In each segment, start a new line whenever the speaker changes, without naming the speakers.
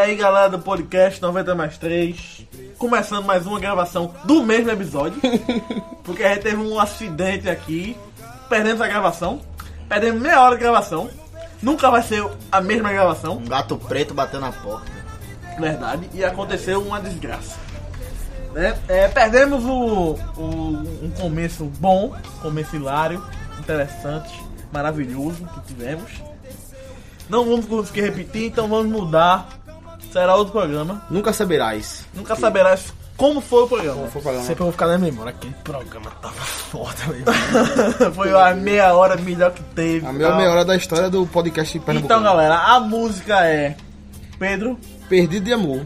aí, galera do podcast 90 mais 3. Começando mais uma gravação do mesmo episódio. Porque a gente teve um acidente aqui. Perdemos a gravação. Perdemos meia hora de gravação. Nunca vai ser a mesma gravação,
Um gato preto bateu na porta.
verdade. E aconteceu uma desgraça. Né? É, perdemos o, o- um começo bom, começo hilário, interessante, maravilhoso que tivemos. Não vamos conseguir repetir, então vamos mudar. Será outro programa.
Nunca saberás.
Nunca saberás como foi o programa.
Como foi o programa.
Sempre vou ficar na memória. Aquele programa tava foda mesmo. foi a meia hora melhor que teve.
A melhor
tal.
meia hora da história do podcast de Pernambuco.
Então, galera, a música é Pedro,
Perdido de amor.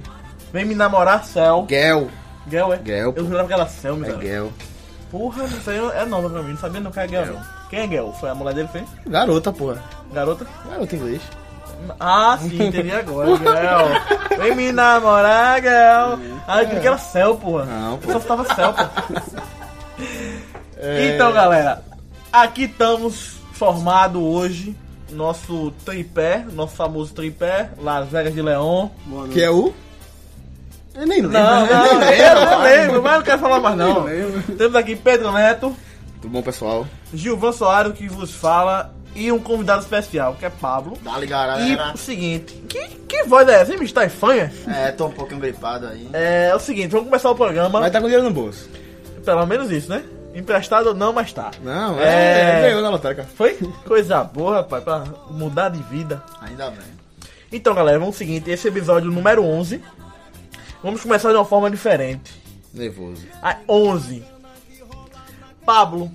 vem me namorar, Céu.
Gel.
Gel é?
Gel, pô.
Eu jurava que era Céu, meu
É Gel.
Porra, isso aí é nova pra mim. Não sabia não que era Gel, não. Quem é Gel? Foi a mulher dele, foi?
Garota, porra.
Garota?
Garota em inglês.
Ah, sim, entendi agora, Gel. Vem me namorar, Gel. Ah, eu queria que era céu, porra.
É. Não,
Eu só tava céu, porra.
É,
Então, galera, aqui estamos formado hoje. Nosso tripé, nosso famoso tripé, Las Vegas de Leão.
Que é o... Eu nem lembro.
Não, não,
é.
eu não lembro, mas não quero falar mais não. Temos aqui Pedro Neto,
Tudo bom, pessoal?
Gilvan Soares, que vos fala, e um convidado especial, que é Pablo.
Dá-lhe,
E
galera.
o seguinte, que, que voz é essa, hein, bicho? Tá em fanha?
É, tô um pouquinho gripado aí. É.
É, é o seguinte, vamos começar o programa.
Mas tá com dinheiro no bolso.
Pelo menos isso, né? Emprestado ou não, mas tá.
Não,
É.
é... ele Ganhou na lotérica.
Foi? Coisa boa, rapaz, pra mudar de vida.
Ainda bem.
Então, galera, vamos ao seguinte: esse episódio número 11. Vamos começar de uma forma diferente.
Nervoso.
Ah, 11. Pablo,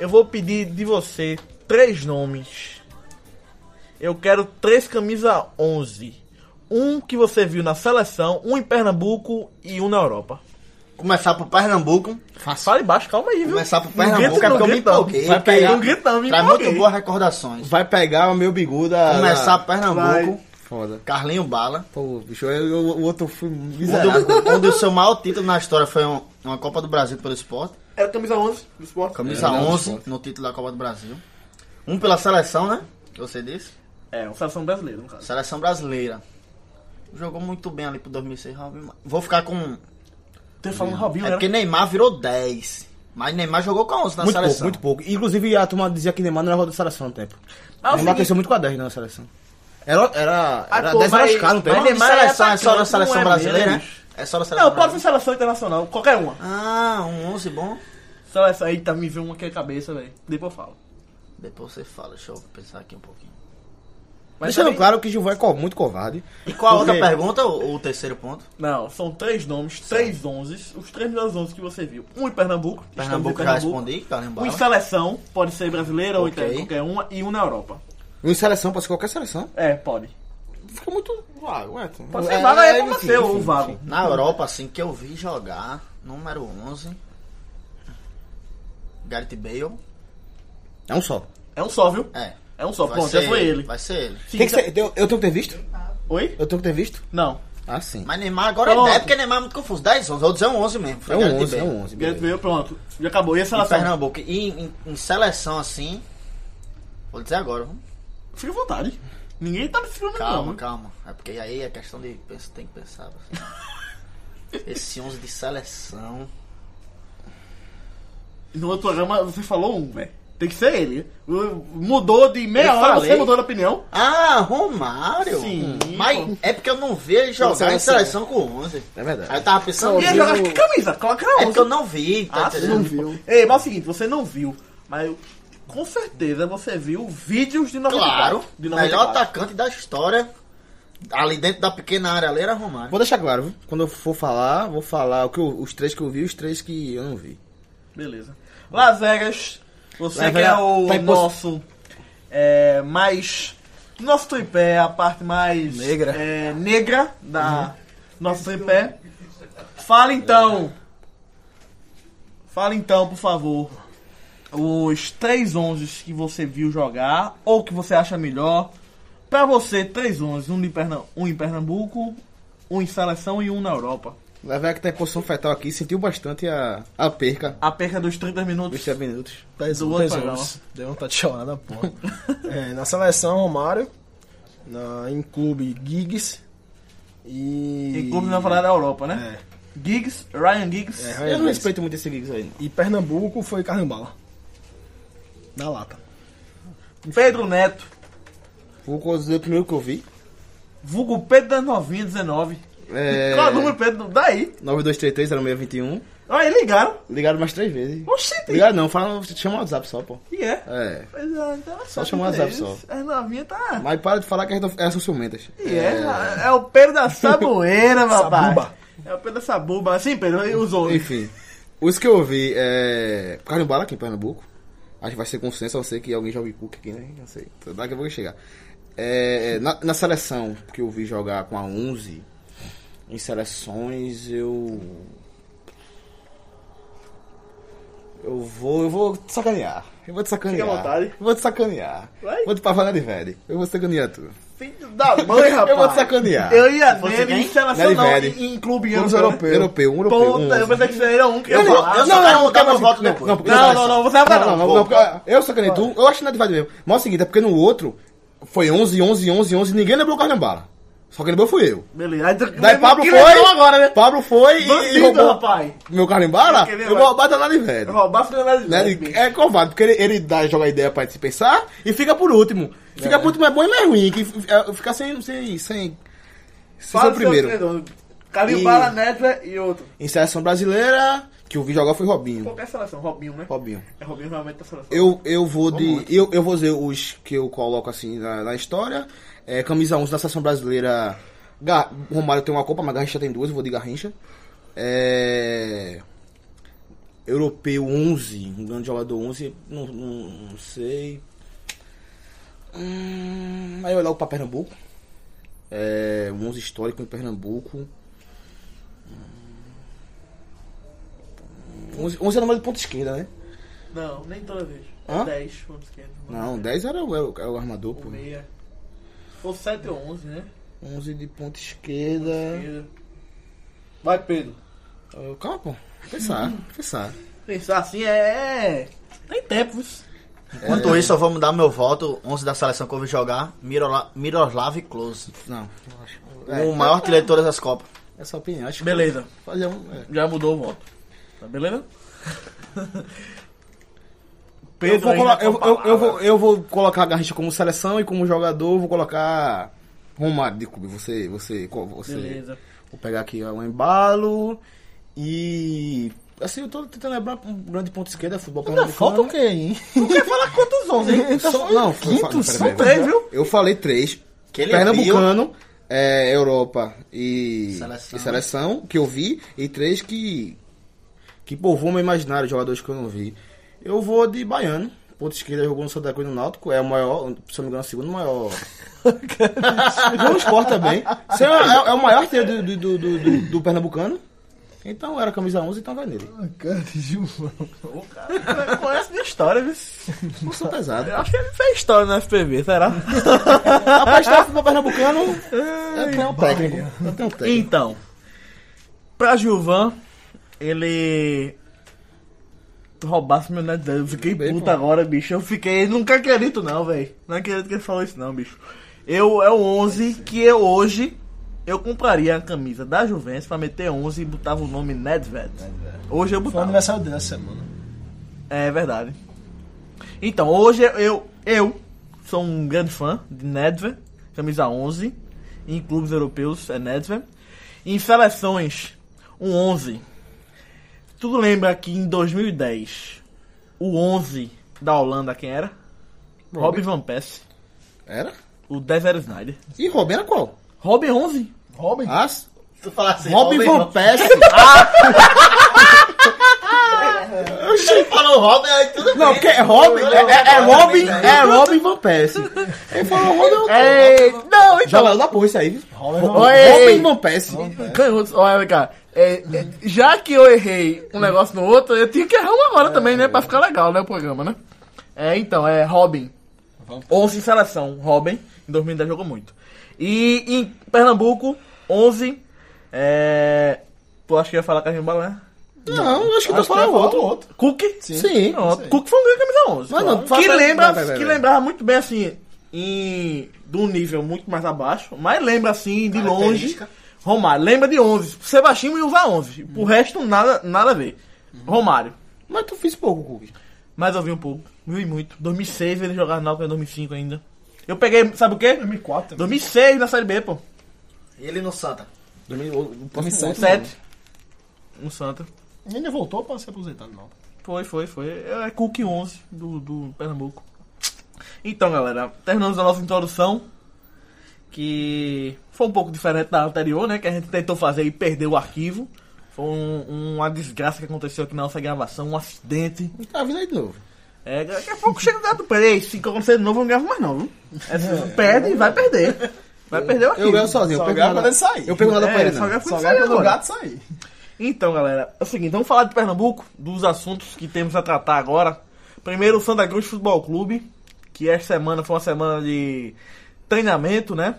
eu vou pedir de você três nomes. Eu quero três camisa 11. Um que você viu na seleção, um em Pernambuco e um na Europa.
Começar pro Pernambuco.
Fala embaixo, calma aí, viu?
Começar pro
Não
Pernambuco, é porque
grita,
eu me
não grita, não.
empolguei.
Vai
Pegar-
pegar um gritão, me
Traz
empolguei.
muito boas recordações.
Vai pegar o meu bigu da...
Começar
da-
pro Pernambuco.
Foda.
Carlinho Bala.
Pô, bicho, eu, eu- o outro foi
Um
miserável.
do, um do seu maior título na história foi um- uma Copa do Brasil pelo esporte.
Era É camisa 11 do esporte.
Camisa
É, não,
11
esporte.
no título da Copa do Brasil. Um pela seleção, né? Que Você disse.
É, uma seleção brasileira, no caso.
Seleção brasileira. Jogou muito bem ali pro 2006. Robinho. Vou ficar com
Tô falando Robinho,
É
né?
porque Neymar virou 10. Mas Neymar jogou com 11 na
Muito pouco,
seleção.
muito pouco. Inclusive, a turma dizia que Neymar não era roda da seleção no tempo.
é
Ah, o
Neymar
seguinte-
cresceu muito com a 10 na seleção. Era, era,
Ah,
era
pô,
10
mas-
era Oscar, não
mas
tem?
Neymar é
seleção, é só da
atacante, não
seleção
é
brasileira,
menos.
né? É só da seleção
Não, pode ser
brasileira.
seleção internacional, qualquer uma.
Ah, um 11 bom.
Seleção, aí tá me vendo uma que é cabeça, velho. Depois eu falo.
Depois você fala, deixa eu pensar aqui um pouquinho.
Mas
Deixando
também-
claro que Gilvão é co- muito covarde.
E qual a outra
Porque-
pergunta, ou o terceiro ponto?
Não, são três nomes, três onzes, os três melhores onze que você viu. Um em Pernambuco, estamos
Pernambuco
em
já respondi, Carlinhos
Um em
Bala.
seleção, pode ser brasileira ou
Ok.
italiana, qualquer uma, e um na Europa.
Em seleção, pode ser qualquer seleção.
É, pode.
Fica muito. Ah, ué, tu-
Pode ser vaga, é pra
enfim,
você, o
enfim,
vago.
enfim.
Na Europa, assim, que eu vi jogar, número 11, Gareth Bale.
É um só.
É um só, viu?
É,
É um só,
vai
pronto,
ser
já foi ele.
Vai ser ele.
Tem que
Seguinte-
ser- eu, eu tenho que ter visto?
Oi?
Eu tenho que ter visto?
Não.
Ah, sim.
Mas Neymar agora é
Pronto.
10, porque Neymar é muito confuso. 10, 11, eu vou dizer um 11 mesmo. foi
É um
Gareth
11, é
Bale.
um 11.
Grande
beleza.
veio, pronto. Já acabou. E a
Em
seleção?
Pernambuco. E em, em seleção assim. Vou dizer agora, viu?
Fica à vontade. Ninguém tá me filmando,
Calma,
né?
não.
calma. É porque aí é questão de. pensa- Tem que pensar. assim. Esse 11 de seleção.
No outro programa você falou um, velho. Tem que ser ele. Uh, Mudou de meia
Eu
hora,
falei.
você mudou de opinião.
Ah, Romário!
Sim.
Mas é porque eu não vi ele jogar
Seleção.
em seleção com 11.
É verdade.
Aí eu tava pensando.
E ele joga com que camisa? Coloca na
É porque eu
onça.
não vi, tá
Ah, você
entendendo?
não viu. Ei, mas é o seguinte, você não viu. Mas eu- com certeza você viu vídeos de 94.
Claro.
de
melhor
94.
atacante da história. Ali dentro da pequena área ali era Romário.
Vou deixar claro, viu? Quando eu for falar, vou falar o que eu- os três que eu vi e os três que eu não vi.
Beleza. Las Vegas, você
Las
que é
Vegas
o
tá em pos-
nosso é, mais... Nosso tripé, a parte mais...
Negra. Uhum.
é, negra da nosso tripé. Fala então. Fala então, por favor. Os três 11 que você viu jogar, ou que você acha melhor. Pra você, três 11 um, de Pernam- um em Pernambuco, um em seleção e um na Europa.
Lá vai que tá em posição fetal aqui, sentiu bastante a, a perca
A perca dos 30 minutos.
dos 3 minutos.
Pés
Do
um,
outro
pés
programa.
outros. Deu vontade de chorar da porra. É, na seleção, Romário. Na, em clube, Giggs.
E.
E clubes não falar da Europa, né?
É.
Giggs, Ryan Giggs.
É,
Eu não respeito muito esse Giggs aí.
E Pernambuco foi Carnambala. Na lata.
Pedro Neto.
Vou dizer o primeiro que eu vi.
Vulgo Pedro da Novinha 19.
É.
Qual é o número, Pedro? Daí.
9233-0621.
Aí ligaram.
Ligaram mais três vezes.
Oxente.
Ligaram não, fala, chama o WhatsApp só, pô.
E é.
É.
Pois é, então é
Só chamou o WhatsApp só.
As novinhas tá.
Mas para de falar que essas são ciumentas.
E é, é o Pedro da Saboeira, rapaz.
Sabuba.
É o Pedro da Sabuba. Assim, Pedro, e os outros.
Enfim, os que eu vi é. Carnimbala aqui em Pernambuco. Acho que vai ser consenso, a não ser que alguém jogue Cook aqui, né? Não sei. Então, Daqui a pouco eu chegar. É, na, na seleção que eu vi jogar com a 11, em seleções eu. Eu vou, eu vou te sacanear. Eu vou te sacanear.
Fica à vontade.
Eu vou te sacanear.
Vai.
Vou te pavana de velho. Eu vou te sacanear tu.
Filho da mãe, rapaz.
Eu vou te sacanear.
Eu ia
fosse
nele
quem?
em seleção,
Neri
não,
Verdi.
em, em clube né?
Vamos europeu. Europeu, um europeu. um
Puta, eu
11.
pensei que você era um que eu
Eu
vou
não,
lá.
eu não, não, não,
tá
não,
no voto
não,
depois.
não, porque
Não,
vai
não,
ser.
não, você vai votar
não,
não.
não, não, porque eu sacanei tu, eu acho que não é de verdade mesmo. Mas é o seguinte, é porque no outro foi 11, 11, 11, 11, ninguém lembrou o Carnambala. Só que lembrou fui eu.
Beleza. Aí,
Daí Pablo
que
foi,
lembrou agora, né?
Pablo foi e- e
Bandido,
roubou
rapaz.
meu Carnambala,
Quem
eu
lembra?
vou roubar da de velho.
Roubar foi na
Né, ele- É covarde, porque ele, ele dá, joga a ideia pra se pensar e fica por último. Fica por último é bom e mais ruim, que é, fica sem, sem, sem, sem ser o primeiro.
Carimbala, Neto é, e outro.
Em seleção brasileira, que eu vi jogar foi Robinho.
Qualquer seleção, Robinho, né?
Robinho.
É Robinho realmente da seleção.
Eu, eu vou de. Eu, eu vou dizer os que eu coloco assim na, na história. É, camisa 11 da seleção brasileira. Gar, Romário tem uma Copa, mas Garrincha tem duas, eu vou de Garrincha. É, europeu 11, um grande jogador 11, não, não, não sei. Hum, aí eu olhar pra Pernambuco. É, um 11 histórico em Pernambuco. Hum, 11, 11 é número de ponta esquerda, né?
Não, nem toda vez.
Hã?
10, vamos esquerda.
Não, 10 era o, era o- era o armador,
Ou
pô.
meia. Ou 7 ou 11, né?
11 de ponta esquerda.
Vai, Pedro.
Ah, Calma, pô. Pensar, pensar.
Pensar assim é. Tem tempo, isso.
É.
Enquanto isso, eu vou mudar meu voto. 11 da seleção que eu vi jogar. Mirola- Miroslav Klose.
Não,
o maior artilheiro de todas as Copas.
essa opinião. Acho que
Beleza,
fazer um. é.
já mudou o voto. Tá beleza?
Eu, vou
ainda
colo-
com
eu,
a
eu- eu
palavra.
vou, eu vou colocar a Garrincha como seleção e como jogador, vou colocar. Romário de clube, você. você, qual- você
Beleza.
Vou pegar aqui ó, um embalo. E. Assim, eu tô tentando lembrar um grande ponto esquerda, futebol
Ainda falta o
pernambucano.
quê, hein?
Tu quer falar quantos 11, hein?
Só- não, foi-
quinto,
pera-
são
pera-
três,
pera-
viu?
Eu falei três.
Que ele
Pernambucano, é, Europa e
Seleção.
e seleção, que eu vi, e três que que povoam meu imaginário, jogadores que eu não vi. Eu vou de Baiano. Ponto esquerda jogou no Santa Cruz e no Náutico, é o maior, se não me engano, o segundo maior. Jogou no Sport também. Você É, é- é o maior artilheiro do, do, do, do- do Pernambucano. Então era camisa 11, então vai nele.
Cara, Gilmão.
Você conhece minha história, viu?
Não sou pesado.
Eu acho que ele fez história na FPV, será?
Rapaz, tá futebol pernambucano. Eu tenho um técnico. Eu tenho um técnico.
Então, pra Gilvan, ele. Tu roubasse meu net, eu fiquei
Bem,
puto
pô.
agora, bicho. Eu fiquei. Nunca acredito, não, velho. Não acredito que ele falou isso, não, bicho. Eu, é o 11 que eu hoje. Eu compraria a camisa da Juventus pra meter 11 e botava o nome Nedved. Hoje eu
Foi o
botava.
aniversário dele essa semana.
É verdade. Então, hoje eu, eu sou um grande fã de Nedved, camisa 11. Em clubes europeus é Nedved. Em seleções, um 11. Tu lembra que em 2010, o 11 da Holanda quem era? Robin Van Persie.
Era?
O 10 era Snyder.
E Robin era qual?
Robin Ah, 11?
Robin?
As?
Tu fala assim,
Robin Van Persie.
Falou Robin, aí tudo
Não, porque é Robin, é, é- é Robin, é Robin Van Persie. Ele falou Robin Van
Ei, não, então.
Já leu da porra isso aí, viu?
Robin
Ro-
Van-
Ei.
Robin Van Persie.
Canhotos, olha, cara. é, é, já que eu errei um negócio no outro, eu tinha que errar um agora também, né? Pra ficar legal, né? O programa, né? É, então, é Robin.
Vamos.
11 em seleção, Robin. Em 2010 jogou muito. E em Pernambuco, 11. É. Tu acha que ia falar Carrimbala, né?
Não, acho que é tu
Acho que ia
falou
falar
outro.
outro.
Cook?
Sim.
Pronto,
Sim.
Cook foi um grande camisa 11.
Mas
claro.
não, fala-
que, lembra,
vai, vai, vai,
que
vai.
lembrava muito bem assim, em, de um nível muito mais abaixo, mas lembra assim, de longe,
Característica.
Romário, lembra de 11. Sebastião ia usar 11.
Hum.
Pro resto, nada, nada a ver. Romário,
Mas tu fez pouco, Cuca.
mas eu vi um pouco. Vi muito. 2006 ele jogava na Náutico, era 2005 ainda. Eu peguei, sabe o quê?
né?
2004.
2006 na Série B, pô.
Ele no Santa.
2007.
2007.
né?
No Um Santa.
Ele ainda voltou pra se aposentar, não.
Foi, foi, foi. É Cook 11 do, do Pernambuco. Então, galera, terminamos a nossa introdução. Que foi um pouco diferente da anterior, né? Que a gente tentou fazer e perdeu o arquivo. Foi um- uma desgraça que aconteceu aqui na nossa gravação, um acidente.
Tá vindo aí de novo.
É, daqui a pouco chega o gato peraí, se acontecer de é novo, eu não gravo mais não, viu? É, se perde e vai perder. Vai perder o
Eu
arquivo.
gravo sozinho.
Só
eu pego
grava
nada-
quando ele sair.
Eu pego nada pra
É,
ele,
só
não.
grava quando
Só
sair
vai quando o
agora.
gato sair.
Então, galera, é o seguinte, vamos falar de Pernambuco, dos assuntos que temos a tratar agora. Primeiro, o Santa Cruz Futebol Clube, que esta semana foi uma semana de treinamento, né?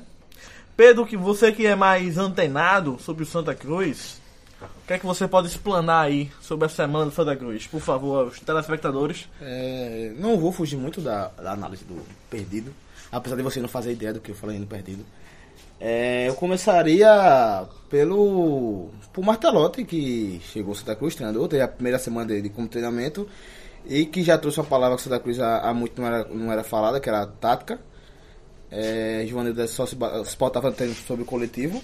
Pedro, que você que é mais antenado sobre o Santa Cruz, o que é que você pode explanar aí sobre a semana do Santa Cruz? Por favor, aos telespectadores.
É, não vou fugir muito da, da análise do perdido, apesar de você não fazer ideia do que eu falei no perdido. É, eu começaria pelo por Martelotti, que chegou ao Santa Cruz, treinador, teve a primeira semana dele como treinamento, e que já trouxe uma palavra que o Santa Cruz há, há muito não era, não era falada, que era tática. É, Joanildo só se, ba- se pautava no treino sobre o coletivo.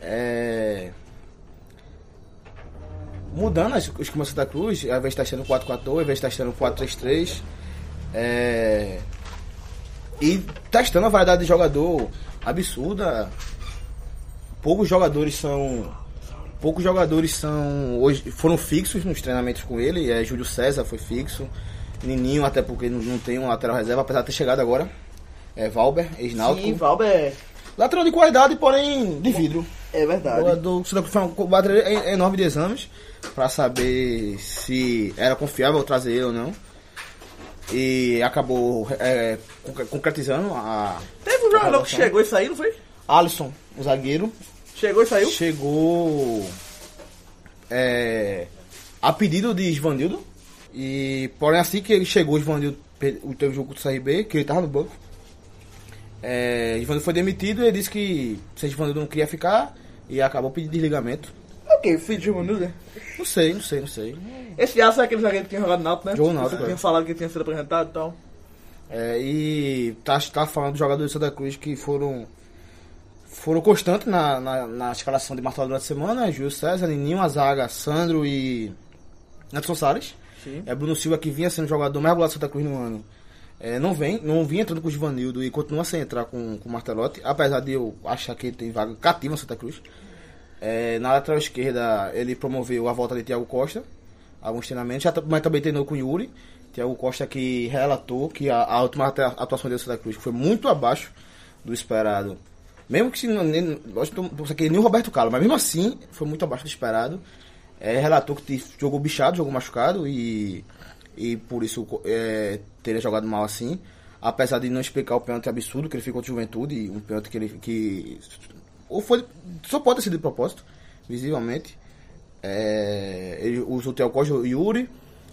É, mudando as, os comandos da Cruz, ao invés de estar um sendo 4-4-2, ao invés de estar um sendo 4-3-3. É... E testando a variedade de jogador absurda. Poucos jogadores são. Poucos jogadores são. Hoje, foram fixos nos treinamentos com ele. É, Júlio César foi fixo. Nininho, até porque não, não tem um lateral reserva, apesar de ter chegado agora. É Valber, ex-náutico.
Valber,
Lateral de qualidade, porém de vidro.
é
O jogador Santa Cruz foi um bateria en- enorme de exames para saber se era confiável trazer ele ou não. E acabou é, conc- concretizando a
Teve um jogador que chegou e saiu, não foi?
Alisson, o zagueiro,
Chegou e saiu?
chegou é, a pedido de Ivanildo. E porém assim que ele chegou, Ivanildo per- teve o jogo contra o CRB, que ele tava no banco. É, Ivanildo foi demitido e ele disse que se Ivanildo não queria ficar e acabou pedindo desligamento.
Ok, filho de Manuda.
Não sei, não sei, não sei.
Esse Aço é aquele zagueiro que tinha jogado Náutico, né?
Jogou no Náutico,
Você tinha
é.
falado que tinha sido apresentado e tal.
É, e tá, tá falando dos jogadores do Santa Cruz que foram foram constantes na, na, na escalação de Martelo durante a semana. né? Júlio César, Nininho, Azaga, Sandro e Anderson Salles.
Sim.
É Bruno Silva que vinha sendo o jogador mais regular do Santa Cruz no ano. É, não vem, não vinha entrando com o Givanildo e continua sem entrar com, com o Martelotti, apesar de eu achar que ele tem vaga cativa no Santa Cruz. É, na lateral esquerda ele promoveu a volta de Thiago Costa, alguns treinamentos, já tá- mas também treinou com o Yuri. Thiago Costa que relatou que a, a última atua- atuação dele no Santa Cruz foi muito abaixo do esperado. Mesmo que se não, nem, lógico que não sei nem o Roberto Carlos, mas mesmo assim foi muito abaixo do esperado. É, relatou que te- jogou bichado, jogou machucado e, e por isso co- é, teria jogado mal assim. Apesar de não explicar o pênalti absurdo que ele ficou de juventude, um pênalti que ele. Que, ou foi, só pode ter sido de propósito, visivelmente. É, ele usou o Theo Costa, o Yuri.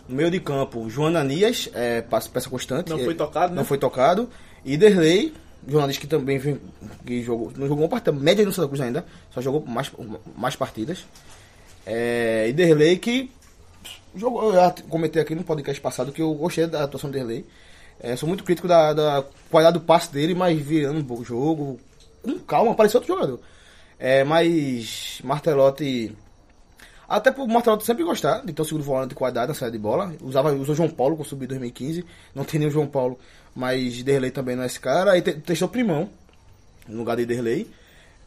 No meio de campo, João Ananias, é, passa- peça constante.
Não
É,
foi tocado, né?
Não foi tocado. E Derley, jornalista que também vem- que jogou, não jogou uma partida, média no Santa Cruz ainda, só jogou mais, mais partidas. É, e Derley que jogou, eu já comentei aqui no podcast passado que eu gostei da atuação do Derley. É, sou muito crítico da, da qualidade do passe dele, mas virando um pouco o jogo, com calma, parecia outro jogador. É, mas Martelotti até pro Martelotti sempre gostar de ter um segundo volante de qualidade na saída de bola. Usava, usou João Paulo, quando subiu em 2015. Não tem nem o João Paulo, mas Derlei também não é esse cara. Aí te- testou Primão no lugar de Derlei.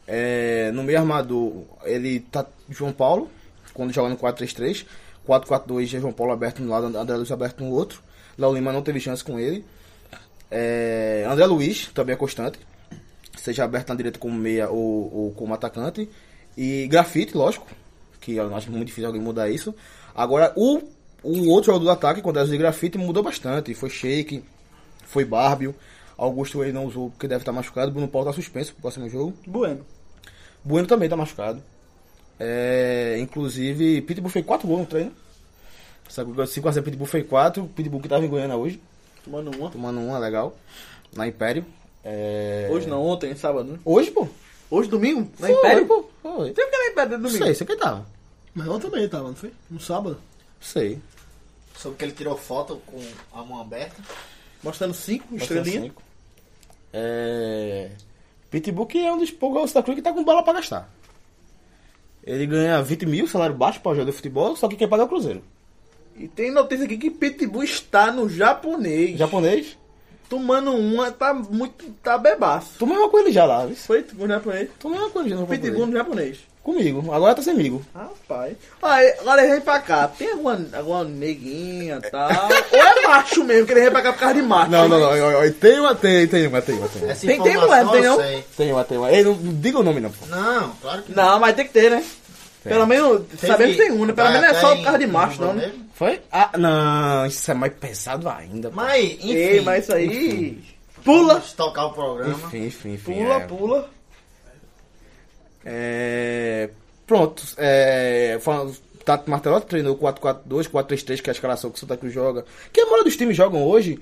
É, no meio armador, ele tá João Paulo, quando joga no 4-3-3. 4-4-2 é João Paulo aberto no lado, André Luiz aberto no outro. Léo Lima não teve chance com ele. É, André Luiz também é constante, seja aberto na direita como meia ou, ou como atacante. E grafite, lógico, que eu acho muito difícil alguém mudar isso. Agora, o, o outro jogador do ataque, quando era de grafite, mudou bastante. Foi Shake, foi Bárbio. Augusto ele não usou porque deve estar machucado. Bruno Paulo está suspenso pro próximo jogo.
Bueno.
Bueno também tá machucado. É, inclusive, Pitbull fez 4 gols no treino. 5x0 Pitbull fez 4. Pitbull que tava em Goiânia hoje,
Tomando uma.
tomando uma legal, na Império. É,
Hoje não, ontem, sábado. né?
Hoje, pô.
Hoje domingo? Na
Foi,
Império? um
pô. Foi.
Você fica nem perto
Não
domingo.
sei, sei quem tava.
Mas eu também tava, não foi? No sábado.
Sei.
Soube que ele tirou foto com a mão aberta.
Mostrando cinco
Pode ser
estrelinhas.
cinco. É... Pitbull que é um dos poucos da Cruz que tá com bola pra gastar. Ele ganha 20 mil, salário baixo pra jogar de futebol, só que quem paga é o Cruzeiro.
E tem notícia aqui que Pitbull está no japonês.
Japonês,
Tomando uma, tá muito. tá bebaço.
tu mesmo com ele já lá, viu?
Foi com o japonês.
Tu mesmo com ele já no
Pitbull
japonês.
no japonês.
Comigo, agora tá sem amigo.
Rapaz. Olha, agora ele vem pra cá. Tem alguma, alguma neguinha e tal? Ou é macho mesmo, que ele vem pra cá por causa de macho?
Não, não, não, eu- eu- tem uma, tem, tem uma, tem uma, tem uma.
Essa
Tem- tem
informação
mulher, tem
eu
não?
sei.
Tem uma, tem uma. Ei, não não diga o nome não, pô.
Não, claro que não.
Não, mas tem que ter, né? Pelo menos, sabemos que tem um, né? Pelo
Vai
menos não é só
até
por causa de
em-
macho, não, né?
mesmo.
Foi? Ah, não, isso é mais pesado ainda. pô.
Mas, enfim.
Ei, mas isso aí. Pula!
Vamos tocar o programa.
Enfim, enfim, enfim.
Pula,
é.
pula.
É, Pronto. É... falando- Tato Martelotti treinou 4-4-2, 4-3-3, que é a escalação que o Santa Cruz joga. Que a maioria dos times jogam hoje.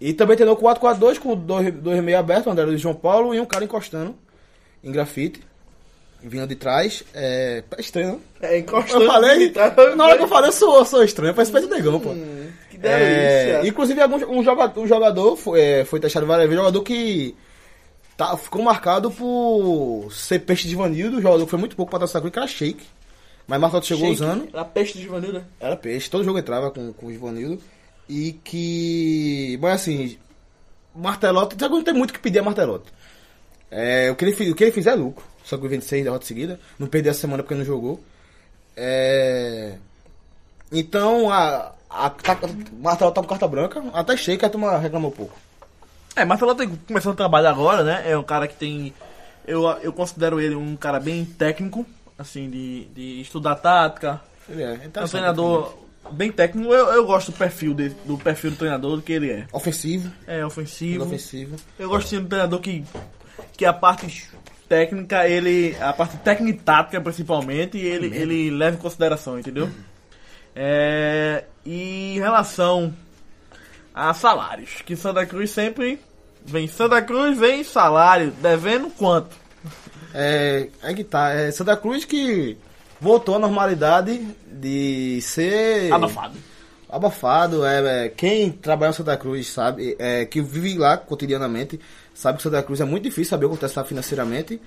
E também treinou 4-4-2 com dois, dois meio abertos, o André Luiz e João Paulo e um cara encostando em grafite. Vindo de trás. É... Tá estranho, né?
É,
Eu
encostando.
falei.
Tá-
Na hora que eu falei, eu sou, sou estranho. Parece peito negão, pô.
Que
É,
delícia.
inclusive, algum, um jogador, um jogador foi, é, foi testado várias vezes, um jogador que tá, ficou marcado por ser peixe de vanildo, um jogador que foi muito pouco pra Taça da Cruz, que era shake. Mas Martoto chegou
Shake,
usando,
Era peste de né? vanilha.
era peixe, todo jogo entrava com, com o Ivanildo. E que. Mas assim, Martelotti, já não tem muito o que pedir a Martelotti. É, o, que ele, fi- o que ele fizer é lucro. Só que 26 derrotas seguidas. Não perdeu essa semana porque não jogou. É, então, a, a, tá- Martelotti tá com carta branca. Até achei que a turma reclamou pouco.
É, Marcelo tá começando o trabalho agora, né? É um cara que tem. Eu, eu considero ele um cara bem técnico, assim, de, de estudar tática.
Ele é,
É um
interessante,
treinador bem técnico. Eu, eu gosto do perfil dele, do perfil do treinador do que ele é.
Ofensivo,
É ofensivo.
ofensivo.
Eu gosto de um treinador que, que a parte técnica, ele. A parte técnica e tática
É
principalmente, ele, ele leva em consideração, entendeu? É, e em relação a salários, que Santa Cruz sempre. Vem Santa Cruz, vem salário, devendo quanto?
É, é que tá. É Santa Cruz que voltou à normalidade de ser.
Abafado.
abafado. É, é, quem trabalha no Santa Cruz sabe, é, que vive lá cotidianamente, sabe que Santa Cruz é muito difícil saber o que acontece lá financeiramente.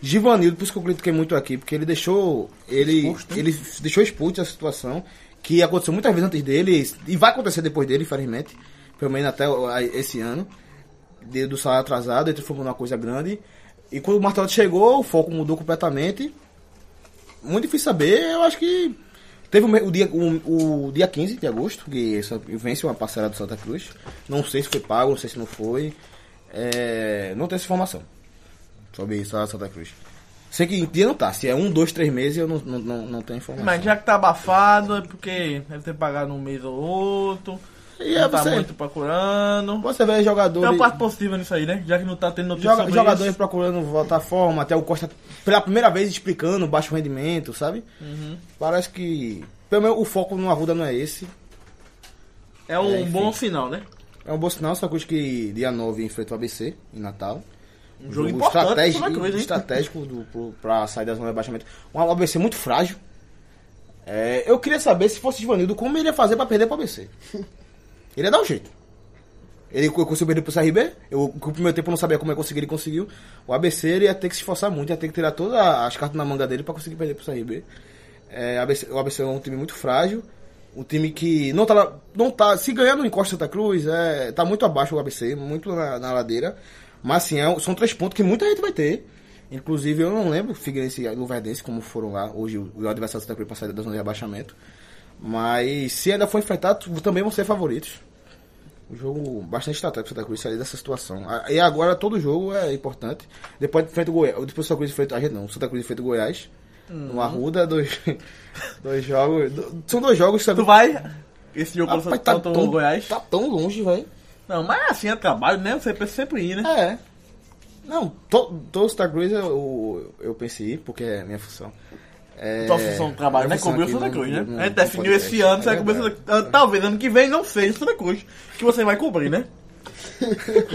Givanildo, por isso que eu critiquei muito aqui, porque ele deixou. Ele, ele deixou expulso a situação, que aconteceu muitas vezes antes dele, e vai acontecer depois dele, infelizmente, pelo menos até o- a- esse ano, de- do salário atrasado, ele transformou numa coisa grande. E quando o Martelo chegou, o foco mudou completamente muito difícil saber. Eu acho que teve o, me- o dia, o, o dia 15 de agosto, que só- vence uma parcela do Santa Cruz. Não sei se foi pago, não sei se não foi. É, não tenho essa informação sobre isso, a Santa Cruz. Sei que em dia não tá. Se é um, dois, três meses, eu não, não, não, não tenho informação.
Mas já que tá abafado, é porque deve ter pagado um mês ou outro.
E é
não tá
você,
muito procurando.
você vê
Tem uma
jogadores,
parte positiva nisso aí, né? Já que não tá tendo notícia
joga,
sobre
jogadores
isso.
procurando voltar à forma, até o Costa pela primeira vez explicando o baixo rendimento, sabe?
Uhum.
Parece que. Pelo menos o foco no Arruda não é esse.
É um
É, enfim.
bom sinal, né?
É um bom sinal, só que que dia 9 enfrenta o ABC em Natal. Um
jogo importante é pro
estratégico,
Santa Cruz, hein?
estratégico do, pro, pra sair da zona de rebaixamento. Um ABC muito frágil. É, eu queria saber se fosse Givanildo, como ele ia fazer pra perder pro ABC. Ele ia dar um jeito. Ele co- conseguiu perder pro CRB, eu com o primeiro tempo eu não sabia como é conseguir, ele conseguiu. O ABC ele ia ter que se esforçar muito, ia ter que tirar todas as cartas na manga dele pra conseguir perder pro CRB. É, ABC o ABC é um time muito frágil, um time que não tá, lá- não tá se ganhar no encosta Santa Cruz, é, tá muito abaixo o ABC, muito na, na ladeira. Mas assim, é um- são três pontos que muita gente vai ter. Inclusive, eu não lembro Figueirense e Luverdense como foram lá. Hoje o o adversário do Santa Cruz pra sair da zona de rebaixamento. Mas se ainda for enfrentar, tu- também vão ser favoritos. Um jogo bastante estratégico tá pro Santa Cruz sair dessa situação. A- E agora todo jogo é importante. Depois enfrenta o Goiás. Depois o Santa Cruz enfrenta. A gente não, o Santa Cruz enfrenta o Goiás.
Uhum.
No Arruda, dois, dois jogos. do- são dois jogos que
Tu vai. Esse jogo
Rapaz,
contra
tá,
contra o
tão,
Goiás.
tá tão longe, velho.
Não, mas assim é trabalho, né? Você precisa sempre ir, né?
É. Não, to- todo Santa Cruz eu, eu pensei, porque é minha função. É,
Tua função do trabalho,
minha
né?
função
Cobriu
aqui
Santa
no-
Cruz, né?
no-
A gente
no
definiu
podcast.
esse ano, você
É
vai cobrir
verdade.
Santa Cruz. Talvez ano que vem não seja Santa Cruz que você vai cobrir, né?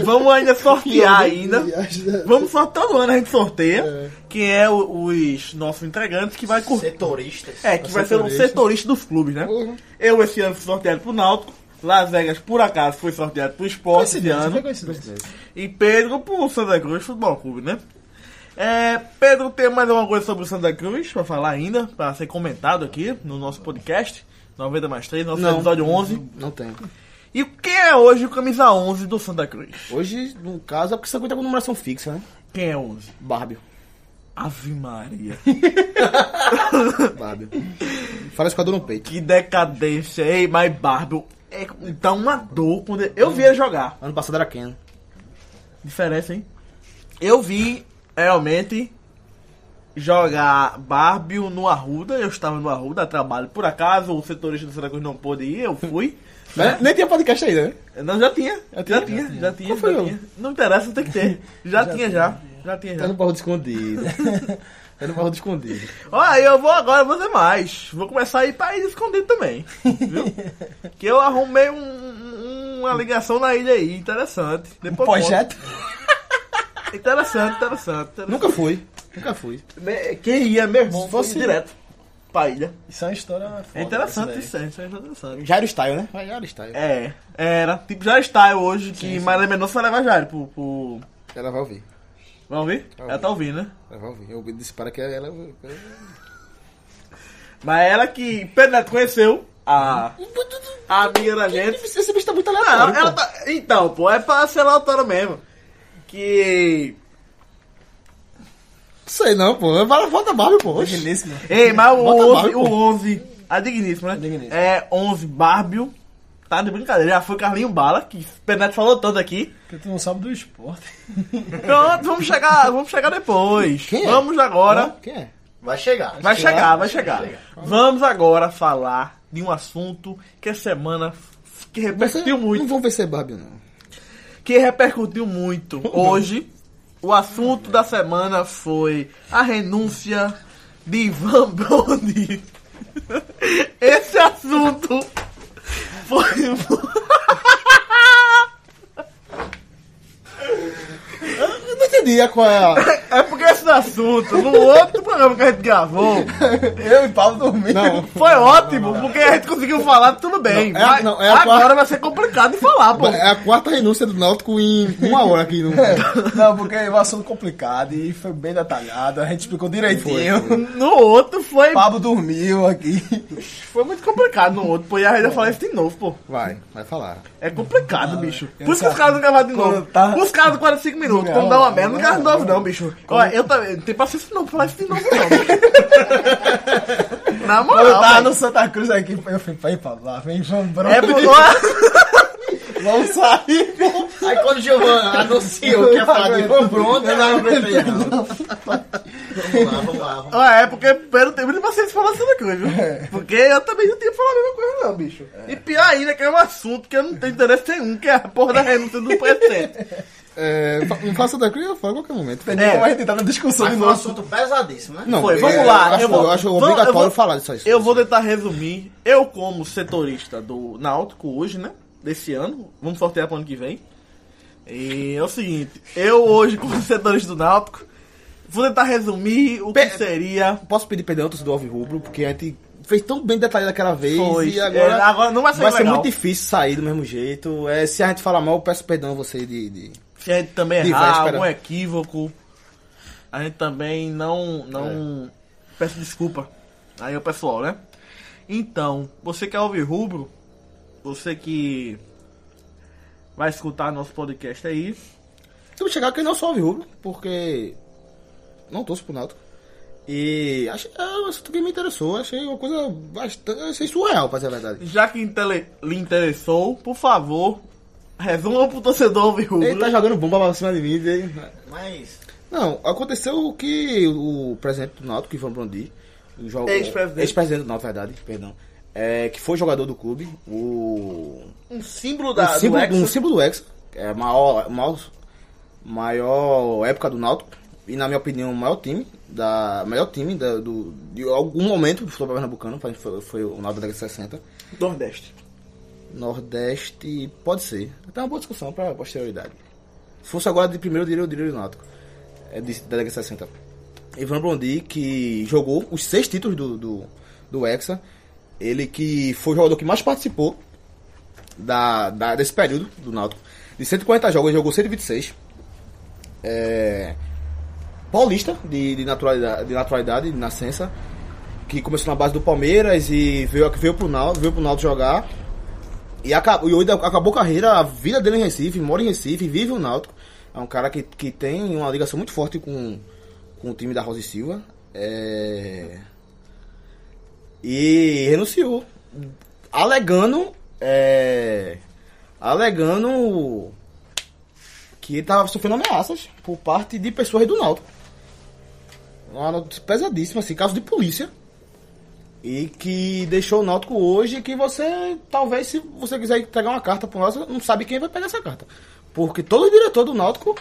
Vamos ainda sortear ainda.
Viagem da-
Vamos só todo ano a gente sorteia,
É.
que é o- os nossos entregantes que vai curtir.
Setoristas.
É, que vai ser um
setorista.
setorista dos clubes, né?
Uhum.
Eu esse ano fui sorteado pro Náutico, Las Vegas por acaso foi sorteado pro Esporte esse
Coincidência, foi
ano
coincidência.
e Pedro pro Santa Cruz Futebol Clube, né? É, Pedro, tem mais alguma coisa sobre o Santa Cruz pra falar ainda, pra ser comentado aqui no nosso podcast 90 mais 3, nosso
Não.
episódio 11.
Não tem.
E quem é hoje o camisa 11 do Santa Cruz?
Hoje, no caso, é porque Santa Cruz tá com numeração fixa, né?
Quem é 11?
Bárbio.
Ave Maria.
Bárbio. Fala isso com a dor no peito.
Que decadência, ei, mas Barbie é, dá uma dor quando ele- eu vi ele jogar.
Ano passado era Ken.
Diferença, hein? Eu vi realmente jogar Barbie no Arruda, eu estava no Arruda a trabalho. Por acaso o setorista do Santa Cruz não pôde ir, eu fui.
Né? Nem tinha podcast ainda, né?
Não, já tinha, já,
tinha,
tinha, já tinha,
Qual foi
já
o-
tinha. Não interessa, tem que ter. Já, tinha, já. Já tinha
Tá
já.
no barro escondido. tá no barro escondido.
Ó, eu vou agora fazer mais. Vou começar a ir pra ilha escondida também. Viu? que eu arrumei um- um- uma ligação na ilha aí, interessante. Depois
Um
eu
Projeto?
conto. Interessante, interessante. interessante.
Nunca fui. Nunca fui.
Me- Né, Quem ia, meu irmão,
Se fosse-
fosse direto pra ilha.
Isso é uma história foda.
É interessante
isso
isso, é, isso é interessante.
Jairo Style, né? Vai Jairo Style.
É, era. Tipo, já está eu hoje, que Maria Mendonça leva já pro... pro...
É. Ela vai ouvir.
Vai ouvir? Ela tá ouvindo, né?
Ela vai ouvir. Eu disse para que ela...
Mas ela que Pedro Neto conheceu, a, a amiga da gente.
Esse bicho tá muito
Ah,
aleatório,
ela
pô.
tá- Então, pô, é pra ser lá o touro mesmo. Que.
Não sei não, pô. Vai volta Bárbio, pô.
aí.
Oxi.
Belíssimo.
Ei, mas o
Bota
11,
Barbie,
o
pô.
11. A digníssima, né?
digníssima.
É 11 Barbio. Tá de brincadeira, já foi Carlinho Bala, que o Peneto falou tanto aqui.
Porque tu não sabe do esporte.
Pronto, vamos chegar, vamos chegar depois.
Quem é?
Vamos agora.
Quem é?
Vai chegar.
Vai chegar, vai
chegar.
chegar. Vamos agora falar de um assunto que a semana f- que repercutiu muito.
Não vão vencer Bárbio, não.
que repercutiu muito hoje. O assunto da semana foi a renúncia de Ivan Bondi. Esse assunto foi.
Eu não entendi a qual é a...
É porque esse assunto, no outro programa que a gente gravou,
Eu e Paulo dormindo.
Não.
foi ótimo, porque a gente conseguiu falar tudo bem.
Não, é a-
mas
não, é a
agora
quarta-
vai ser complicado de falar, pô.
É a quarta renúncia do Náutico em uma hora aqui no...
Não, porque é um assunto complicado e foi bem detalhado. A gente explicou direitinho.
No outro foi.
Pablo dormiu aqui.
Foi muito complicado no outro, pô. E a gente vai falar isso de novo, pô.
Vai, vai falar.
É complicado, bicho.
eu
Por isso que
não
os caras não gravaram de
quando
novo.
tá-
Os caras do 45 minutos,
Não,
quando dá uma merda,
não,
não grava de novo, não, bicho. Olha, eu também. Não tem paciência não pra falar isso de novo, não. bicho. Na
Eu
moral.
tava
velho.
tá no Santa Cruz aqui. Eu falei, vai, Pablo, lá vem João Branco.
É porque.
Vamos sair.
Aí quando o Giovanna anunciou que ia falar de Ivan Bruno, eu não aguentei não. Vamos lá, vamos lá. Vamos.
Ó, é porque eu não tenho muita paciência de falar essa coisa,
É.
viu? Porque eu também não tinha falado a mesma coisa, não, bicho. E pior ainda, que é um assunto que eu não tenho interesse nenhum, que é a porra da renúncia do presidente.
É, fa- não faça da Cruz, eu falo a qualquer momento.
É.
Como a gente tá na discussão
Mas
de
foi um
novo.
assunto pesadíssimo, né?
Não,
Foi,
é,
vamos lá,
Eu acho,
eu vou-
eu acho
vamos- eu
obrigatório
vou-
falar disso aí.
Eu vou tentar resumir. Eu, como setorista do Náutico hoje, né? Desse ano, vamos sortear pro ano que vem. E é o seguinte, eu hoje, como setorista do Náutico, vou tentar resumir o que
Pe-
seria.
Posso pedir perdão antes do Alvi Rubro, porque a gente fez tão bem detalhado aquela vez
Foi.
e agora,
É, agora não vai ser legal.
muito difícil sair do mesmo jeito. É, se a gente falar mal, eu peço perdão a você de... de-
Se a gente também
Ih, vai,
errar,
espera.
algum equívoco. A gente também não.
É.
não Peço desculpa. Aí o pessoal, né? Então, você que é ouvir rubro, você que vai escutar nosso podcast aí,
Temos que chegar que não só Alvi Rubro, porque não torço pro Náutico. E achei, é um assunto que me interessou, achei uma coisa bastante... Achei surreal, pra ser a verdade.
Já que intele- lhe interessou, por favor, resuma pro torcedor, né? viu?
Ele tá jogando bomba pra cima de mim, dele.
Mas
Não, aconteceu o que o presidente do Náutico, Ivan Brondi, o jo-
Ex-presidente.
ex-presidente do Náutico, verdade, perdão, é, que foi jogador do clube, o
Um símbolo
um símbolo,
Hexa.
um símbolo do Hexa, é a maior, maior, maior época do Náutico, e na minha opinião, o maior time, da, melhor time da- do, de algum momento do futebol pernambucano, foi, foi o Náutico da década de 60.
Nordeste.
Nordeste, pode ser. Até uma boa discussão pra posterioridade. Se fosse agora de primeiro, eu diria, eu diria o Náutico. É de, da Liga 60. Ivan Blondi, que jogou os seis títulos do, do, do Hexa. Ele que foi o jogador que mais participou da, da- desse período do Náutico. De 140 jogos, ele jogou 126. É, paulista, de, de naturalidade, de naturalidade, de nascença. Que começou na base do Palmeiras e veio, veio pro Náutico, veio pro Náutico jogar. E acabou, e hoje acabou a carreira, a vida dele em Recife, mora em Recife, vive o Náutico. É um cara que, que tem uma ligação muito forte com, com o time da Rosa e Silva. É... E renunciou. Alegando. é, Alegando que ele estava sofrendo ameaças por parte de pessoas do Náutico. Uma notícia pesadíssima, assim, caso de polícia e que deixou o Náutico hoje que você talvez se você quiser entregar uma carta pro Náutico, não sabe quem vai pegar essa carta. Porque todo diretor do Náutico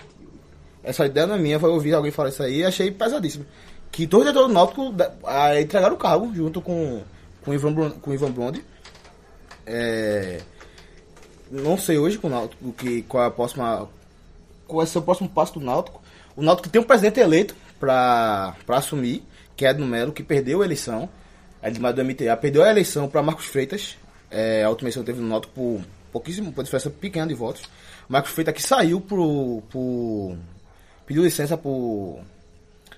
essa ideia não é minha, foi ouvir alguém falar isso aí e achei pesadíssimo. Que todo diretor do Náutico da- ah, entregaram o cargo junto com com o Ivan Bron- com o Ivan Blonde. É, não sei hoje com o Náutico, o que qual é a próxima qual vai ser o próximo passo do Náutico. O Náutico tem um presidente eleito para assumir, que é Edno Melo, que perdeu a eleição. Edmar do MTA perdeu a eleição para Marcos Freitas. É, a última eleição que teve no Náutico por pouquíssimo, por diferença pequena de votos. Marcos Freitas que saiu pro, pro pediu licença por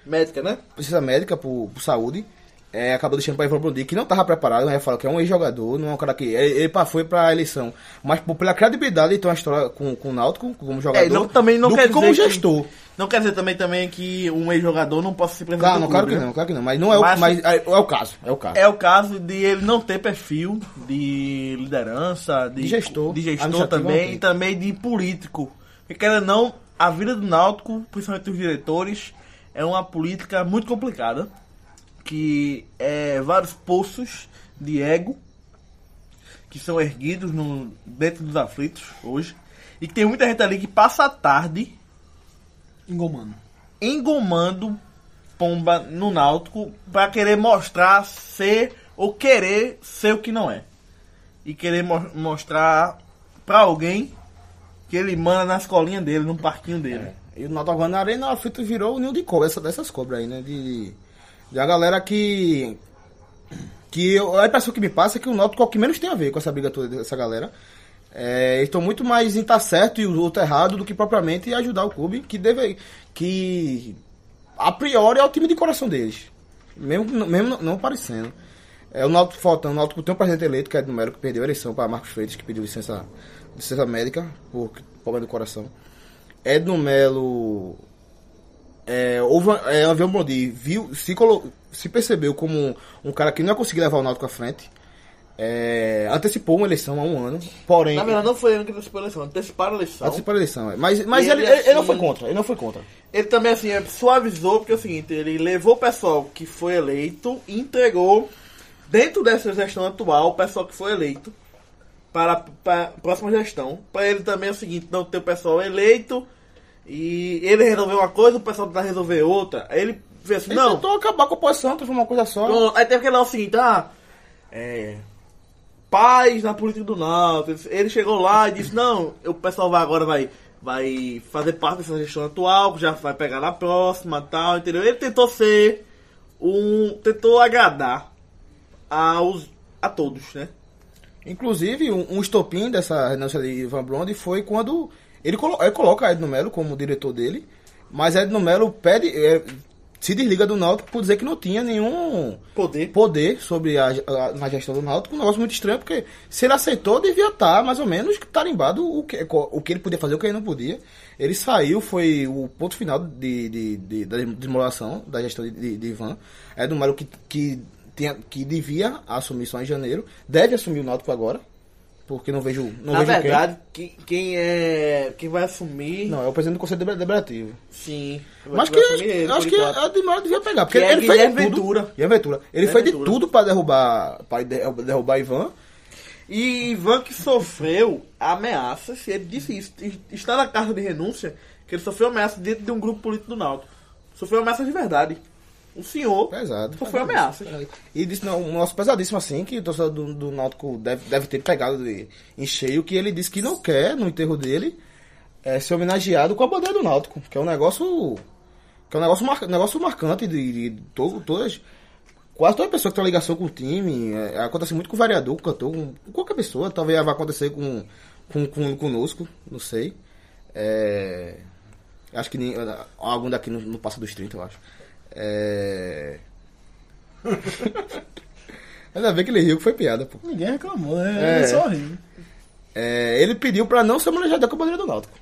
Médica, né?
precisa médica por, por saúde. É, acabou deixando para Ivan Brundi, que não estava preparado, né? Fala que é um ex-jogador, não é um cara que. Ele, ele pa- foi para a eleição. Mas por- pela credibilidade, então, a história com, com o Náutico, como jogador.
É, não- também não
do
quer
que como
dizer que-
gestor.
Não quer dizer também, também que um ex-jogador não possa se
Claro,
apresentar
não,
no
claro
clube,
que
né?
não, claro que não. Mas não é o,
Mas-
mas, é, é o caso. É o caso.
É o caso de ele não ter perfil de liderança, de,
De gestor.
de gestor
Administrativo não
também,
tem.
e também de político. Porque, querendo ou não, a vida do Náutico, principalmente os diretores, é uma política muito complicada, que é vários poços de ego que são erguidos no, dentro dos aflitos hoje, e que tem muita gente ali que passa a tarde
Engomando.
engomando Pomba no Náutico pra querer mostrar ser ou querer ser o que não é. E querer mo- mostrar pra alguém que ele manda na escolinha dele, no parquinho dele.
E o Náutico agora na Arena a Fito virou o ninho de cobra, essa, dessas cobras aí, né? De, de a galera que. Que eu, a impressão que me passa é que o Náutico é o que menos tem a ver com essa briga toda dessa galera. É, eles estão muito mais em tá certo e o outro errado do que propriamente ajudar o clube que deve. que a priori é o time de coração deles. Mesmo, que não- mesmo não- não parecendo. É o Náutico faltando, o Náutico tem um presidente eleito, que é do Melo, que perdeu a eleição para Marcos Freitas, que pediu licença, licença médica por problema do coração. Edno Melo é, houve, é, Avião Bondi viu, se, colo, se percebeu como um cara que não ia conseguir levar o Náutico à frente. É, antecipou uma eleição há um ano, porém.
Na verdade, não foi ele que antecipou a eleição, anteciparam a eleição.
Antecipou a eleição, é. mas, mas
Ele
ele, ele- ele não
assim-
foi contra, ele não foi contra.
Ele também, assim, é, suavizou, porque é o seguinte, ele levou o pessoal que foi eleito e entregou, dentro dessa gestão atual, o pessoal que foi eleito para para a próxima gestão. Para ele também é o seguinte, não ter o pessoal eleito e ele resolveu uma coisa, o pessoal tentar resolver outra. Aí ele fez assim,
Ele
não,
tentou acabar com a oposição, transformar uma coisa só.
Pronto, aí teve que lá o seguinte, ah, é, paz na política do Náutico. Ele chegou lá e disse, não, o pessoal vai agora, vai, vai fazer parte dessa gestão atual, já vai pegar na próxima tal, entendeu? Ele tentou ser um. tentou agradar aos, a todos, né?
Inclusive, um, um estopim dessa renúncia de Ivan Blonde foi quando ele, colo ele coloca Edno Melo como diretor dele, mas Edno Melo pede, é, se desliga do Náutico por dizer que não tinha nenhum
Poder.
poder sobre a, a- na gestão do Náutico, um negócio muito estranho, porque se ele aceitou, devia estar mais ou menos tarimbado o que, o que ele podia fazer, o que ele não podia. Ele saiu, foi o ponto final de, de- de- da desmoronação da gestão de, de, de Ivan. É do Mário que, que, tinha, que devia assumir só em janeiro, deve assumir o Náutico agora, porque não vejo. Não
na
vejo quem.
verdade, quem? Quem, é. quem vai assumir.
Não, é o presidente do Conselho Debra- Deliberativo.
Sim.
Mas
vai
que
assumir ele,
eu acho
por
que
enquanto.
a Dimara devia pegar. Porque
Que é
ele fez de
Guilherme
tudo.
Ventura.
Guilherme Ventura. Ele
Guilherme
fez de
Ventura.
tudo pra derrubar, pra derrubar, derrubar Ivan.
E Ivan que sofreu ameaças, e ele disse isso, e está na carta de renúncia, que ele sofreu ameaça dentro de um grupo político do Náutico. Sofreu ameaça de verdade. O senhor
Pesado.
sofreu ameaças.
E disse, não, um nosso pesadíssimo assim, que o torcedor do, do Náutico deve, deve ter pegado de, em cheio, que ele disse que não quer, no enterro dele, é, ser homenageado com a bandeira do Náutico, que é um negócio. Que é um negócio, mar, negócio marcante de, de todo, todas. Quase toda pessoa que tem uma ligação com o time. é, acontece muito com o vereador, com o cantor, com, com qualquer pessoa. Talvez vá acontecer com, com, com- conosco, não sei. É, acho que nem, algum daqui não, não passa dos 30, eu acho. É. Ainda bem que ele riu que foi piada, pô.
Ninguém reclamou, né?
É.
É. Só rindo.
É, ele pediu pra não ser homenageado com a bandeira do Náutico.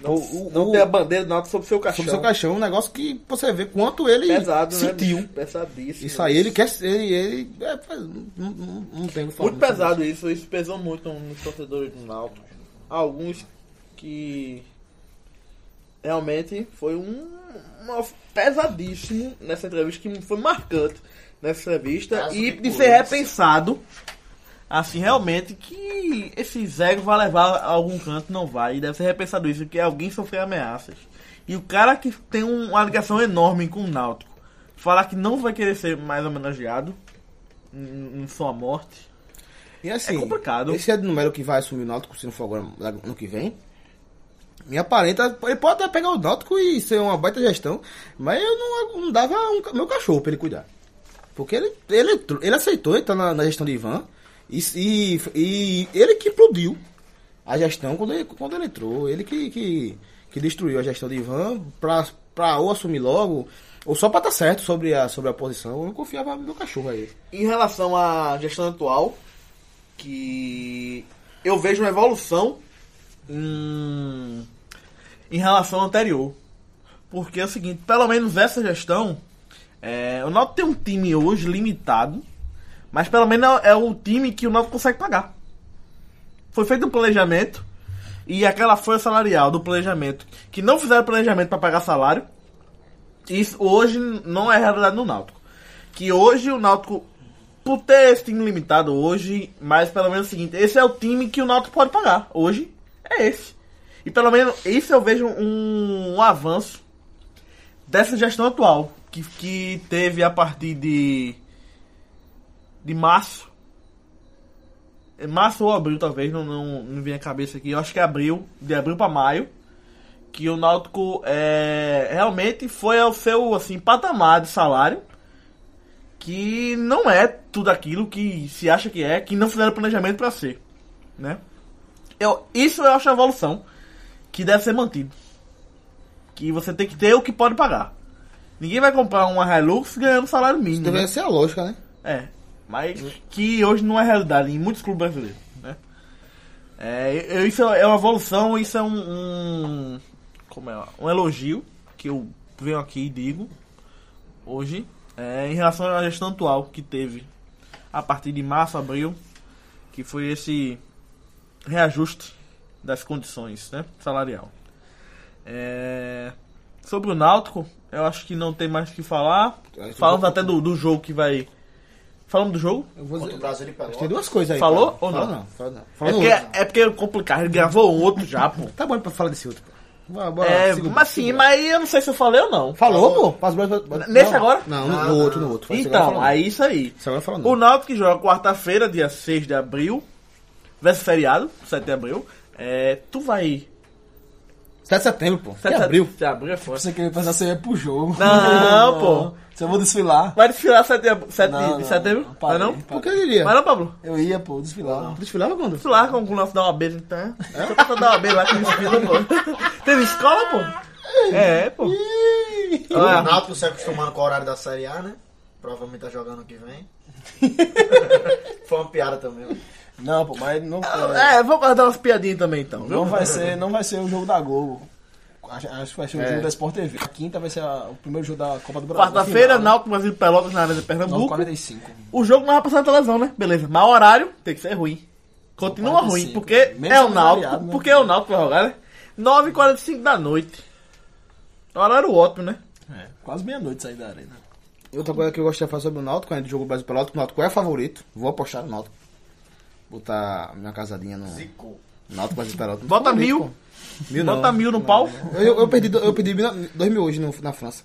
Não,
O-
não
o-
ter a bandeira do Náutico sobre o seu caixão.
Sobre seu caixão, um negócio que pra você vê quanto ele
Pesado, né?
sentiu.
bicho? Pesadíssimo.
Isso aí ele quer ser. Ele, ele- é, faz- não, não, não tem o que falar.
Muito pesado isso, isso pesou muito nos torcedores do Náutico. Alguns que realmente foi um, um pesadíssimo nessa entrevista, que foi marcante nessa entrevista
Caso
e
de
de ser
Corinthians.
repensado. Assim, realmente, que esse Zego vai levar a algum canto, não vai. E deve ser repensado isso, que alguém sofreu ameaças. E o cara que tem um- uma ligação enorme com o Náutico, falar que não vai querer ser mais homenageado em, em sua morte,
E assim,
É complicado.
esse é o número que vai assumir o Náutico se não for agora ano que vem. Me aparenta, ele pode até pegar o Náutico e ser uma baita gestão, mas eu não, não dava um ca- meu cachorro pra ele cuidar. Porque ele, ele, entrou- ele aceitou entrar na, na gestão de Ivan e, e, e ele que implodiu a gestão quando ele, quando ele entrou. Ele que, que, que destruiu a gestão de Ivan pra, pra ou assumir logo, ou só pra estar certo sobre a, sobre a posição. Eu não confiava no meu cachorro aí.
Em relação à gestão atual, que eu vejo uma evolução hum, em relação à anterior. Porque é o seguinte, pelo menos essa gestão, é, o Náutico tem um time hoje limitado, mas pelo menos é o time que o Náutico consegue pagar. Foi feito um planejamento e aquela folha salarial do planejamento, que não fizeram planejamento para pagar salário, isso hoje não é realidade no Náutico. Que hoje o Náutico, por ter esse time limitado hoje, mas pelo menos é o seguinte, esse é o time que o Náutico pode pagar. Hoje é esse. E pelo menos isso eu vejo um, um avanço dessa gestão atual, que, que teve a partir de, de março. É Março ou abril, talvez, não, não, não vem a cabeça aqui. Eu acho que é abril, de abril para maio que o Náutico é, realmente foi ao seu assim patamar de salário que não é tudo aquilo que se acha que é, que não fizeram planejamento para ser, né? Eu, isso eu acho a evolução que deve ser mantido. Que você tem que ter o que pode pagar. Ninguém vai comprar uma Hilux ganhando salário mínimo. né?
Deveria ser a lógica, né?
É, mas que hoje não é realidade em muitos clubes brasileiros, né? É, eu- isso é uma evolução, isso é um, um- como é, um elogio que eu venho aqui e digo hoje é, em relação à gestão atual que teve a partir de março, abril, que foi esse reajuste das condições, né, salarial. É, sobre o Náutico, eu acho que não tem mais o que falar. Falamos até do, do jogo que vai. Falamos do jogo?
Eu vou dizer-
Contra o Brasil e
Tem
Pelotas.
duas coisas aí.
Falou
cara.
ou
Fala
não?
não? Fala não.
É
Fala
porque,
no outro.
é porque é complicado, ele gravou um outro já, pô.
Tá bom pra falar desse outro. pô. Bora, bora.
É,
segura,
mas sim,
segura.
mas eu não sei se eu falei ou não.
Ah, Falou, pô? Passa o braço- bora-
Nesse
não,
agora?
Não,
Não,
no,
não,
outro,
não.
no outro. Fala, segura,
Então,
fala,
é isso aí.
não. Esse agora fala não.
O Náutico que joga quarta-feira, dia 6 de abril, versus feriado, 7 de abril. É, tu vai.
7 de setembro, pô.
7
Até abril.
De abril é foda.
Você queria pensar se eu ia pro jogo.
Não, pô.
Se eu vou desfilar.
Vai desfilar 7 de, ab- 7
Não,
de
não,
setembro?
não,
Vai
parei,
não?
parei.
Por que eu diria?
Vai não, Pablo?
Eu ia, pô, desfilar.
Desfilava quando?
Desfilar com o nosso da OAB, então. É? Só pra dar OAB lá que desfila, pô. Teve escola, pô? É, pô.
Ah.
O
Olha,
Náutico se acostumando com o horário da Série A, né? Provavelmente tá jogando ano que vem. Foi uma piada também.
Não, pô, mas não, é,
é, vamos dar umas piadinhas também, então. viu?
não, vai ser, não vai ser o jogo da Globo. Acho, acho que vai ser o
É.
jogo da Sport TV. A quinta vai ser a- o primeiro jogo da Copa do Brasil.
Quarta-feira,
assim,
final, né?
Náutico Brasil e Pelotas na Arena de
Não,
Pernambuco.
45.
O jogo não vai passar na televisão, né? Beleza. Mau horário, tem que ser ruim. Continua
45,
ruim, porque
mesmo
é o
variado,
Náutico.
né?
Porque é o Náutico que vai jogar, né? 9h45 da noite. Horário ótimo, né?
É, quase meia-noite sair da arena.
Outra coisa que eu gostaria de falar sobre o Náutico, quando a gente jogou o Brasil pelo Náutico, o Náutico é favorito. Vou apostar no Náutico. Botar minha casadinha no
Zicou.
Náutico Brasil Pelotas.
Bota
Favorito,
mil.
pô. Mil não.
Bota mil no pau.
Eu, eu perdi, do- eu perdi mil- dois mil hoje no- na França.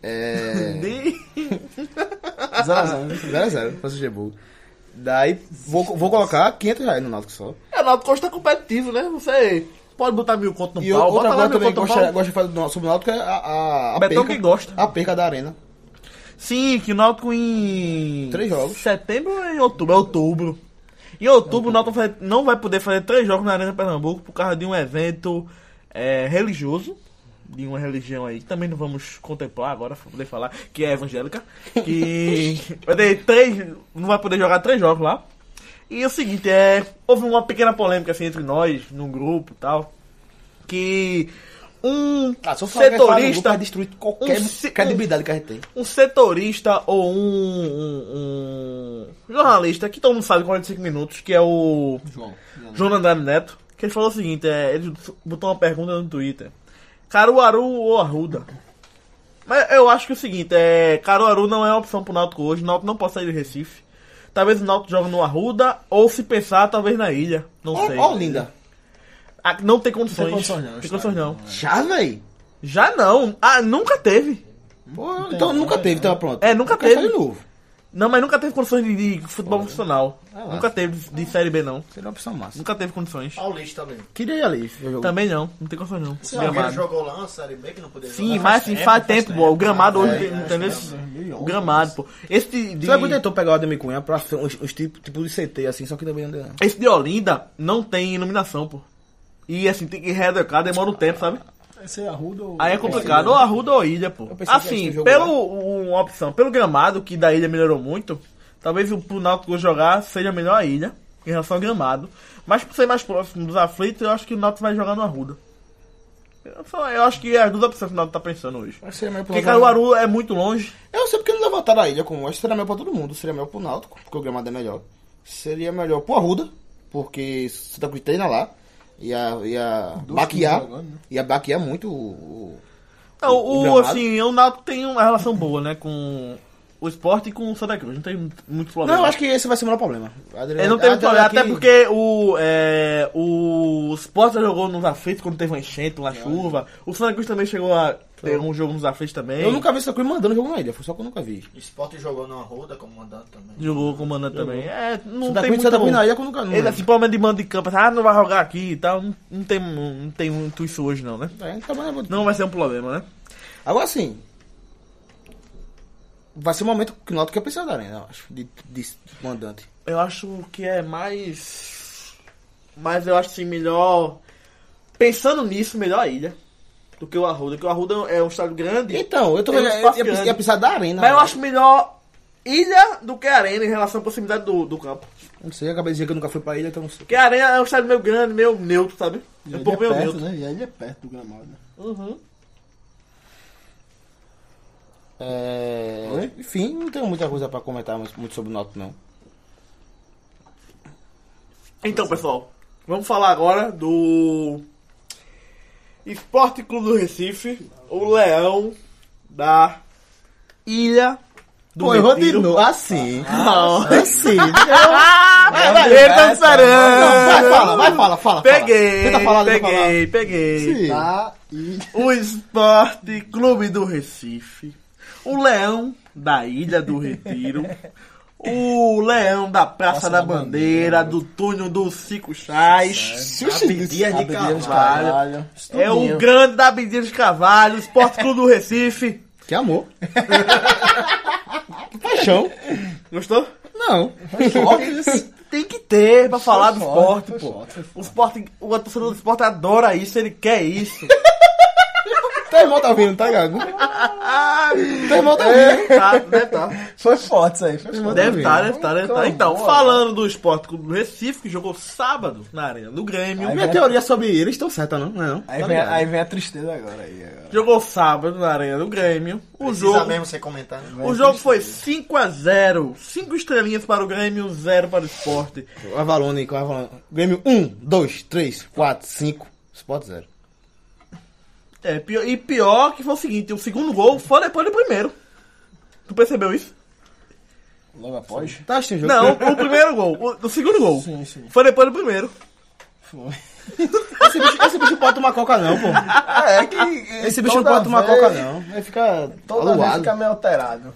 É.
De...
0x0. 0x0 para o Luxemburgo. Daí vou, vou colocar 500 reais no Náutico só.
É, Náutico Costa é competitivo, né? Você pode botar mil conto no
E
pau, bota
outra
lá
coisa
mil
também
conto
que
no
gosta,
pau.
gosta de falar do Náutico sobre o Náutico é a, a, a
Betão
perca-
que gosta.
A perca da arena.
Sim, que o Náutico em...
Três jogos.
Setembro e outubro. É outubro. Em outubro o Náutico vai- não vai poder fazer três jogos na Arena Pernambuco por causa de um evento é, religioso. De uma religião aí, que também não vamos contemplar agora, pra poder falar, que é evangélica. Que vai ter três, não vai poder jogar três jogos lá. E é o seguinte, é, houve uma pequena polêmica assim, entre nós, num grupo e tal, que um
Ah, é
setorista
vai destruir qualquer
um se-
credibilidade que a gente tem.
um setorista ou um, um- um jornalista, que todo mundo sabe 45 minutos, que é o
João.
João Andrade Neto, que ele falou o seguinte, é, ele botou uma pergunta no Twitter. Caruaru ou Arruda? Mas eu acho que é o seguinte, é, Caruaru não é uma opção pro Náutico hoje, o Náutico não pode sair de Recife. Talvez o Náutico jogue no Arruda, ou se pensar, talvez na ilha, não sei.
Ó, linda.
Ah, não tem condições.
Tem condições não,
Tem condições não.
Já, véi.
Já não, ah, nunca teve.
Pô, então nunca teve, então pronto.
É, nunca
Eu quero
teve.
De novo.
Não, mas nunca teve condições de, de futebol profissional.
Ah
lá.
Nunca teve de Série B, não.
Seria uma opção massa.
Nunca teve condições.
Paulista também.
Queria ir ali. ver o jogo.
Também não, não tem condições não.
Se alguém
Gramado.
jogou lá uma série B que não poderia
Sim,
jogar.
mas assim, faz tempo, pô. O gramado hoje,
é,
entendeu?
acho que é 2011,
O gramado, pô. Esse de, de-
Sabe que tentou pegar o Ademir Cunha pra fazer uns, uns tipos tipo de CT assim, só que também não deu. não.
esse de Olinda não tem iluminação, pô. E assim, tem que readecar, demora um tempo, sabe?
Esse é Arruda ou...
Aí é complicado, ou Arruda ou Ilha, pô.
pensei que era esse
Assim,
jogo,
pelo uma opção, pelo gramado, que da Ilha melhorou muito, talvez o pro Náutico jogar seja melhor a Ilha, em relação ao gramado. Mas por ser mais próximo dos aflitos, eu acho que o Náutico vai jogar no Arruda. Eu, só- eu acho que é as duas opções que o Náutico tá pensando hoje.
Mas seria melhor pro
Porque
Náutico.
Caruaru é muito longe.
Eu sei porque não levantaram a ilha como essa. Seria melhor pra todo mundo. Seria melhor pro Náutico, porque o gramado é melhor. Seria melhor pro Arruda, porque Santa Cruz treina lá. Ia, ia
Dois
baquear.
times jogando, né?
Ia baquear é muito o. o-
Não,
O
o,
gramado.
assim, o Náutico tem uma relação boa, né, com o esporte e com o Santa Cruz. Não tem muito problema.
Não, eu acho que esse vai ser o menor problema. Adriano-
Ele não teve
Adriano
problema,
É, aqui-
até porque o, é, o Sport já jogou nos aflitos quando teve uma enchente, uma chuva. O Santa Cruz também chegou a ter um jogo nos aflitos também.
Eu nunca vi Santa Cruz mandando jogo na ilha, foi só que eu nunca vi.
Esporte jogou na Arruda como mandante também.
Jogou com o Manan também. É, não
Santa
tem
Cruz,
muito...
Santa Cruz na ilha, é que eu nunca. não
Ele
lembro.
assim, pelo menos de mando de campo, assim, ah, não vai jogar aqui e tal. Não, não tem, não tem muito isso hoje não, né?
É, então, mas é bom.
Não vai ser um problema, né?
Agora sim. Vai ser o momento que o Náutico quer pensar da arena, eu acho, de, de mandante.
Eu acho que é mais... Mas eu acho assim, melhor... Pensando nisso, melhor a ilha do que o Arruda. Porque o Arruda é um estádio grande.
Então, eu tô
Tem
vendo,
um
ia,
espaço
ia,
grande.
pensar da arena.
Mas eu acho melhor ilha do que arena em relação à proximidade do, do campo.
Não sei, eu acabei de dizer que eu nunca fui pra ilha, então não sei.
Porque a arena é um estádio meio grande, meio neutro, sabe?
E
É um
ele
pouco
é
meio
perto,
neutro.
né? E ele é perto do gramado, né?
Uhum.
É... Enfim, não tenho muita coisa pra comentar mas muito sobre o Náutico, não.
Então, pessoal, vamos falar agora do Esporte Clube do Recife, o leão da ilha do
Pô, errou de novo. Assim.
Não.
Assim.
Ah,
vai,
ele tá
vai,
Vai,
esperando.
fala, vai, fala, fala.
Peguei,
Fala. Tenta falar, tenta falar.
peguei, peguei.
Sim.
Tá, e...
O Esporte Clube do Recife. O Leão da Ilha do Retiro. O Leão da Praça, da, Bandeira, do túnel do Cico Chás. Abdias de
Abdias de
Carvalho.
Carvalho.
É o
Tudinho.
grande da Abdias de Carvalho, Esporte Clube do Recife.
Que amor. Que Paixão.
Gostou?
Não.
Tem que ter pra falar do
forte,
esporte,
foi
pô.
forte, foi forte.
O esporte, o torcedor do esporte adora isso, ele quer isso.
Teu irmão tá vindo, tá ligado?
Ah,
Teu irmão tá vindo.
tá, deve tá.
Foi forte isso aí, foi
Tá
forte.
Deve
Maravilha.
estar, deve estar, deve
Então,
estar. Então,
bora.
falando do Esporte Clube do Recife, que jogou sábado na Arena do Grêmio.
Ai,
Minha teoria sobre eles estão certa, não? Não é não?
Aí,
Tá
vem,
ligado?
aí vem a tristeza agora. Aí, agora.
Jogou sábado na Arena do Grêmio. O
Precisa
jogo,
mesmo você comentar. né?
o jogo foi 5 a 0 5 estrelinhas para o Grêmio, 0 para o Esporte.
O Avalone, com o Avalone. Grêmio 1, 2, 3, 4, 5. Spot 0.
É, pior- e pior que foi o seguinte, o segundo gol foi depois do primeiro. Tu percebeu isso?
Logo após?
Tá assistindo o jogo?
Não, o primeiro gol. O, o segundo gol.
Sim, sim.
Foi depois do primeiro.
Foi.
Esse bicho, esse bicho pode tomar coca não, pô.
É, que.
Esse bicho não pode tomar coca não. Ele fica
Toda vez
aluado.
fica meio alterado.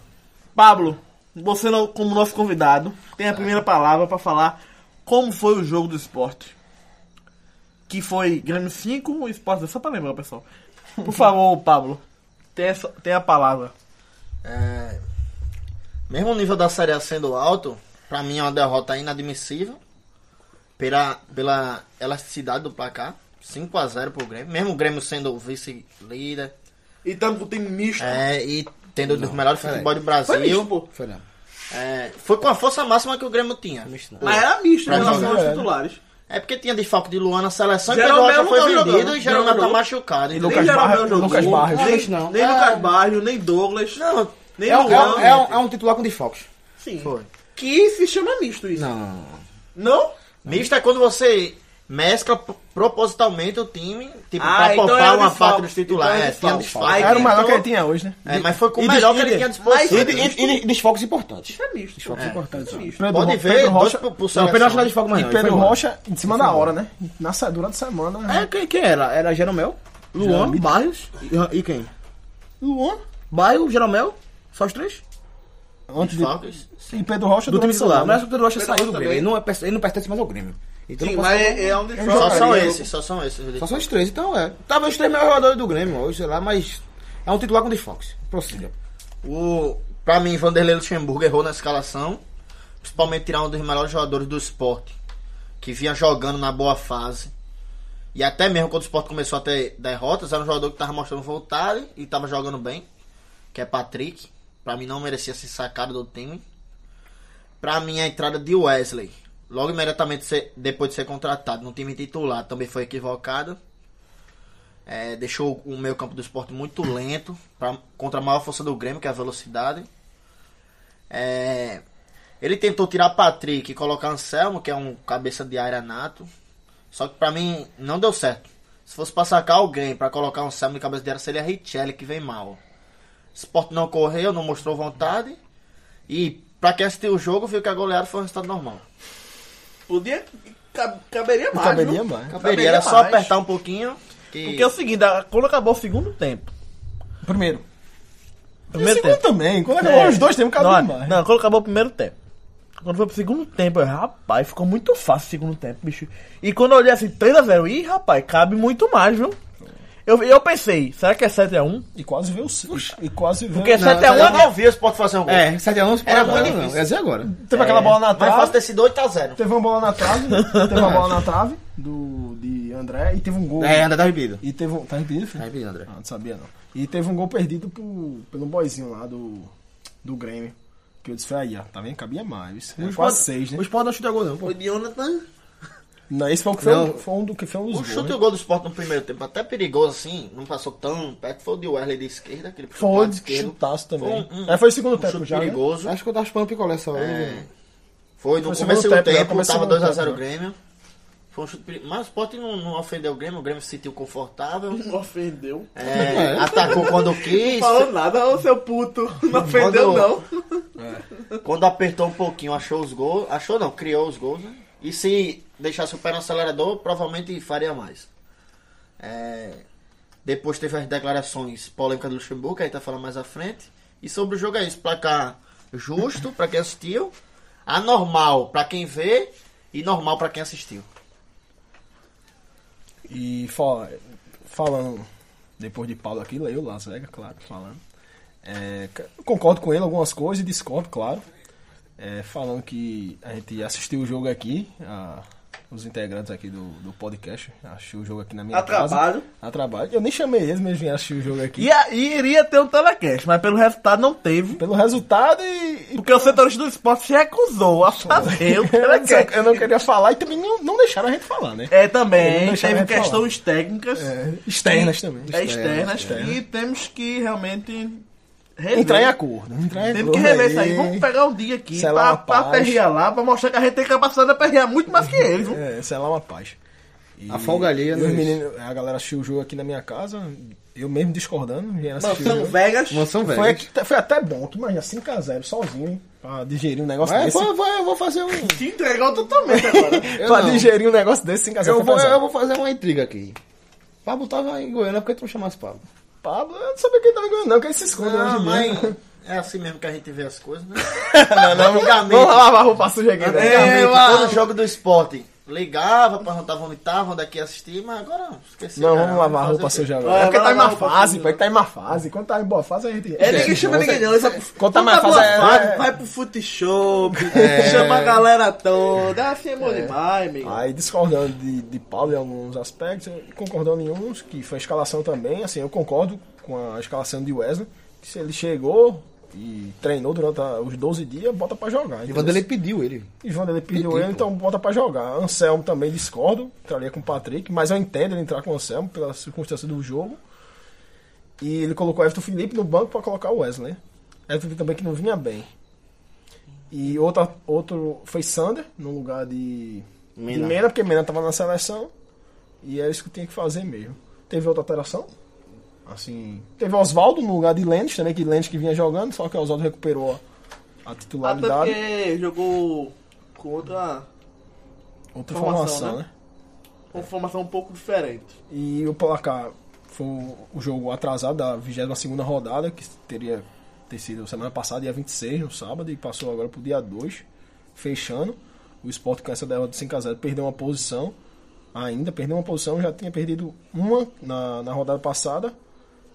Pablo, você, não- como nosso convidado, tem a primeira palavra pra falar como foi o jogo do esporte. Que foi Grêmio 5, esporte. Só pra lembrar, pessoal. Por favor, Pablo, tem, essa- tem a palavra.
É, mesmo o nível da Série A sendo alto, pra mim é uma derrota inadmissível pela, pela elasticidade do placar. 5 a 0 pro Grêmio. Mesmo o Grêmio sendo o vice-líder
E tamo com o time misto.
é, e tendo o melhor futebol do
Foi misto,
Brasil,
pô.
Foi não.
é, foi com a força máxima que o Grêmio tinha.
Misto não.
Mas era misto em
Pra
relação
jogar,
aos
né?
titulares.
É porque tinha desfalque de Luan na seleção
Jeromel
e Pedro Rocha
não
foi
tá
vendido
jogando,
e Jeromel tá
jogou.
machucado.
Nem
então-
Lucas
Jeromel
Barros-
jogou,
Lucas Barros.
Nem,
Não.
nem Lucas Barros, nem Douglas.
Não,
nem
É um, é um-
Luan.
é um- é um titular com desfalques.
Sim.
foi.
Que se chama misto isso.
Não, não, não.
Não?
Misto é quando você mescla p- propositalmente o time, tipo,
Ah,
pra
então
poupar
era
uma
desfalque.
parte dos titulares.
Então era
é, tinha
desfalque.
desfalque.
Aí
Era o melhor
então-
que ele tinha hoje, né?
É, mas foi com o
E
melhor
des-
que
e
ele
de-
tinha à disposição.
E, de- e, e desfalques importantes.
Isso é misto.
Desfalques importantes.
Misto.
Pode
Ro-
ver,
Pedro
dois
Rocha.
pro, pro
Não, o Pedro Rocha não é
seleção.
desfalque mais
E
não. ele foi
Pedro
embora.
Rocha em
é
cima da hora, né? Na, se- durante a semana. né?
É, quem, quem era? Era Jeromel, Luan, Barrios e, e quem?
Luan?
Bairro, Jeromel, só os três?
Antes de,
Desfalques,
e Pedro Rocha
Do time
durante a
titular.
semana.
Mas o Pedro Rocha saiu do
Rocha
Grêmio.
também.
Ele não, é, perce- ele não pertence mais ao Grêmio. Então
Sim,
não
mas
posso-
é, é um desfalque.
Só são
jogaria,
esses, só são esses.
Só são os três, então é. Talvez os três melhores jogadores do Grêmio hoje, sei lá, mas é um titular com desfalques. Prossiga.
O, pra mim, Vanderlei Luxemburgo errou na escalação. Principalmente tirar um dos melhores jogadores do esporte. Que vinha jogando na boa fase. E até mesmo quando o esporte começou a ter derrotas, era um jogador que tava mostrando vontade e tava jogando bem. Que é Patrick. Pra mim não merecia ser sacado do time. Pra mim a entrada de Wesley. Logo imediatamente ser- depois de ser contratado no time titular também foi equivocada. É, deixou o meio campo do esporte muito lento pra, contra a maior força do Grêmio, que é a velocidade. É, ele tentou tirar Patrick e colocar Anselmo, que é um cabeça de área nato. Só que pra mim não deu certo. Se fosse pra sacar alguém pra colocar Anselmo de cabeça de área, seria Richelli, que vem mal. Sport não correu, não mostrou vontade. E pra quem assistiu o jogo, viu que a goleada foi um resultado normal.
Podia. cab- caberia mais.
Caberia
viu?
mais.
Caberia, era só
mais.
apertar um pouquinho. Que...
Porque é o seguinte, a- quando acabou o segundo tempo.
Primeiro.
Primeiro
e o segundo
tempo.
também. Quando acabou
É.
os dois, tem um
não,
cabelo mais.
Não, quando acabou o primeiro tempo. Quando foi pro segundo tempo, eu, rapaz, ficou muito fácil o segundo tempo, bicho. E quando eu olhei assim, 3x0, ih, rapaz, cabe muito mais, viu? Eu, eu pensei, será que é 7x1?
E quase veio o Cis. E quase veio.
Porque é
Não,
Não,
7 a 1
eu não vi é o Sport fazer um gol.
É, 7x1
Era muito
não, não.
difícil.
É assim agora.
Teve aquela bola na
Mas fácil
trave.
ter sido 8x0.
Teve uma bola na trave. né? teve uma bola na trave do, de André. E teve um gol.
É, anda tá repetido.
E teve um. Tá
É.
repetido, filho?
Tá repetido, André.
Ah, não sabia não. E teve um gol perdido pro, pelo boizinho lá do, do Grêmio. Que eu disse, foi aí, ó, tá vendo? Cabia mais. É quase seis, né?
O Sport não chuta gol, não, pô.
Foi de Jonathan.
Não, esse foi o que foi,
Não.
um, foi um do que foi um dos
O
gols.
chute e
né?
o gol do Sport no primeiro tempo, até perigoso assim, não passou tão perto. Foi o de Wesley de esquerda, aquele
Foi
de
de
esquerda.
chutaço também.
Foi um- um-
Aí foi o segundo
um
tempo
chute
já. né?
perigoso.
Acho que eu tava chupando picolé essa hora.
É. Foi no
Foi
começo do
segundo
tempo,
tempo, né? Começo
tava
do segundo
2x0 o
tempo,
Grêmio. Foi um chute perigoso. Mas o Sport não, não ofendeu o Grêmio, o Grêmio se sentiu confortável.
Ofendeu.
É, Atacou quando quis.
Falou nada, ô seu puto. Não ofendeu, não.
Mandou. Quando apertou um pouquinho, achou os gols. Achou não, criou os gols, né? E se deixasse o pé no acelerador, provavelmente faria mais. É, Depois teve as declarações polêmicas do Luxemburgo, aí tá falando mais à frente. E sobre o jogo é isso, placar justo pra quem assistiu, anormal pra quem vê e normal pra quem assistiu.
E fala, falando, depois de Paulo aqui, leio Las Vegas, claro, falando. É, c- concordo com ele algumas coisas e discordo, claro. É, falando que a gente assistiu o jogo aqui, a- os integrantes aqui do, do podcast, assistiu o jogo aqui na minha
A
casa.
trabalho.
A trabalho. Eu nem chamei eles, mas eles vieram assistir o jogo aqui.
E aí iria ter um telecast, mas pelo resultado não teve.
Pelo resultado e... e
Porque o setorista do esporte se recusou a fazer o
eu, não,
telecast.
eu não queria falar e também não, não deixaram a gente falar, né?
É,
Não
também,
deixaram
teve
a gente
questões técnicas
É, externas também.
é, externas
externas.
e temos que realmente rever.
Entrar em acordo. Entrar em
Temos
acordo
né? que rever isso aí.
aí.
Vamos pegar um dia aqui
Sei
pra,
lá,
pra
rapaz.
aperrear lá, pra mostrar que a gente tem capacidade de aperrear muito mais que eles. viu?
É, sei lá, é uma paz. E
A folga alheia
e
nos-
os meninos, A galera assistiu o jogo aqui na minha casa, eu mesmo discordando, vieram assistir o
Mansão
jogo.
Vegas.
Mansão
Foi,
Vegas.
aqui- foi até bom, tu imagina 5x0 sozinho, hein? Pra digerir um negócio
Vai,
desse.
vai, vai, eu vou fazer um.
Te entregou totalmente agora.
Eu,
pra
não.
digerir um negócio desse 5x0
eu,
foi
vou,
pesado.
eu vou fazer uma intriga aqui. Pablo tava em Goiânia, por que tu não chamasse Pablo?
Pablo, eu não sabia quem tava ganhando, não, que ele se esconde
Ah,
hoje em
mas
dia.
é assim mesmo que a gente vê as coisas, né? Antigamente,
Vamos lavar a roupa suja aqui, né?
antigamente,
mano.
todo jogo do esporte. Ligava, perguntava onde tava, onde é que ia assistir, mas agora esqueci.
Não,
cara.
vamos lavar a
Fazer
roupa
o quê?
suja
Vai,
agora. É porque
vai
tá em
lavar a
má
roupa
fase,
suja.
pô, é que tá em má fase. Quando tá em boa fase, a gente...
É, ninguém chama ninguém não. Isso é-
Quando tá
vai
mais
pra
fase, é-
boa fase,
é-
Vai pro foot shop, chama a galera toda. Assim é bom demais, amigo.
Aí discordando de, de Paulo em alguns aspectos, concordando em uns, que foi a escalação também, assim, eu concordo com a escalação de Wesley, que se ele chegou e treinou durante a- os 12 dias, bota pra jogar.
E Vanderlei pediu ele.
E Vanderlei pediu
Pediu,
ele,
pô.
então bota pra jogar. Anselmo também discordo, entraria com o Patrick, mas eu entendo ele entrar com o Anselmo pela circunstância do jogo. E ele colocou Everton Felipe no banco pra colocar o Wesley. Everton Felipe também que não vinha bem. E outra, outro foi Sander, no lugar de Mena.
Mena.
Mena, porque Mena tava na seleção. E era isso que tinha que fazer mesmo. Teve outra alteração? Assim. Teve Oswaldo no lugar de Lentes também, que Lentes que vinha jogando, só que o Oswaldo recuperou a
Até
titularidade.
porque Ah, jogou com outra
Outra
Formação,
formação,
né?
né?
uma formação um pouco diferente.
E o placar foi o jogo atrasado da 22 rodada, que teria ter sido semana passada, dia 26, no sábado, e passou agora pro dia 2, fechando. O Sport com essa derrota de 5x0 perdeu uma posição, ainda perdeu uma posição, já tinha perdido uma na, na rodada passada,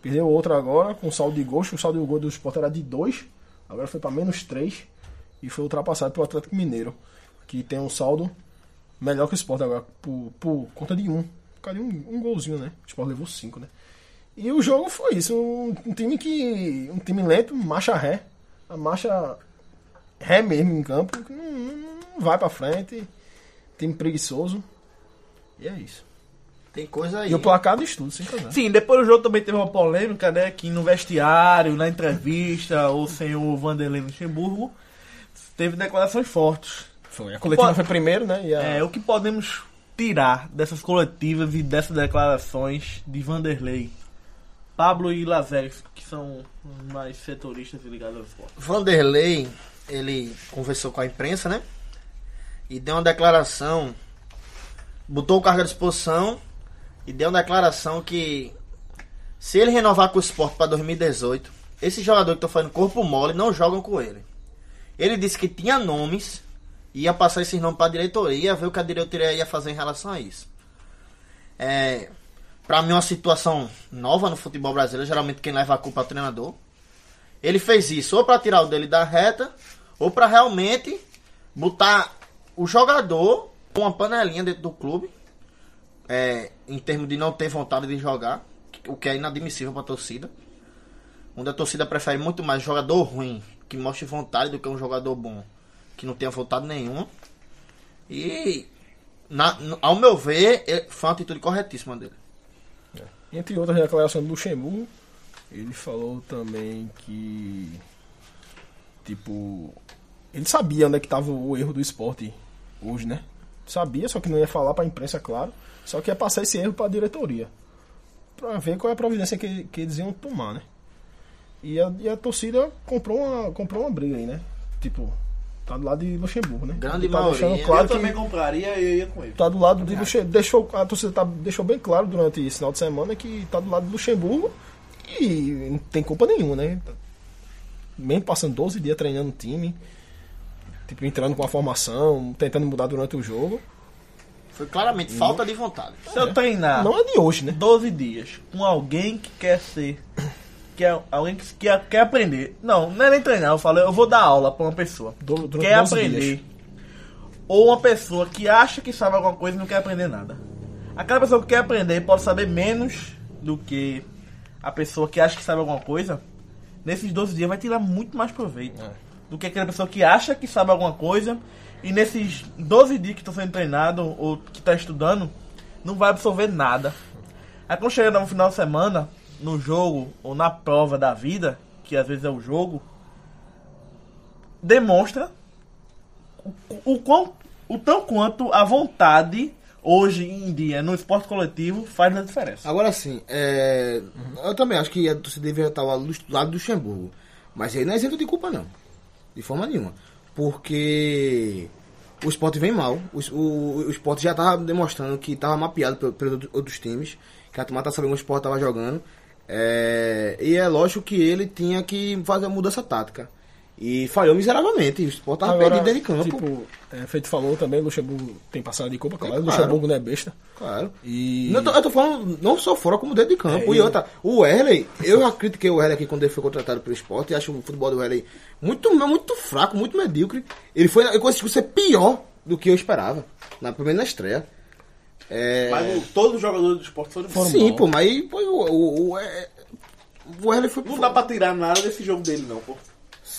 perdeu outra agora, com saldo de gols. O saldo de gol do Sport era de 2, agora foi para menos 3 e foi ultrapassado pelo Atlético Mineiro, que tem um saldo melhor que o Sport agora, por, por conta de um. Por causa de um, um golzinho, né? O Sport levou cinco, né? E o jogo foi isso. Um, um time que. Um time lento, marcha ré. A marcha ré mesmo em campo. que Não, não- não vai pra frente. Time preguiçoso. E é isso.
Tem coisa aí.
E o placar do estudo, sem casar.
Sim, depois do jogo também teve uma polêmica, né? Que no vestiário, na entrevista, o senhor Vanderlei Luxemburgo teve declarações fortes.
Foi. A coletiva
Pode-
foi primeiro, né? E a...
É, o que podemos tirar dessas coletivas e dessas declarações de Vanderlei, Pablo e Lazeres, que são os mais setoristas e ligados ao esporte?
Vanderlei, ele conversou com a imprensa, né? E deu uma declaração. Botou o cargo à disposição e deu uma declaração que se ele renovar com o Sport para 2018, esse jogador que tá fazendo corpo mole não jogam com ele. Ele disse que tinha nomes, ia passar esses nomes para a diretoria, ver o que a diretoria ia fazer em relação a isso. É, para mim é uma situação nova no futebol brasileiro, geralmente quem leva a culpa é o treinador. Ele fez isso ou para tirar o dele da reta, ou para realmente botar o jogador com uma panelinha dentro do clube, é, em termos de não ter vontade de jogar, o que é inadmissível para a torcida. Onde a torcida prefere muito mais jogador ruim que mostre vontade do que um jogador bom que não tenha vontade nenhuma. E, na- ao meu ver, é- foi uma atitude corretíssima dele.
Entre outras declarações do Luxemburgo, ele falou também que. Tipo. Ele sabia onde é que estava o erro do esporte hoje, né? Sabia, só que não ia falar pra imprensa, claro. Só que ia passar esse erro pra diretoria. Pra ver qual é a providência que, que eles iam tomar, né? E a, e a torcida comprou uma, comprou uma briga aí, né? Tipo, tá do lado de Luxemburgo, né?
Grande
tá deixando
maioria.
Claro
eu
que
também compraria e eu ia com ele.
tá do lado de Luxemburgo. Deixou, a torcida tá- deixou bem claro durante esse final de semana que tá do lado do Luxemburgo e não tem culpa nenhuma, né? Tá- Mesmo passando 12 dias treinando o time, tipo, entrando com a formação, tentando mudar durante o jogo.
Foi claramente falta de vontade.
Se eu
Ah.
treinar
Não é de hoje, né?
12 dias com alguém que quer ser. Que é alguém que quer, quer aprender. Não, não é nem treinar, eu falo, eu vou dar aula pra uma pessoa.
Do- durante
quer
12
aprender.
dias.
Ou uma pessoa que acha que sabe alguma coisa e não quer aprender nada. Aquela pessoa que quer aprender pode saber menos do que a pessoa que acha que sabe alguma coisa. Nesses 12 dias vai tirar muito mais proveito do que aquela pessoa que acha que sabe alguma coisa. E nesses 12 dias que está sendo treinado ou que está estudando, não vai absorver nada. Aí quando chega no final de semana, no jogo ou na prova da vida, que às vezes é o jogo, demonstra o, o, quão, o tão quanto a vontade hoje em dia no esporte coletivo faz a diferença.
Agora sim, é, eu também acho que a torcida deveria estar lá do lado do Luxemburgo. Mas ele não é isento de culpa, não. De forma nenhuma. Porque o esporte vem mal. O, o, o esporte já estava demonstrando que estava mapeado pe- pelos outros- outros times. Que a turma tá sabendo que o esporte estava jogando. É, e é lógico que ele tinha que fazer a mudança tática. E falhou miseravelmente. O esporte estava
Agora,
perdido dentro de campo.
Tipo, é, Feito falou também, Luxemburgo tem passado de culpa, claro.
Claro.
Luxemburgo não é besta.
Claro.
E-
Não, eu, tô, eu tô falando não só fora, como dentro de campo.
É,
e
e-
outra, o Werley, eu já critiquei o Werley aqui quando ele foi contratado pelo esporte. e Acho o futebol do Werley muito, muito fraco, muito medíocre. Ele foi, ele conseguiu ser pior do que eu esperava, na, pelo menos na estreia. É,
Mas o- todos os jogadores do esporte foram bons.
sim,
bom.
pô, mas aí, pô, o, o, o, é, o Werley foi.
Não dá pra tirar nada desse jogo dele, não, pô.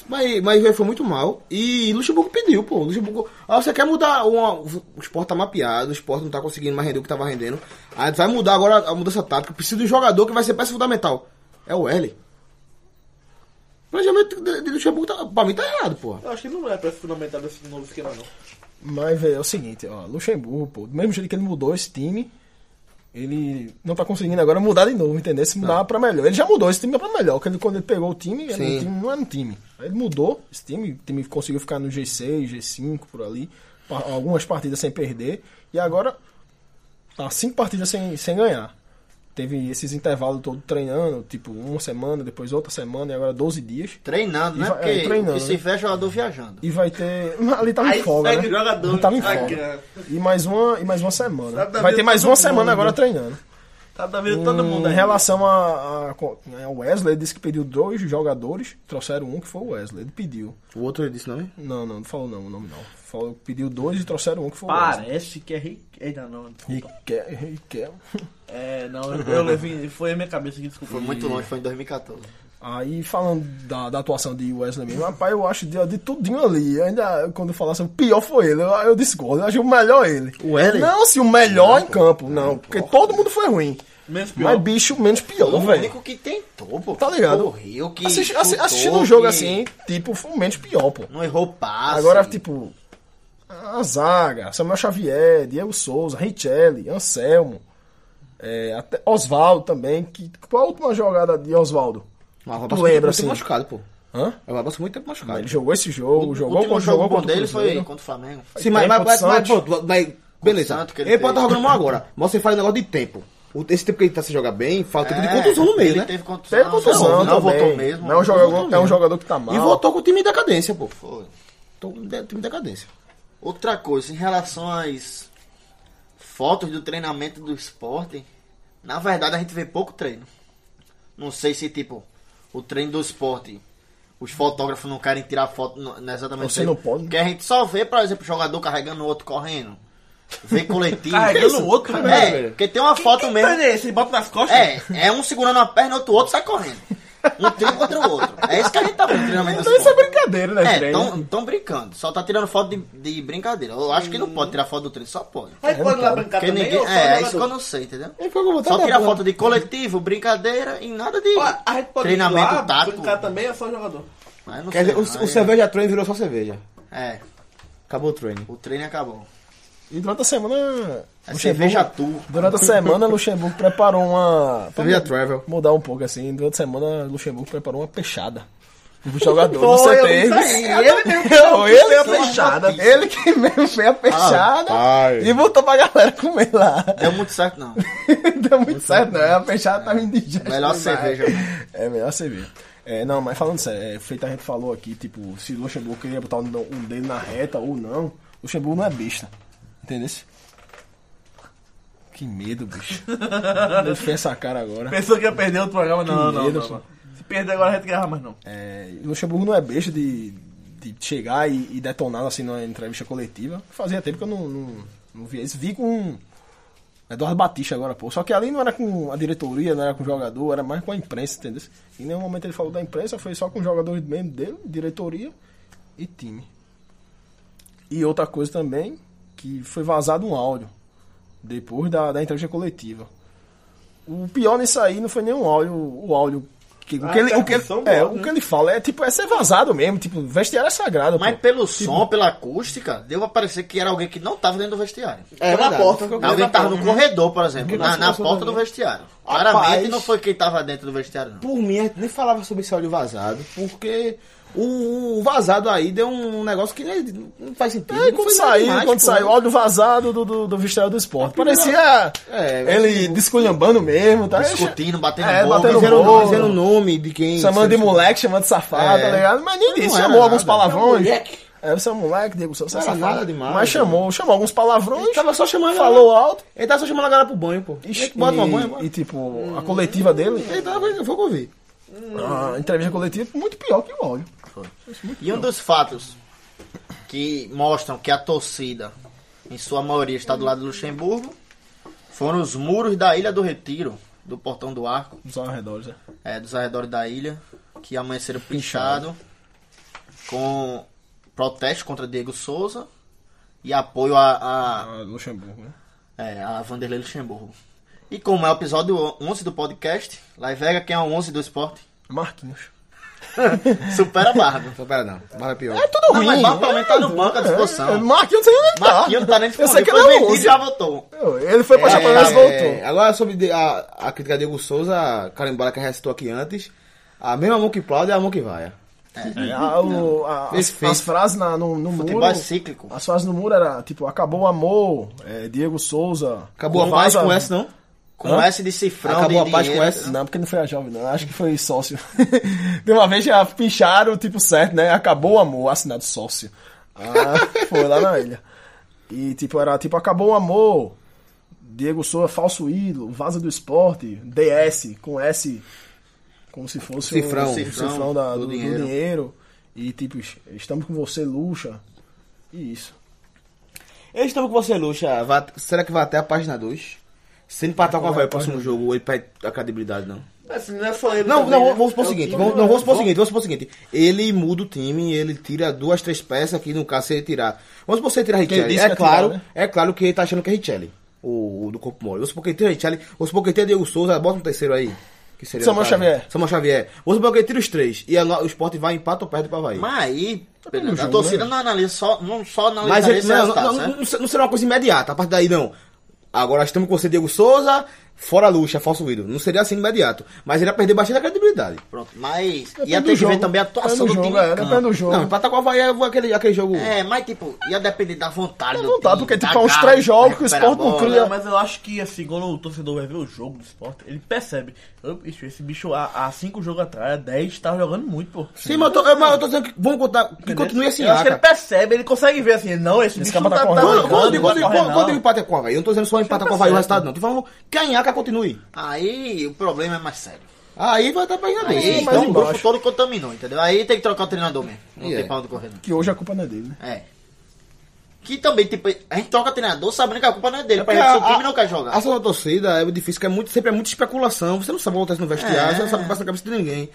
Mas, mas velho, foi muito mal. E Luxemburgo pediu, pô. Luxemburgo. Ah, você quer mudar. uma- o esporte tá mapeado, o esporte não tá conseguindo mais render o que tava rendendo. Aí vai mudar agora a mudança tática. Precisa de um jogador que vai ser peça fundamental. É o L. O planejamento de, de Luxemburgo tá, pra mim tá errado, pô.
Eu acho que não é pra se fundamentar desse novo esquema, não.
Mas, velho, é o seguinte, ó, Luxemburgo, pô, do mesmo jeito que ele mudou esse time, ele não tá conseguindo agora mudar de novo, entendeu? Se mudar pra melhor. Ele já mudou esse time pra melhor, porque ele, quando ele pegou o time, era
Sim.
um time, não era um time. Aí Ele mudou esse time, o time conseguiu ficar no G6, G5, por ali, pa- algumas partidas sem perder, e agora tá cinco partidas sem, sem ganhar. Teve esses intervalos todo treinando, tipo uma semana, depois outra semana, e agora 12 dias.
Treinando, né?
E vai-
Porque
é, treinando,
porque se
né?
tiver jogador viajando.
E vai ter. Ali tava
Aí
em folga.
pega
né?
o jogador,
Não tava em
ah,
folga.
cara.
E mais uma, e mais uma semana.
Sabe da vida
Vai ter
de
mais
todo
uma semana
mundo.
agora treinando.
Tá da vida de
Hum.
todo mundo
Em
aí.
relação a, a, né, o Wesley, ele disse que pediu dois jogadores, trouxeram um que foi o Wesley. Ele pediu.
O outro ele disse, não, é? hein?
Não, não, não falou não, o nome não. Falou que pediu dois e trouxeram um que foi o Wesley.
Parece que é Rick. Ainda não,
E
desculpa.
quer, e quer.
É, não, eu, eu levei. Foi a minha cabeça que desculpa.
Foi muito longe, foi em 2014.
Aí falando da, da atuação de Wesley mesmo, rapaz, eu acho de, de tudinho ali. Ainda quando falasse o pior foi ele, eu, eu discordo, eu achei o melhor ele.
O Wesley?
Não, sim, o melhor em campo, não. Porque todo mundo foi ruim.
Menos pior.
Mas bicho, menos pior,
o
velho.
único que tentou, pô.
Tá ligado?
Correu, que
Assisti, assi-
chutou,
assistindo um jogo
que
assim, tipo, foi o menos pior, pô.
Não errou passe.
Agora, tipo, a zaga, Samuel Xavier, Diego Souza, Richelli, Anselmo, é, até Oswaldo também. Que, qual a última jogada de Oswaldo?
Mas
Tu lembra,
muito
assim?
tempo machucado, pô.
Hã?
O Rabat passou muito tempo machucado.
Ele jogou esse jogo,
o
jogou
último
contra
jogo
jogou
bom
contra o
dele foi
Cruzeiro.
contra o Flamengo.
Sim, mas,
Tem
mas,
contra
mas,
o
mas,
Santos.
pô, mas- beleza.
Santos que ele
ele pode estar
teve.
jogando mal agora. Mas você faz um negócio de tempo. O- Esse tempo que ele tá se jogar bem,
é,
fala tempo de contusão no meio,
É, ele
né?
Teve contusão.
Teve contusão,
não, não
também.
voltou mesmo.
Não é um jogador, é um
mesmo.
jogador que tá mal.
E voltou com o time em decadência, pô.
Foi.
Tô com o de- time em decadência.
Outra coisa, em relação às fotos do treinamento do esporte, na verdade a gente vê pouco treino. Não sei se, tipo, o treino do esporte, os fotógrafos não querem tirar foto não, não é exatamente.
Você
treino.
não
né?
pode.
Porque a gente só vê, por exemplo, jogador carregando o outro correndo. Vê coletivo.
Carregando o outro, né,
É,
velho?
porque tem uma foto
Quem
mesmo.
treina esse? Bota nas costas?
É, é um segurando uma perna, outro outro sai correndo. Um tiro contra o outro. É isso que a gente tá vendo no treinamento do
Então isso é
esporte.
brincadeira, né,
É,
treino?
tão, tão brincando. Só tá tirando foto de, de brincadeira. Eu acho que não pode tirar foto do treino, só pode.
Aí pode ir lá brincar
É, Porque
também né,
ninguém.
ou só
É, é
jogador?
isso que eu não sei, entendeu?
Ele foi com vontade
Só
da
tirar
porra.
foto de coletivo, brincadeira e nada de
Ó, A gente pode ir
treinamento
lá
tático.
brincar também ou só jogador?
Mas não
Quer
sei,
dizer, o,
não,
o
é-
cerveja treino virou só cerveja.
É,
Acabou o treino.
o treino acabou.
E durante a semana.
É
Luxemburgo-
cerveja tour.
Durante a semana, Luxemburgo preparou uma.
Cerveja travel.
Mudar um pouco assim. Durante a semana, Luxemburgo preparou uma peixada. Os jogadores do
Foi, eu vi
CT.
isso aí. Ele mesmo que
Não, ele é a
fez a
peixada.
notícia.
Ele que mesmo fez a peixada.
Rapaz.
e botou pra galera comer lá.
Deu muito certo, não.
Deu muito certo, né? A peixada tava indigesta.
É. Melhor
demais.
cerveja. né?
É, melhor cerveja. É, não, mas falando sério, é, feito a gente falou aqui, tipo, se o Luxemburgo queria botar um, um dele na reta ou não, o Luxemburgo não é besta. Entendeu? Que medo, bicho. Ele fez essa cara agora.
Pensou que ia perder outro programa? Não, não,
medo,
não,
pô.
não. Se perder agora a gente grava mais não.
É, o Luxemburgo não é besta de, de chegar e, e detonar assim numa entrevista coletiva. Fazia tempo que eu não, não, não via isso. Vi com Eduardo Batista agora, pô. Só que ali não era com a diretoria, não era com o jogador, era mais com a imprensa, entendeu? Em nenhum momento ele falou da imprensa, foi só com os jogadores mesmo dele, diretoria e time. E outra coisa também, que foi vazado um áudio depois da, da entrevista coletiva. O pior nisso aí não foi nem o áudio, o áudio Que- o,
Ah,
que ele, o, que ele,
percussão
é,
boa,
o
né?
que ele fala é tipo, é ser vazado mesmo, tipo, vestiário é sagrado.
Mas
pô.
pelo som, pela acústica, deu a parecer que era alguém que não tava dentro do vestiário.
É na
verdade.
porta.
Alguém tava no corredor, por exemplo, na,
Nossa,
na
nossa,
porta
nossa.
do vestiário.
Rapaz.
Claramente não foi quem tava dentro do vestiário, não.
Por mim, a gente nem falava sobre esse áudio vazado, porque o, o vazado aí deu um negócio que nem- não faz sentido.
É,
Não
quando
foi nada
saiu,
demais,
quando
pô.
saiu, olha o vazado do, do, do vestiário do esporte. Parecia
É,
ele desculhambando mesmo, tá?
Discutindo, batendo
É,
boca.
batendo
Fizeram o
bola.
nome, fizeram o nome de quem.
Chamando de moleque, chamando de safado,
tipo, É.
tá ligado? Mas nem
Não
disse,
era
chamou alguns
nada.
palavrões.
É um moleque.
É, você é um moleque, Diego, você é
Não era
safado.
nada demais, né?
mas chamou, chamou alguns palavrões.
Ele tava só chamando.
Falou alto.
Ele tava só chamando a galera pro banho, pô.
E,
Bota uma banha,
e,
bora.
tipo, a coletiva dele,
Ele tava, eu vou ouvir.
a entrevista coletiva, muito pior que o áudio.
E um dos fatos que mostram que a torcida, em sua maioria, está do lado do Luxemburgo, foram os muros da Ilha do Retiro, do Portão do Arco,
Os arredores, né?
é, dos arredores da ilha, que amanheceram pinchado com protesto contra Diego Souza e apoio a, a,
Ah, Luxemburgo, né?
é, a Vanderlei Luxemburgo. E como é o episódio 11 do podcast, lá em Vega, quem é o 11 do esporte?
Marquinhos.
Supera Barba.
Então, pera, não. Barra é pior.
É tudo
Não,
ruim.
mas Barba pelo menos tá no banco à
É, é,
disposição.
Marquinhos não sei nem onde tá.
Ah,
Marquinhos não tá nem
Eu sei que ele
disponível, foi
é o
vendido e
11.
já voltou.
Eu- Ele foi pra Chapecoense e
É,
voltou.
agora sobre de- a, a crítica a Diego Souza, Carimbara que já citou aqui antes. A mesma mão que aplaude é a mão que vai.
Ah, o- a-
Fez,
as,
fez.
as frases na- no, no muro.
Futebol é cíclico.
As frases no muro era tipo, acabou o amor, é, Diego Souza.
Acabou a
Não
paz
vaza-
com essa, não?
Com
Hã?
S de cifrão
Acabou
de
a paz com
dinheiro.
essa?
Não, porque não foi a jovem, não. Acho que foi sócio. De uma vez já pincharam, tipo, certo, né? Acabou o amor, assinado sócio. Ah, foi lá na ilha. E, tipo, era tipo, acabou o amor. Diego Souza, falso ídolo, vaza do esporte, DS, com S, como se fosse um-
Cifrão.
um cifrão,
Cifrão
da-
do
do, do
dinheiro.
dinheiro. E, tipo, es- estamos com você, Luxa. E isso.
Eu estava com você, Luxa. Vai- será que vai até a página 2? Se ele empatar com a Havaí o próximo jogo, ele perde a credibilidade, não?
Assim, não é só ele.
Não,
também,
não,
né?
vamos supor
É
o seguinte.
time,
Vamos,
né?
não, vamos supor o seguinte, vamos supor o seguinte. Ele muda o time, ele tira duas, três peças que no caso se ele tirar. Vamos supor se ele tirar Richelli.
disse que
É
ia tirar,
claro,
né?
é claro que ele tá achando que é Richelli. O, o do corpo mole. Vamos supor que ele tira Richelli. Vamos supor que ele tira Diego Souza, bota um terceiro aí. Que seria
Samuel
o cara.
Xavier.
Samuel Xavier. Vamos supor que ele tira os três. E a no- o Sport vai, empata ou perde pra Havaí.
Mas aí,
pelo
a
jogo,
torcida
né?
não analisa só, não tá só analisa
Mas ele,
esse
não, não,
resultado,
não,
certo?
não ser- não será uma coisa imediata, a partir daí não. Agora estamos com você, Diego Souza, fora Lucha, falso ídolo. Não seria assim imediato. Mas ele ia perder bastante a credibilidade.
Pronto, mas ia
Depende
ter
do
que ver
Tá jogo.
também a atuação
Depende
do
do
time
jogo, é,
em campo.
depende do jogo.
Não, empatar com o Havaí é aquele, aquele jogo.
É, mas tipo, ia depender da vontade do
vontade,
time,
porque, tipo,
da
há uns
garra,
três jogos que o
recupera
Sport
a
não
bola.
cria.
Não, mas eu acho que assim, quando o torcedor vai ver o jogo do esporte, ele percebe. Eu, ixi, esse bicho há, há cinco jogos atrás, há 10, tava jogando muito, pô.
Sim, mas eu tô, eu, mas eu tô dizendo que vamos contar. Que continue assim,
Eu acho que ele
cara.
percebe, ele consegue ver assim, não, esse, bicho
cara
não
tá
tá, tá
correndo.
jogando,
Quando quando-
não
quando-
pode correr,
quando- quando
não.
ele empata com o Havaí, eu não tô dizendo só empatar com o Havaí o resultado, não. Tô falando que a Inhaca continue.
Aí o problema é mais sério.
Aí vai estar pra Inhaca. um
Aí
mas
então o
embaixo.
grupo todo contaminou, entendeu? Aí tem que trocar o treinador mesmo. Não
E é.
tem pra onde correr. não.
Que hoje a culpa não é dele, né?
É. Que também, tipo, a gente troca treinador sabendo que a culpa não é dele, pra
Porque
gente
a-
se o time
a-
não quer jogar.
A ação da torcida é difícil, que é muito, sempre é muita especulação. Você não sabe o que acontece no vestiário,
É.
você não sabe o que passa na cabeça de ninguém.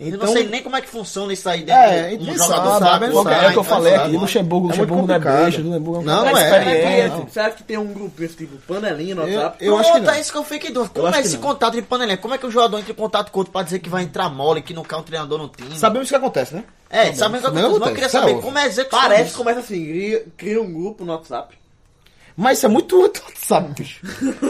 Eu
Então,
não sei nem como é que funciona isso aí dentro.
É,
um
ninguém
jogador
sabe,
sabe,
ninguém
jogar,
sabe.
é o que eu
então
falei
sabe.
aqui, Luxemburgo,
É muito
Luxemburgo não é
complicado.
beijo, Luxemburgo é um
Não,
cara
não é.
Será que-
experiente.
Será que tem um grupo, esse tipo, panelinha no
eu,
WhatsApp?
eu acho que
Pronto,
não.
é isso que eu fico em dúvida. Como
acho
é
que
esse
não.
contato de panelinha? Como é que o jogador entra em contato com outro pra dizer que vai entrar mole, que não quer um treinador no time?
Sabemos o que acontece, né?
É, sabe o que acontece? Mas
Também
eu
acontece,
queria
isso é
saber
óbvio.
como é a execução
Parece que
disso.
começa assim, cria, cria um grupo no WhatsApp.
Mas isso é muito sabe, bicho.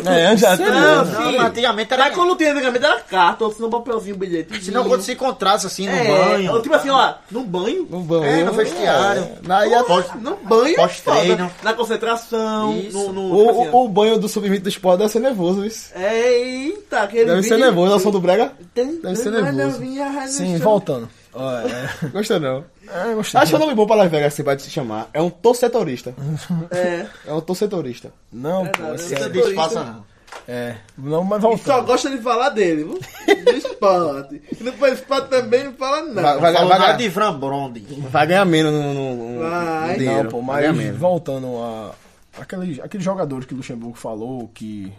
É, já
Não,
Sim.
assim.
não, mas antigamente
Mas
Tá
era...
É quando tinha antigamente era carta, ou se não papelzinho, um bilhete.
Se não,
um-
quando se encontrasse assim no
é,
banho...
ou Tipo assim, ó, no banho?
No banho.
É, no vestiário.
É. Na, e a-
No banho, é
Pós-treino.
foda. Na concentração,
Isso.
no. no
o,
tipo assim,
o, o banho do sub-20 do esporte deve ser nervoso,
É
isso.
Eita, aquele.
Deve ser nervoso, a ação do Brega.
Tem,
deve ser
tem mais
nervoso.
novinha, né?
Sim, voltando. Ó,
Gostou não.
É, é,
Tá
gostei.
Acho que é um nome bom pra Las Vegas, assim, pra se chamar. É um torcetorista.
É.
É um torcetorista.
Não, pô,
não,
é
não
sério.
sei.
Disfarça não.
É, não, mas
E só
voltando.
gosta de falar dele, viu? Do esporte. E no esporte também não fala nada.
Vai-
Vai,
vai-
Falou
vai-
nada de Van Bronde.
Vai ganhar menos no, no, no-
Vai.
no dinheiro.
Não, pô,
Vai ganhar
mas
menos.
voltando a. Aquele, aquele jogador que o Luxemburgo falou que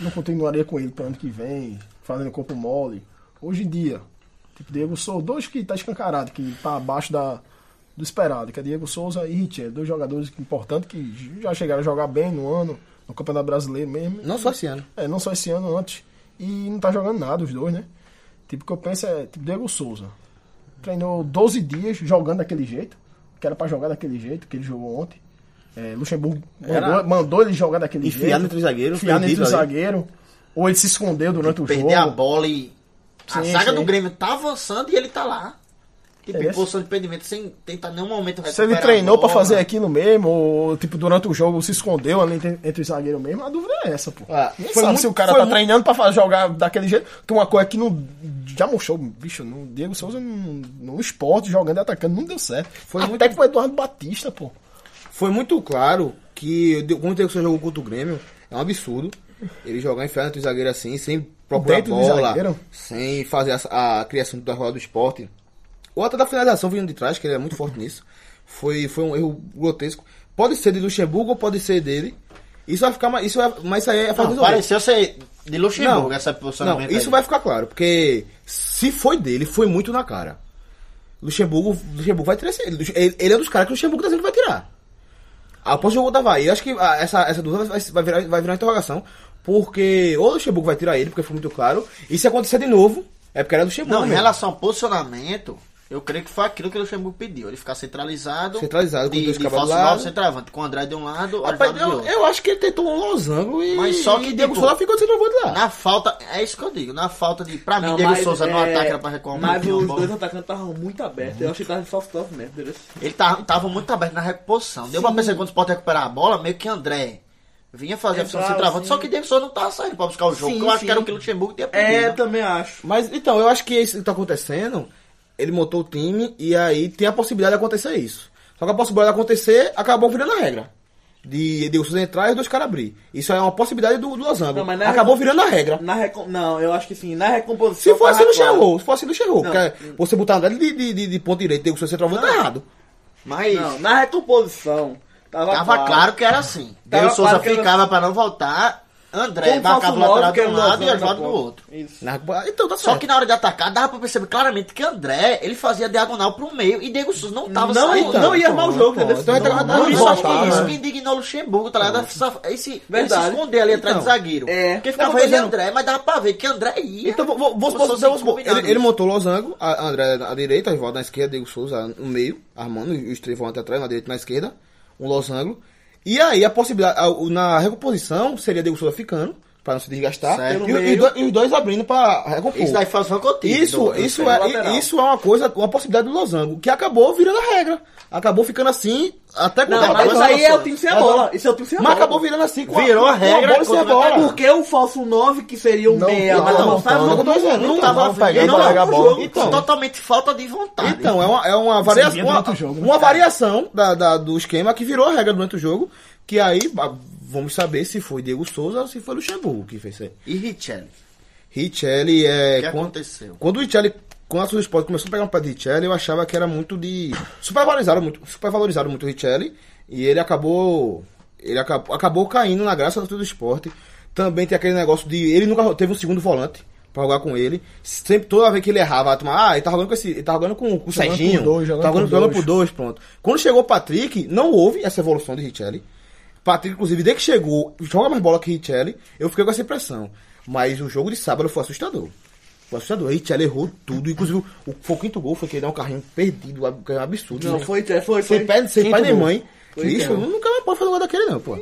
não continuaria com ele para ano que vem, fazendo corpo mole. Hoje em dia, tipo, Diego Souza, dois que tá escancarado, que tá abaixo da, do esperado, que é Diego Souza e Richel, dois jogadores importantes que já chegaram a jogar bem no ano, no Campeonato Brasileiro mesmo.
Não só esse ano.
É, não só esse ano, antes. E não tá jogando nada os dois, né? Tipo, o que eu penso é, tipo, Diego Souza. Treinou 12 dias jogando daquele jeito, que era pra jogar daquele jeito, que ele jogou ontem. É, Luxemburgo
Era-
mandou, mandou ele jogar daquele
Enfiado
jeito.
entre os zagueiros,
Enfiado entre
perdido
o
ali.
zagueiro. Ou ele se escondeu durante o jogo.
Perder a bola e. A
Sim,
saga
sim.
do Grêmio tá avançando e ele tá lá. Tipo,
É.
em posição de impedimento, sem tentar nenhum momento recuperar.
Se ele treinou
a bola.
pra
né?
fazer aquilo mesmo, ou tipo, durante o jogo se escondeu ali entre, entre os zagueiros mesmo, a dúvida é essa, pô.
Ah,
Ninguém
foi
sabe
muito-
se o cara
foi
tá
mu-
treinando pra fa- jogar daquele jeito, que uma coisa que não. Já mostrou, bicho, no Diego Souza no, no esporte, jogando e atacando, não deu certo. Foi Até
muito-
com o Eduardo Batista, pô.
Foi muito claro que o de- quando o Diego Souza jogou contra o Grêmio, é um absurdo ele jogar enfiado entre o zagueiro assim, sem procurar
Dentro
a
do
bola,
zagueiro?
sem fazer a, a criação da roda do esporte. Ou até da finalização vindo de trás, que ele é muito forte nisso. Foi, foi um erro grotesco. Pode ser de Luxemburgo ou pode ser dele. Isso vai ficar mais. Isso vai, mas isso aí é
Não,
fazer
pareceu ser de Luxemburgo essa
não,
posicionamento.
isso
aí.
vai ficar claro, porque se foi dele, foi muito na cara. Luxemburgo, Luxemburgo vai tirar esse- ele, ele- ele é um dos caras que o Luxemburgo tá dizendo que vai tirar. Após o jogo da Bahia, eu acho que ah, essa, essa dúvida vai, vai virar, vai virar uma interrogação, porque ou o Luxemburgo vai tirar ele, porque foi muito claro, e se acontecer de novo, é porque era Luxemburgo.
Não, em
mesmo.
relação ao posicionamento, eu creio que foi aquilo que o Luxemburgo pediu. Ele ficar centralizado.
Centralizado, com
de,
dois
de
cabas do
falso
lado.
nove, centroavante. Com o André de um lado,
Rapaz,
Oswaldo de
eu,
outro.
eu acho que ele tentou um losango e,
Mas só que,
e Diego
tipo,
Souza ficou desenvolvido lá.
Na falta, é isso que eu digo, na falta de. Pra mim,
Não,
Diego
mas,
Souza no
é,
ataque era pra recuar mais.
Mas os dois atacantes estavam muito abertos. Eu acho que tava só os top mesmo, entendeu?
Ele tava, tava muito aberto na reposição. Deu pra perceber quando o Sport recuperar a bola, meio que André vinha fazer a função de
Entrava,
centroavante.
sim.
Só que Diego Souza não tava saindo pra buscar o jogo.
Sim,
que eu acho
sim.
que era o que o Luxemburgo tinha
assim. É, eu
pedido.
também acho.
Mas então, eu acho que isso que tá acontecendo, ele montou o time e aí tem a possibilidade de acontecer isso. Só que a possibilidade de acontecer acabou virando a regra. De Diego Souza entrar e os dois caras abrir. Isso aí é uma possibilidade do, do losango.
Não, mas na-
acabou virando a regra.
Na recom... Não, eu acho que sim. Na recomposição.
Se for assim,
tava
não
claro.
chegou. Se for assim, não chegou.
Não.
Porque você botar André de, de, de, de ponto direito e Diego Souza centroavante tá errado.
Mas
Não, na recomposição. Tava,
tava claro. que era assim.
Tava
Diego Souza
claro que era-
ficava pra não voltar. André
Como
marcava
falso
o
nove,
lateral de
que era
um
o
lado e
Lozano
Oswaldo
na
do
ponta.
outro.
Isso.
Na- Então tá
Só
certo.
que na hora de atacar, dava pra perceber claramente que André ele fazia diagonal pro meio e Diego Souza não tava
Não,
saindo.
então, não ia armar o jogo,
Então,
entendeu?
então vai ter que-
Não,
Não,
isso, acho
voltava,
que isso
né?
que indignou o Luxemburgo, tá ligado? Essa- Esse, ele se
Verdade.
esconder ali atrás do
Então,
zagueiro.
é.
Porque ficava
Tava
ele e
fazendo-
André, mas dava pra ver que André ia.
Então, vou, vou, vou supor-
Começou
vou
sem tipo
supor,
combinar
ele, ele
isso.
montou losango, a- André na direita, Oswaldo na esquerda, Diego Souza no meio, armando, e os três volantes atrás, na direita e na esquerda, um losango. E aí a possibilidade, a- o- na recomposição, seria Diego Souza ficando, pra não se desgastar, e,
Certo.
o- e os dois- e os dois abrindo pra recompor.
Isso
é
daí faz uma contigo.
Isso, isso,
do
é,
lateral.
isso é uma coisa, uma possibilidade do losango, que acabou virando a regra. Acabou ficando assim, até
Não,
acabou
mas
virando
aí é o
losango.
time sem a
Mas-
bola. Isso é o time sem a
Mas
bola.
acabou virando assim. com
Virou a
com
regra
bola e sem a
contra o
bola.
É Porque o falso 9, que seria o
Não,
meia,
não,
mas
não,
não sabe
não,
o que
não,
eu tô dizendo.
não,
Não
tava
tava
pegando
ele não
pra
larga
pegar
a
a bola.
bola.
Então.
Totalmente falta de vontade.
Então, é uma, é uma variação.
vinha
Uma,
durante o jogo, né?
uma variação da, da- do esquema que virou a regra durante o jogo. Que aí a- vamos saber se foi Diego Souza ou se foi Luxemburgo que fez isso aí.
E Richelli?
Richelli
O
é.
que
quando,
aconteceu?
quando o Richelli. Quando a Souza Sport começou a pegar um pé de Richelli, eu achava que era muito de. Supervalorizaram muito, supervalorizaram muito o Richelli. E ele acabou. Ele acabou, acabou caindo na graça do Souza Sport. Também tem aquele negócio de. Ele nunca teve um segundo volante pra jogar com ele. Sempre, toda vez que ele errava, a turma, ah, ele tá jogando com esse. Ele tá jogando com, com o
Jogando
Serginho.
com dois, jogando
tá jogando,
com
jogando
dois.
por dois, pronto. Quando chegou o Patrick, não houve essa evolução de Richelli. Patrick, inclusive, desde que chegou, joga mais bola que Richelli, eu fiquei com essa impressão. Mas o jogo de sábado foi assustador. Foi assustador. Richelli errou tudo, inclusive o, foi o quinto gol, foi que ele deu um carrinho perdido, ab- um absurdo.
Não,
né?
foi, é, foi,
sem
foi.
pé, sem
Quinto
pai nem
gol.
mãe.
Foi
Bicho,
Richelli.
nunca mais pode fazer um gol daquele, não, pô.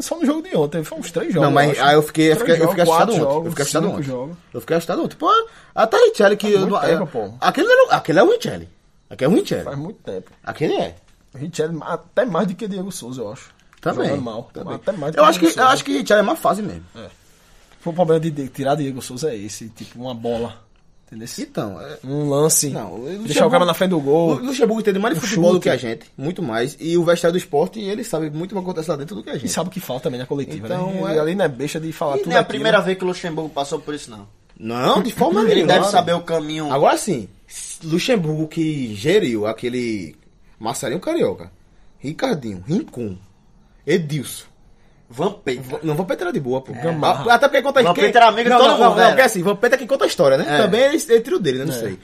Só no jogo de ontem, foi uns três jogos.
Não, mas
acho.
aí eu fiquei, eu
Três
fiquei, eu fiquei
jogos,
assustado
quatro
ontem.
jogos,
Eu fiquei assustado
cinco
ontem.
jogos.
Eu fiquei assustado ontem. Pô, até Richelli que. eu
muito
não-
tempo,
é-
pô.
aquele, era- aquele é o Richelli. Aquele é o Richelli.
Faz muito tempo.
Aquele é.
Richelli, até mais do que Diego Souza, eu acho.
Também.
Jogando mal.
Também.
Até mais do
eu, acho que,
Diego
eu
Souza.
acho que Richelli é mais fácil mesmo.
O problema de, de tirar Diego Souza é esse, tipo, uma bola. Entendeu?
Então, é,
Um lance.
Não, o
deixar
Luxemburgo-
o cara na frente do
o
gol.
Luxemburgo entende mais de
O
futebol do
chute.
que a gente, muito mais. E o vestiário do esporte, ele sabe muito mais o que acontece lá dentro do que a
E
gente.
sabe o que fala também na coletiva,
Então,
né?
é-
Ele ali não é besta de falar
E
tudo
nem a
aquilo.
primeira vez que o Luxemburgo passou por isso, não.
Não, de forma
Ele
nenhuma.
deve saber o caminho.
Agora sim, Luxemburgo que geriu aquele Marcelinho Carioca, Ricardinho, Rincon, Edilson.
Vampeta.
Não, Vampeta era de boa, pô. Ah,
Gamarra.
Até porque conta
Vampeta era amigo de
não,
todo
não,
mundo,
Não, não,
era.
porque assim, Vampeta é quem conta a história, né?
É.
Também é esse- é trio dele, né? Não
É.
sei.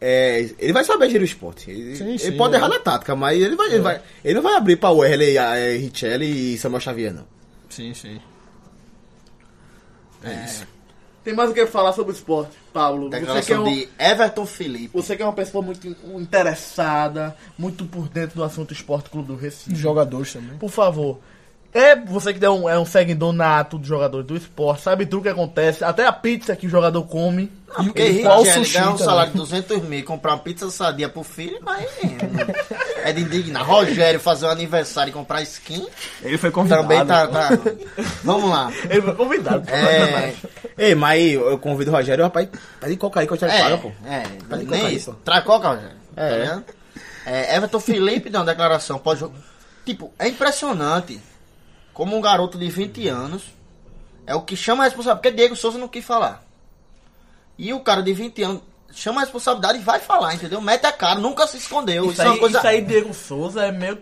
É, ele vai saber gerir o esporte. Ele,
Sim,
ele
sim,
pode
é.
errar na tática, mas ele, vai, ele, vai, ele não vai abrir pra Werley, eh, Richelli e Samuel Xavier, não.
Sim, sim. É, isso.
Tem mais o que falar sobre o esporte, Paulo. Você que, é
Declaração
um-
de Everton Felipe.
você que é uma pessoa muito interessada, muito por dentro do assunto Esporte Clube do Recife.
Os jogadores também.
Por favor. É você que é um, é um seguidor nato dos jogadores do esporte, sabe tudo o que acontece, até a pizza que o jogador come.
E o
Porque Henrique
qual
Angélica
sushi
ganha um
também?
salário de 200 mil, comprar uma pizza sadia pro filho, mas é de indignar. Rogério fazer um aniversário e comprar skin,
Ele foi convidado.
também tá, tá. Vamos lá.
Ele foi convidado.
É,
Ei, mas aí eu convido o Rogério, rapaz, pede coca aí que eu te
é,
pago, pô.
é,
Pode colocar
nem
aí,
isso.
pô.
Tracoca, Rogério.
É.
Tá vendo? É, Everton Felipe deu uma declaração pós-jogo. Tipo, é impressionante como um garoto de 20 anos é o que chama a responsabilidade. Porque Diego Souza não quis falar. E o cara de 20 anos chama a responsabilidade e vai falar, entendeu? Mete a cara, nunca se escondeu. Isso,
Isso,
é
aí,
uma coisa.
isso aí, Diego Souza, é meio.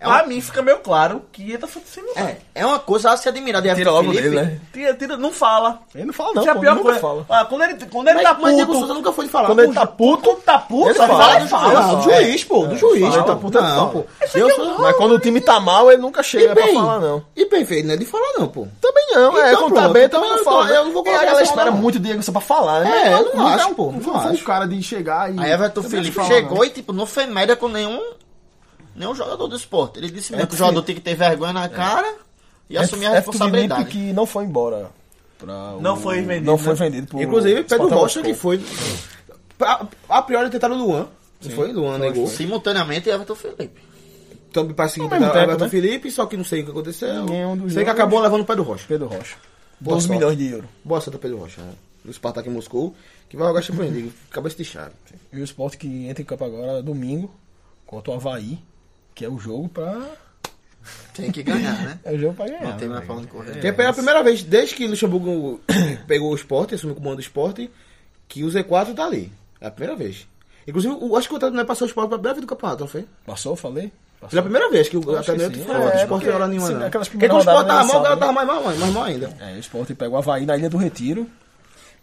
É
pra
um-
mim fica meio claro que ele tá sendo.
É, é uma coisa a se admirar de
Tira
Everton
logo
Felipe.
dele, né?
Tira, tira, não fala.
Ele não fala não,
Isso é a
pô,
pior
nunca
coisa.
fala.
Ah, quando ele, quando ele
Mas,
tá
mas Diego
puto.
Souza nunca foi de falar.
quando ele tá puto, quando tá puto,
Ele
só
fala,
fala,
ele
fala.
Não, do juiz, pô, do juiz.
Ele tá
pô.
puta
não,
não,
pô.
Isso
Eu
aqui é
sou-
um-
Mas quando o time tá mal, ele nunca chega
E
pra
bem,
falar, não.
e bem feito, não é de falar não, pô.
Também não, é.
Então
Quando tá
pronto,
bem,
então
também não
eu
fala.
tô- eu não vou
E a
colocar
galera
essa
espera
não.
muito o Diego só pra falar, né?
É, eu não
nunca-
acho, pô,
Não
não
foi um
acho.
cara de chegar e...
Aí É, Everton Felipe
falar,
chegou
não.
e tipo, não foi média com nenhum, nenhum jogador do esporte. Ele disse mesmo
É,
que o jogador
sim.
tem que ter vergonha
É.
na cara e assumir a
Everton
responsabilidade.
Felipe que não foi embora. pra o-
Não foi vendido,
Não foi
né?
vendido. pro
Inclusive, Pedro
Sport
Rocha, que
Botafogo.
foi. A, a priori tentaram o Luan. Não foi? Luan negou.
Simultaneamente Everton Felipe.
Então, pra seguir,
Ao mesmo
tentaram
tempo,
Everton
né?
Felipe, só que não sei o que aconteceu.
Ninguém é um dos
sei que
dois.
acabou levando o Pedro Rocha.
Pedro Rocha.
Boa
12
sorte.
milhões de euros.
Boa sorte, Pedro Rocha. né? Do Spartak em Moscou, que vai jogar Champions League. Cabeça de chave.
E o Sport que entra em campo agora domingo contra o Havaí, que é o jogo pra.
Tem que ganhar, né?
É o jogo pra ganhar.
Não tem mais
né?
pra onde correr.
Que é a primeira vez, desde que Luxemburgo pegou o esporte, assumiu o comando do esporte, que o Z4 tá ali. É a primeira vez. Inclusive, o- acho que o Atlético não passou o esporte pra breve do campeonato, não foi?
né? Passou, falei? Passou.
Pela primeira vez que o
Acho que
Atlético foi
sim.
fora
É,
do esporte
porque
não era nenhuma.
se-
não.
aquelas
Porque quando o
primeiras
esporte tava
rodadas
mal, o cara
eles
tava mais mal, mais mal ainda.
É, o Sport pega o Havaí na Ilha do Retiro.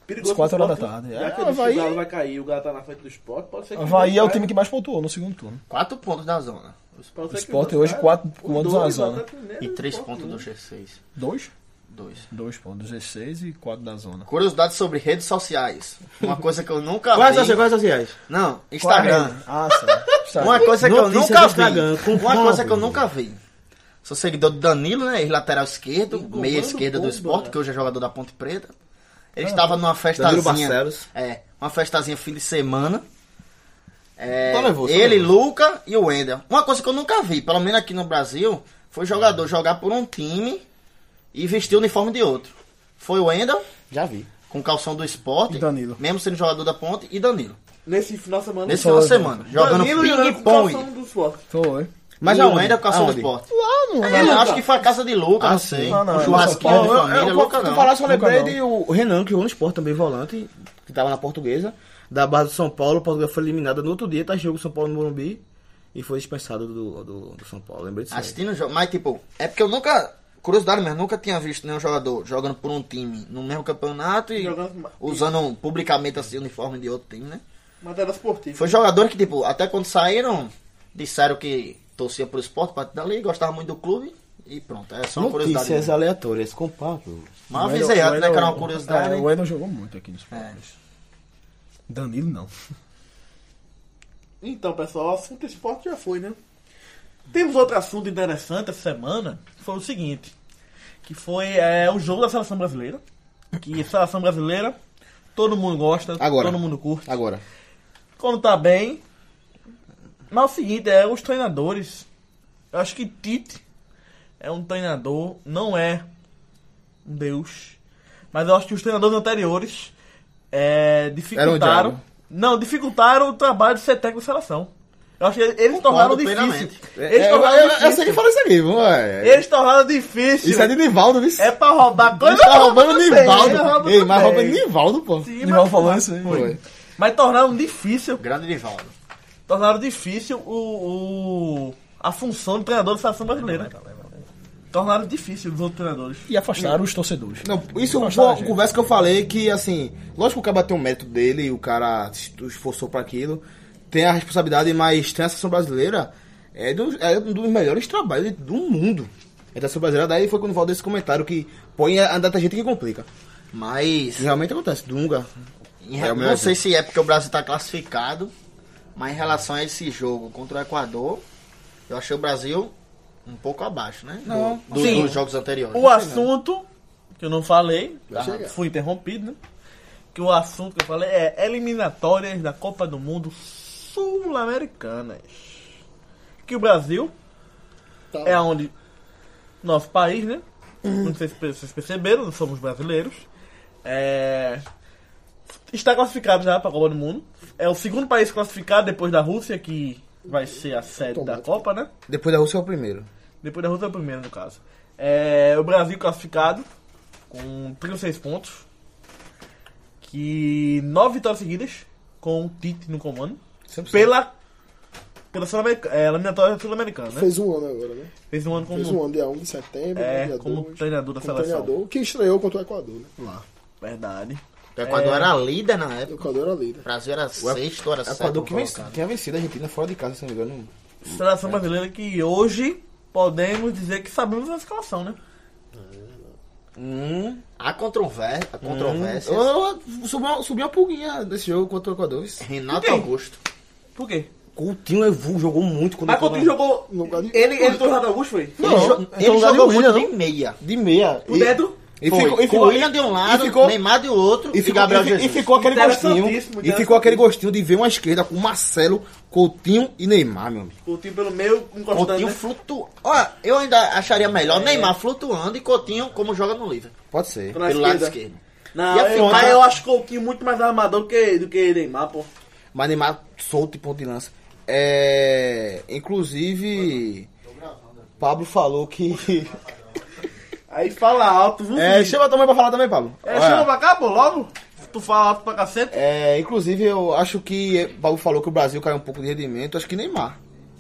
Perigoso
Às quatro
pro
horas da
esporte.
né?
tarde.
Já
É,
que ele
Havaí-
Galo vai cair, o Galo tá na frente do esporte, pode ser que.
Havaí é o
né?
caia.
time que mais pontuou no segundo turno.
Quatro pontos da zona.
Pode ser que
Sport
dois
hoje,
caia.
quatro
Os
pontos
dois,
na zona.
até
tá-
é primeiro,
E três
Sport
pontos
um.
do G6.
Dois?
Dois.
Dois pontos, 16 e quatro da zona.
Curiosidade sobre redes sociais. Uma coisa que eu nunca
Quais as
vi.
quais as reais?
Não,
é
Instagram.
Ah, sim. Instagram.
Uma coisa que eu
Notícia
nunca
do
vi.
Instagram,
Uma
confirma,
coisa que eu
pô.
nunca vi. Sou seguidor do Danilo, né? Lateral esquerdo,
Engomando
meia esquerda do
bomba,
esporte,
né?
que hoje é jogador da Ponte Preta. Ele estava numa
Ah, Danilo
festazinha.
Barcelos.
É, uma festazinha fim de semana. É,
Tá nervoso, tá
ele,
nervoso.
Luca e o Wender. Uma coisa que eu nunca vi, pelo menos aqui no Brasil, foi
Ah.
jogador jogar por um time e vestir o uniforme de outro. Foi o Wendel,
Já vi.
com calção do esporte,
E Danilo.
mesmo sendo jogador da ponte, e Danilo.
Nesse final de semana.
Nesse
só-
final de semana, jogando
Danilo e Leandro com calção
ping-pong.
do esporte.
Foi.
Mas
e o
aonde?
Wendel com calção do
Aonde?
esporte.
Lá no.
Eu
Luca.
acho que foi a casa de Lucas,
Ah,
não
sim.
sei.
Não, não,
um
não.
churrasquinho
Bom,
de
eu, eu,
família,
quando
Lucas
tu
não.
falar, só
Nunca
lembrei
não.
de o Renan, que jogou no esporte também, volante, que tava na portuguesa, da base do São Paulo, a portuguesa foi eliminada no outro dia, tá jogo São Paulo no Morumbi, e foi dispensado do, do, do São Paulo, lembrei disso aí.
Assistindo o jogo, mas tipo, é porque eu nunca, curiosidade mesmo, nunca tinha visto nenhum jogador jogando por um time no mesmo campeonato e
Jogando-
usando publicamente assim o uniforme de outro time, né?
Matéria esportiva.
Foi jogador que, tipo, até quando saíram, disseram que torcia pro esporte, parte dali, gostava muito do clube e pronto. É só uma curiosidade.
Notícias
mesmo.
aleatórias com Pablo.
Mas
O Wendel-
avisei antes,
o
né, que era uma
Wendel-
curiosidade.
É, o Wendel jogou muito aqui nos
É.
Palmeiras. Danilo não.
Então, pessoal, o assunto esporte já foi, né? Temos outro assunto interessante essa semana, que foi o seguinte, que foi é, o jogo da seleção brasileira, que a seleção brasileira, todo mundo gosta,
Agora.
todo mundo curte.
Agora,
Quando tá bem. Mas é o seguinte, é os treinadores. Eu acho que Tite é um treinador, não é um deus. Mas eu acho que os treinadores anteriores é, dificultaram.
diabo.
não, dificultaram o trabalho de ser técnico de seleção. Eu acho que eles tornaram difícil.
plenamente.
Eles
é, eu,
tornaram
eu, eu sei que
difícil.
fala isso aqui, vamos lá, é.
Eles tornaram difícil.
Isso é de Nivaldo, viu?
É pra roubar coisa.
Ele tá
eu
roubando
também, eu roubo
Nivaldo. Ei, mas
também.
roubando Nivaldo, pô.
Sim,
Nival
mas-
falou isso aí.
Foi.
Mas tornaram difícil
Grande Divaldo.
tornaram difícil o, o- a função do treinador da seleção brasileira. Tornaram difícil os outros treinadores.
E afastaram os torcedores.
Não, isso foi
Afastaram a
uma
gente.
conversa que eu falei que, assim, lógico que o cara tem o mérito dele e o cara se esforçou pra aquilo, tem a responsabilidade, mas tem a seleção brasileira, é, do- é um dos melhores trabalhos do mundo. É da seleção brasileira, daí foi quando o Valdo esse comentário que põe a, a data gente que complica.
Mas.
Realmente acontece. Dunga.
Em
É
re-
o meu
não sei se é porque o Brasil está classificado, mas em relação a esse jogo contra o Equador, eu achei o Brasil um pouco abaixo, né?
Não.
Do- do-
Sim.
dos jogos anteriores.
O assunto que eu não falei,
Vai
tá,
chegar.
fui interrompido, né? Que o assunto que eu falei é eliminatórias da Copa do Mundo sul-americanas. Que o Brasil
Tá.
é onde nosso país, né? Não sei se pe- vocês perceberam, não somos brasileiros. É, Está classificado já para a Copa do Mundo. É o segundo país classificado depois da Rússia, que vai ser a sede da
Automático.
Copa, né?
Depois da Rússia é o primeiro.
Depois da Rússia é o primeiro, no caso. É, o Brasil classificado com 36 pontos. Que nove vitórias seguidas com o Tite no comando. Pela, pela Sul-America- é, eliminatória sul-americana, né?
Fez um ano agora, né?
Fez um ano como,
Fez um ano, dia 1 de setembro,
É,
dia
como
2,
treinador da
como
seleção.
treinador, que estreou contra o Equador, né?
Lá.
Verdade.
O Equador
É.
era líder na
O
época.
Equador era líder.
O Brasil era sexto, era
É o
sétimo.
Equador que vence-
colocado.
tinha vencido a Argentina fora de casa, se não me engano.
Seleção brasileira que hoje podemos dizer que sabemos a escalação, né?
Hum.
Há controvérsia. Há controvérsias.
Eu- eu subi uma- subi uma pulguinha desse jogo contra o Equador. viu?
Renato
Quem?
Augusto.
Por quê?
Coutinho Evu jogou muito quando
A Coutinho jogou.
No lugar de-
Ele, ele trouxe o Renato Augusto, foi?
Não,
ele jo-
não
ele
é lugar de
jogou muito
William,
de
não.
meia.
de meia.
O dedo.
E
Foi.
ficou, e
Com
ficou,
o William de um lado,
e ficou-
Neymar de outro e,
E ficou,
Gabriel
e, fi-
Jesus.
e ficou
Então
aquele gostinho.
Interessantíssimo,
E ficou aquele gostinho de ver uma esquerda com Marcelo, Coutinho e Neymar, meu amigo.
Coutinho pelo meio, encostando.
Coutinho
né?
flutuando. Olha, eu ainda acharia
É.
melhor Neymar flutuando e Coutinho como joga no livro.
Pode ser.
Na
Pelo lado
esquerda.
esquerdo.
Não,
E a
eu,
Fiona?
assim, mas eu acho Coutinho é muito mais armador do que, do que Neymar, pô.
Mas Neymar solto e ponto de lança. É, inclusive, Pablo falou que.
Aí fala alto, viu?
é,
filho?
chama a tua mãe pra falar também, Pablo.
É, chama pra cá, pô, logo. Tu fala alto pra cacete.
É, inclusive, eu acho que o Pablo falou que o Brasil caiu um pouco de rendimento. Acho que Neymar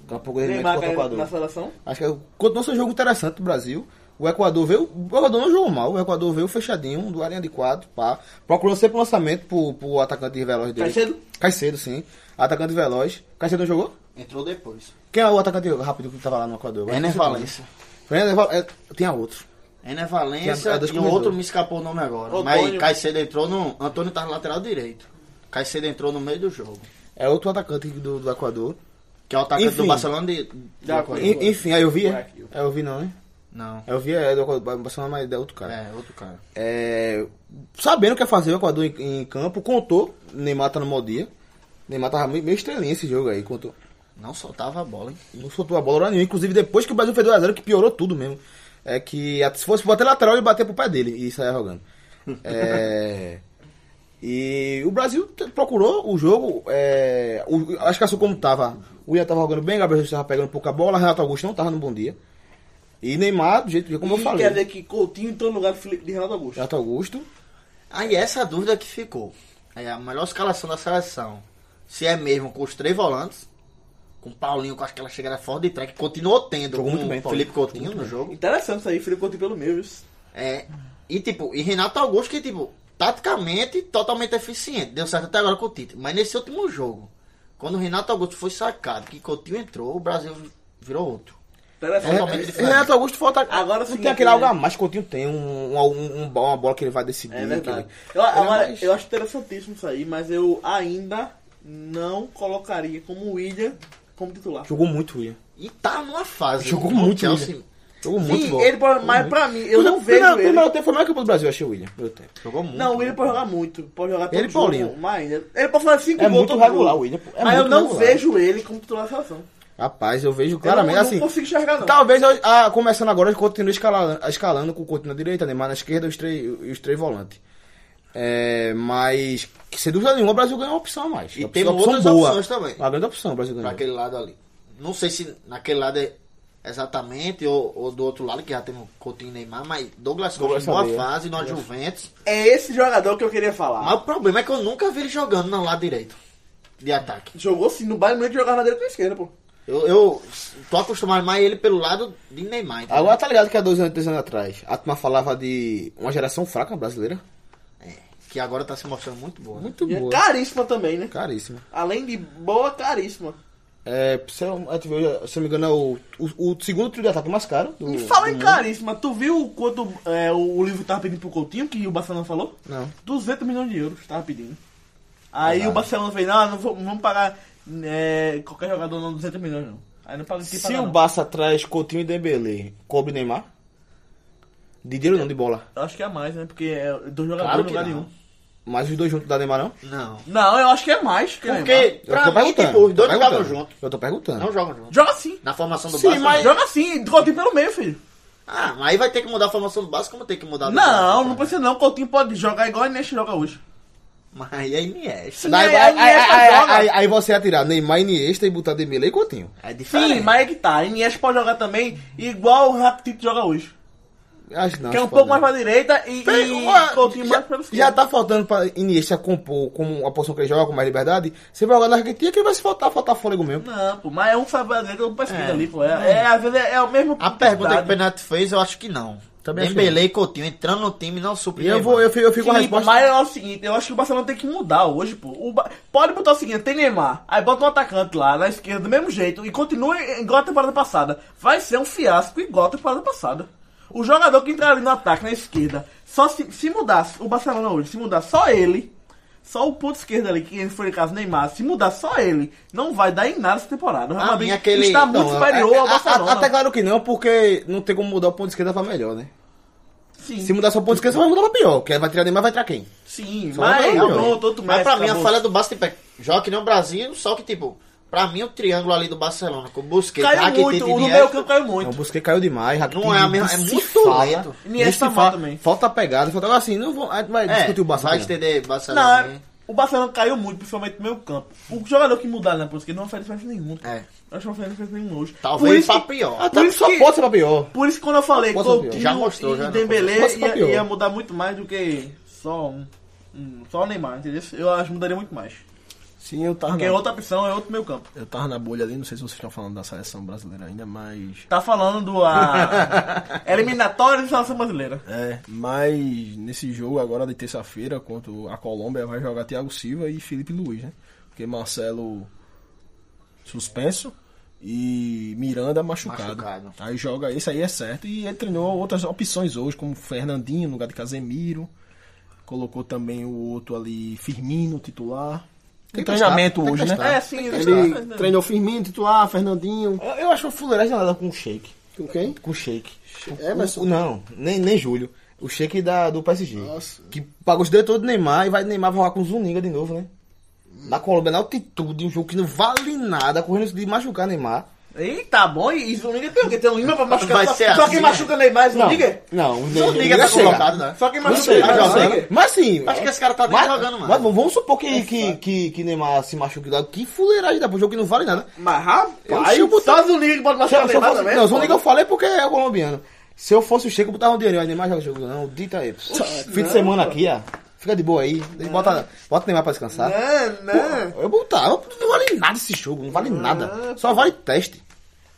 caiu um pouco de rendimento
É, Neymar
contra o
caiu
Equador.
na seleção.
Acho que é continuou seu jogo interessante do Brasil. O Equador veio. O Equador não jogou mal. O Equador veio fechadinho, do linha de quatro, pá. Procurando sempre o lançamento pro, pro atacante de veloz dele.
Caicedo?
Caicedo, sim. Atacante veloz. Caicedo não jogou?
Entrou depois.
Quem é o atacante rápido que tava lá no Equador? Agora
Ener
esqueci o nome.
Valencia.
Ener Valencia. É, tinha outro.
Ener
Que a-
Valência
a dois
e o
comedores.
outro me escapou o nome agora.
Antônio.
Mas Caicedo entrou no. Antônio tá no lateral direito. Caicedo entrou no meio do jogo.
É outro atacante do, do Equador.
Que é o atacante do
Enfim.
Barcelona de. do
Já
Equador.
foi.
En- enfim, aí eu vi.
Vai
É,
aqui.
eu vi não, né?
Não.
Eu vi, é do Equador, Barcelona, mas é outro cara.
É, outro cara.
É, sabendo o que ia fazer o Equador em, em campo, contou. Neymar tá no mau dia. Neymar tava meio, meio estrelinha esse jogo aí. Contou.
Não soltava a bola, hein?
Não soltou a bola hora nenhuma. Inclusive, depois que o Brasil fez 2x0, que piorou tudo mesmo. É que a- se fosse bater lateral, ele bater pro pé dele e sair arrogando. É, e o Brasil te- procurou o jogo. É, o, acho que assim como tava. O Ian tava jogando bem, o Gabriel Jesus tava pegando pouca bola, Renato Augusto não tava no bom dia. E Neymar, do jeito que como eu
E
falei.
Quer dizer que Coutinho entrou no lugar de, Felipe- de Renato Augusto.
Renato Augusto.
Aí essa dúvida que ficou. É a melhor escalação da seleção. Se é mesmo com os três volantes. Com Paulinho com aquela chegada fora de track. Continuou tendo
Jogou
com
muito bem, Paulinho.
Felipe Coutinho no jogo.
Interessante isso aí, Felipe Coutinho pelo meio, viu?
É, e tipo, e Renato Augusto que, tipo, taticamente totalmente eficiente. Deu certo até agora com o Tite. Mas nesse último jogo, quando o Renato Augusto foi sacado, que Coutinho entrou, o Brasil virou outro.
Interessante.
Totalmente
É,
diferente.
Renato Augusto falta.
Agora
não
sim,
tem aquele
né?
algo a mais que o Coutinho tem, um, um- um- uma bola que ele vai decidir.
É verdade.
que
Eu,
ele- ele é
agora,
mais-
eu acho interessantíssimo isso aí, mas eu ainda não colocaria como William como titular.
Jogou muito, Ian.
E tá numa fase.
Jogou
com o
muito, né?
Chelsea.
William. Jogou muito
Sim,
bom.
ele pode, mas
Jogou
pra mim, eu não
muito. Primeiro-
vejo ele.
Primeiro tempo foi mais que o do Brasil, eu achei o William. Primeiro tempo.
Jogou muito.
Não, o William pode jogar muito. Pode jogar todo
Ele e
jogo,
Paulinho.
mas ele- ele pode fazer 5
É
gols
muito
todo
regular
jogo.
o William, pô. É
mas eu
muito
não
regular.
vejo ele como titular da seleção.
Rapaz, eu vejo
eu
claramente
não,
assim.
não consigo enxergar, não.
Talvez, eu- ah, começando agora, eu continuo escalando, escalando com o Coutinho na direita, Neymar na esquerda e os três, e os três volantes. É, mas, que sem dúvida nenhuma, o Brasil ganhou uma opção a mais.
E
Uma
tem
opção- uma opção
outras
boa.
opções também.
Uma grande opção o Brasil
Pra
ganhou.
aquele lado ali. Não sei se naquele lado é exatamente, ou, ou do outro lado, que já tem o Coutinho e Neymar, mas Douglas Costa
Douglas
em boa
Adeia.
fase, na Juventus.
É esse jogador que eu queria falar.
Mas o problema é que eu nunca vi ele jogando no lado direito de ataque.
Jogou sim, no Bayern Munique jogava na direita e na esquerda, pô.
Eu, eu tô acostumado mais ele pelo lado de Neymar. entendeu?
Agora tá ligado que há dois anos, três anos atrás, a turma falava de uma geração fraca brasileira.
Que agora tá se mostrando muito boa. né?
Muito
E é
boa.
caríssima também, né?
Caríssima.
Além de boa, caríssima.
É, se eu não se eu não me engano, é o, o, o segundo trio de ataque mais caro. Do,
E fala
do
em
mundo.
caríssima, tu viu o quanto é, o, o livro tava pedindo pro Coutinho, que o Barcelona falou?
Não.
200 milhões de euros tava pedindo. Aí o Barcelona fez, não, não vou- não vamos pagar é, qualquer jogador não 200 milhões não. Aí não paga quem
Se
pagar,
o
não.
Barça traz Coutinho e Dembele, coube Neymar? De dinheiro não, de bola.
Eu acho que é mais, né? Porque é dois jogadores
Claro
no
que
lugar
não.
nenhum.
Mas os dois juntos dá Neymar não?
Não.
Não, eu acho que é mais. Que Neymar.
Porque, pra mim, tipo, os dois
Tá
não jogam
perguntando.
junto.
Eu tô perguntando.
Não jogam junto.
Joga assim.
Na formação do
Sim,
Barça.
mas-
Joga assim, Coutinho pelo meio, filho.
Ah, mas aí vai ter que mudar a formação do Barça, como tem que mudar a do
Não,
Barça,
não
cara?
precisa não. Coutinho pode jogar igual a Inês joga hoje.
Mas aí é Iniesta.
Sim.
Daí-
Aí-
aí, aí-
Iniesta
aí-
joga.
aí- aí você ia tirar Neymar, Iniesta e botar Dembele e Coutinho.
É
Sim,
diferente.
mas é que tá. Inês pode jogar também igual o Rakitic joga hoje.
Acho que não. né?
Que é um
acho
pouco
não.
mais pra direita e,
Tem
e
uma-
Coutinho
já,
mais pra esquerda.
já tá faltando pra Iniesta compor com a posição que ele joga, com mais liberdade. Você vai jogar na Argentina, quem vai se faltar? Faltar fôlego mesmo.
Não, pô, mas é um faz pra direita e outro pra esquerda
É.
ali, pô. É, é, às vezes é, é o mesmo...
A pergunta que o
quantidade.
Penato fez, eu acho que não.
Também acho
Dembele e Coutinho entrando no time não supre
E eu,
Neymar.
vou, eu, fico, eu fico com a
Sim, pô,
resposta.
mas é o seguinte, eu acho que o Barcelona tem que mudar hoje, pô. O Ba- Pode botar o seguinte, tem Neymar, aí bota um atacante lá na esquerda do mesmo jeito e continua igual a temporada passada. Vai ser um fiasco igual a temporada passada. O jogador que entrar ali no ataque na esquerda, só se, se mudasse o Barcelona hoje, se mudar só ele, só o ponto esquerdo ali, que foi no caso Neymar, se mudar só ele, não vai dar em nada essa temporada. O Real
Ah,
Madrid
bem, aquele-
está muito
não, é,
superior ao
A- a-
Barcelona.
até claro que não, porque não tem como mudar o ponto de esquerda pra melhor, né?
Sim,
Se mudar só o ponto de esquerda, só vai mudar pra pior. Porque vai tirar Neymar, vai tirar quem?
sim,
Só
mas
vai melhor.
pronto, outro
Mas
mestre,
pra mim a
acabou.
falha do Barça, tipo, joga que nem o Brasil, só que tipo, pra mim o triângulo ali do Barcelona, com o Busquets,
Caiu
Rakitic
muito,
e
o no
Iniesta,
meio campo caiu
Não,
muito.
busquei caiu demais. Rakitic
Não é a mesma- é
se
muito
fala,
lento.
Iniesta
nem se
mal
fala,
também.
Falta pegada, falta assim, não vou, a gente vai
É,
discutir o Barça.
vai
aqui, não.
estender
Não,
Barcelona.
é-
hein?
o Barcelona caiu muito, principalmente no meio campo. O jogador que mudar na posição não oferece mais nenhum.
É.
Eu acho que não oferece mais nenhum hoje. Por
Talvez
isso
pra
que-
pior.
Até
Por
que Ah, tá,
isso
só
que-
pode ser pra pior.
Por isso que quando eu falei
Posso ouvir?
Coutinho
Já mostrou, já,
e
né?
Dembele
Posso
ia,
ouvir?
ia mudar muito mais do que só um, um- só o Neymar, entendeu? Eu acho que mudaria muito mais.
Sim, eu tava,
Porque é
na,
outra opção, é outro meio campo.
eu tava na bolha ali, não sei se vocês estão falando da seleção brasileira ainda, mas.
Tá falando do a eliminatória da seleção brasileira.
É, mas nesse jogo agora de terça-feira contra a Colômbia vai jogar Thiago Silva e Felipe Luiz, né? Porque Marcelo suspenso e Miranda machucado.
Machucado.
Aí joga isso aí é certo. E ele treinou outras opções hoje, como Fernandinho no lugar de Casemiro. Colocou também o outro ali, Firmino, titular. Tem
que
treinamento
testar, tem
hoje,
que
né?
É, sim,
Ele treinou Firmino, titular, Fernandinho.
Eu, eu acho fuleiragem nada com o Shake.
Com quem?
Com o Shake.
É, mas-
O- o- não, nem, nem Júlio. O Shake da, do PSG.
Nossa.
Que pagou os diretores do Neymar e vai Neymar vai jogar com o Zuniga de novo, né? Na Colômbia, na altitude, um jogo que não vale nada, correndo risco de machucar Neymar.
E tá bom, e Zuniga tem o quê? Tem um Lima pra machucar.
Vai
só,
ser
só
assim,
quem
né?
machuca Neymar é
Não,
Zuniga?
não, o
Zuniga tá
chega.
colocado, né?
Só quem
Não
machuca
sei,
Neymar é
mas,
jogando.
Zuniga.
mas, mas sim.
Acho que esse cara tá nem
mas,
jogando mais.
Mas vamos supor que, que, que, que Neymar se machuque lá. Que fuleiragem dá pro jogo que não vale nada.
Mas
Eu
rapaz,
sei
eu
que
botar o Zuniga que pode
Se eu,
machucar
se eu
Neymar
fosse,
também?
não, o Zuniga eu falei porque é colombiano. Se eu fosse o Chico, eu botava um dinheirinho. Aí Neymar joga o jogo. Não, dita aí. pô. Fim de semana aqui, ó. Fica de boa aí. Bota, bota o Neymar pra descansar.
Não, não.
Pô, eu botava. Não vale nada esse jogo. Não vale nada. Só vale teste.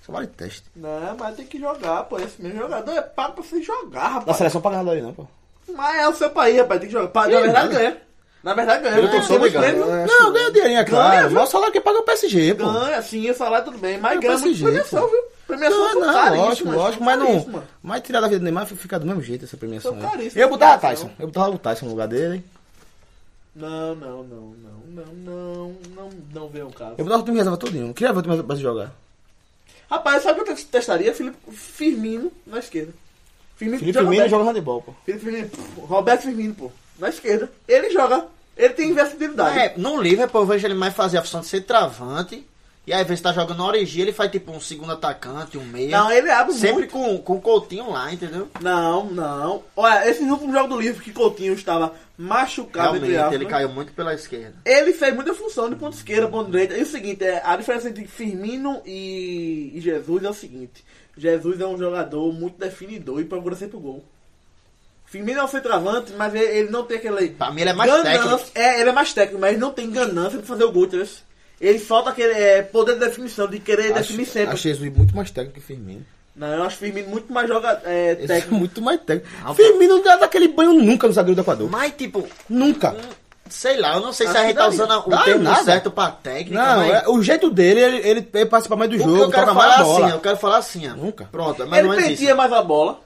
Só vale teste.
Não, mas tem que jogar, pô. Esse mesmo jogador é pago pra você jogar,
Da
rapaz.
seleção pra ganhar aí, não, pô.
Mas é o seu país, rapaz. Tem que jogar. Pa- Na verdade,
nada.
ganha. Na verdade, ganha.
Eu tô
Tem
só
muito
ligado,
prêmio.
Não, ganha o dinheirinho, é
Ganha,
claro.
viu?
Mas o salário que paga é o PSG, pô.
Ganha, sim, o salário tudo bem. Mas
Não,
ganha
desse
muito
jeito.
premiação, viu? Premiação
Não,
são
não,
caríssimas,
lógico,
são
lógico, mas não.
caríssimas.
Mas tirar da vida do Neymar fica do mesmo jeito essa premiação.
São
aí.
caríssimas
Eu botava o
premiação.
Tyson. Eu botava o Tyson no lugar dele. hein?
Não, não, não, não, não, não, não, não vem o caso.
Eu botava o time reserva todinho. Não queria ver o time reserva pra se jogar.
Rapaz, sabe o que eu te- testaria? Felipe Firmino na esquerda. Firmino
Felipe Firmino
bem.
joga handebol, pô.
Felipe Firmino, pô, Roberto Firmino, pô. Na esquerda. Ele joga. Ele tem versatilidade.
É, no Liverpool eu vejo ele mais fazer a função de ser travante. E aí, às vezes tá jogando na origem, ele faz tipo um segundo atacante, um meia.
Não, ele
é
abre
Sempre
muito.
com, com o Coutinho lá, entendeu?
Não, não. Olha, esse último jogo do livro que Coutinho estava machucado, entre
Realmente,
aspas,
né?
ele caiu muito pela esquerda.
ele fez muita função de ponta esquerda, ponta direita. E o seguinte, é, a diferença entre Firmino e, e Jesus é o seguinte. Jesus é um jogador muito definidor e procura sempre o gol. Firmino é um centroavante, mas ele, ele não tem aquele...
Pra mim, ele é mais técnico.
É, ele é mais técnico, mas ele não tem ganância de fazer o gol, entendeu? Ele falta aquele é, poder de definição, de querer definir
Acho,
sempre.
acho Jesus muito mais técnico que Firmino.
Não, eu acho Firmino muito mais joga, é,
Esse é
técnico.
muito mais técnico. Firmino não dá aquele banho nunca no zagueiro do Equador.
Mas, tipo,
Nunca.
Sei lá, eu não sei se
Acho
a
que
gente tá
daria.
usando o
Daria
tempo
nada.
certo pra técnica,
Não,
mas...
é- o jeito dele, ele, ele, ele participa mais do
O
jogo,
que eu quero
toca mais
falar
a
assim,
bola.
ó, eu quero falar assim, ó.
Nunca.
Pronto, mas não
Ele
é
pentia
isso.
mais a bola.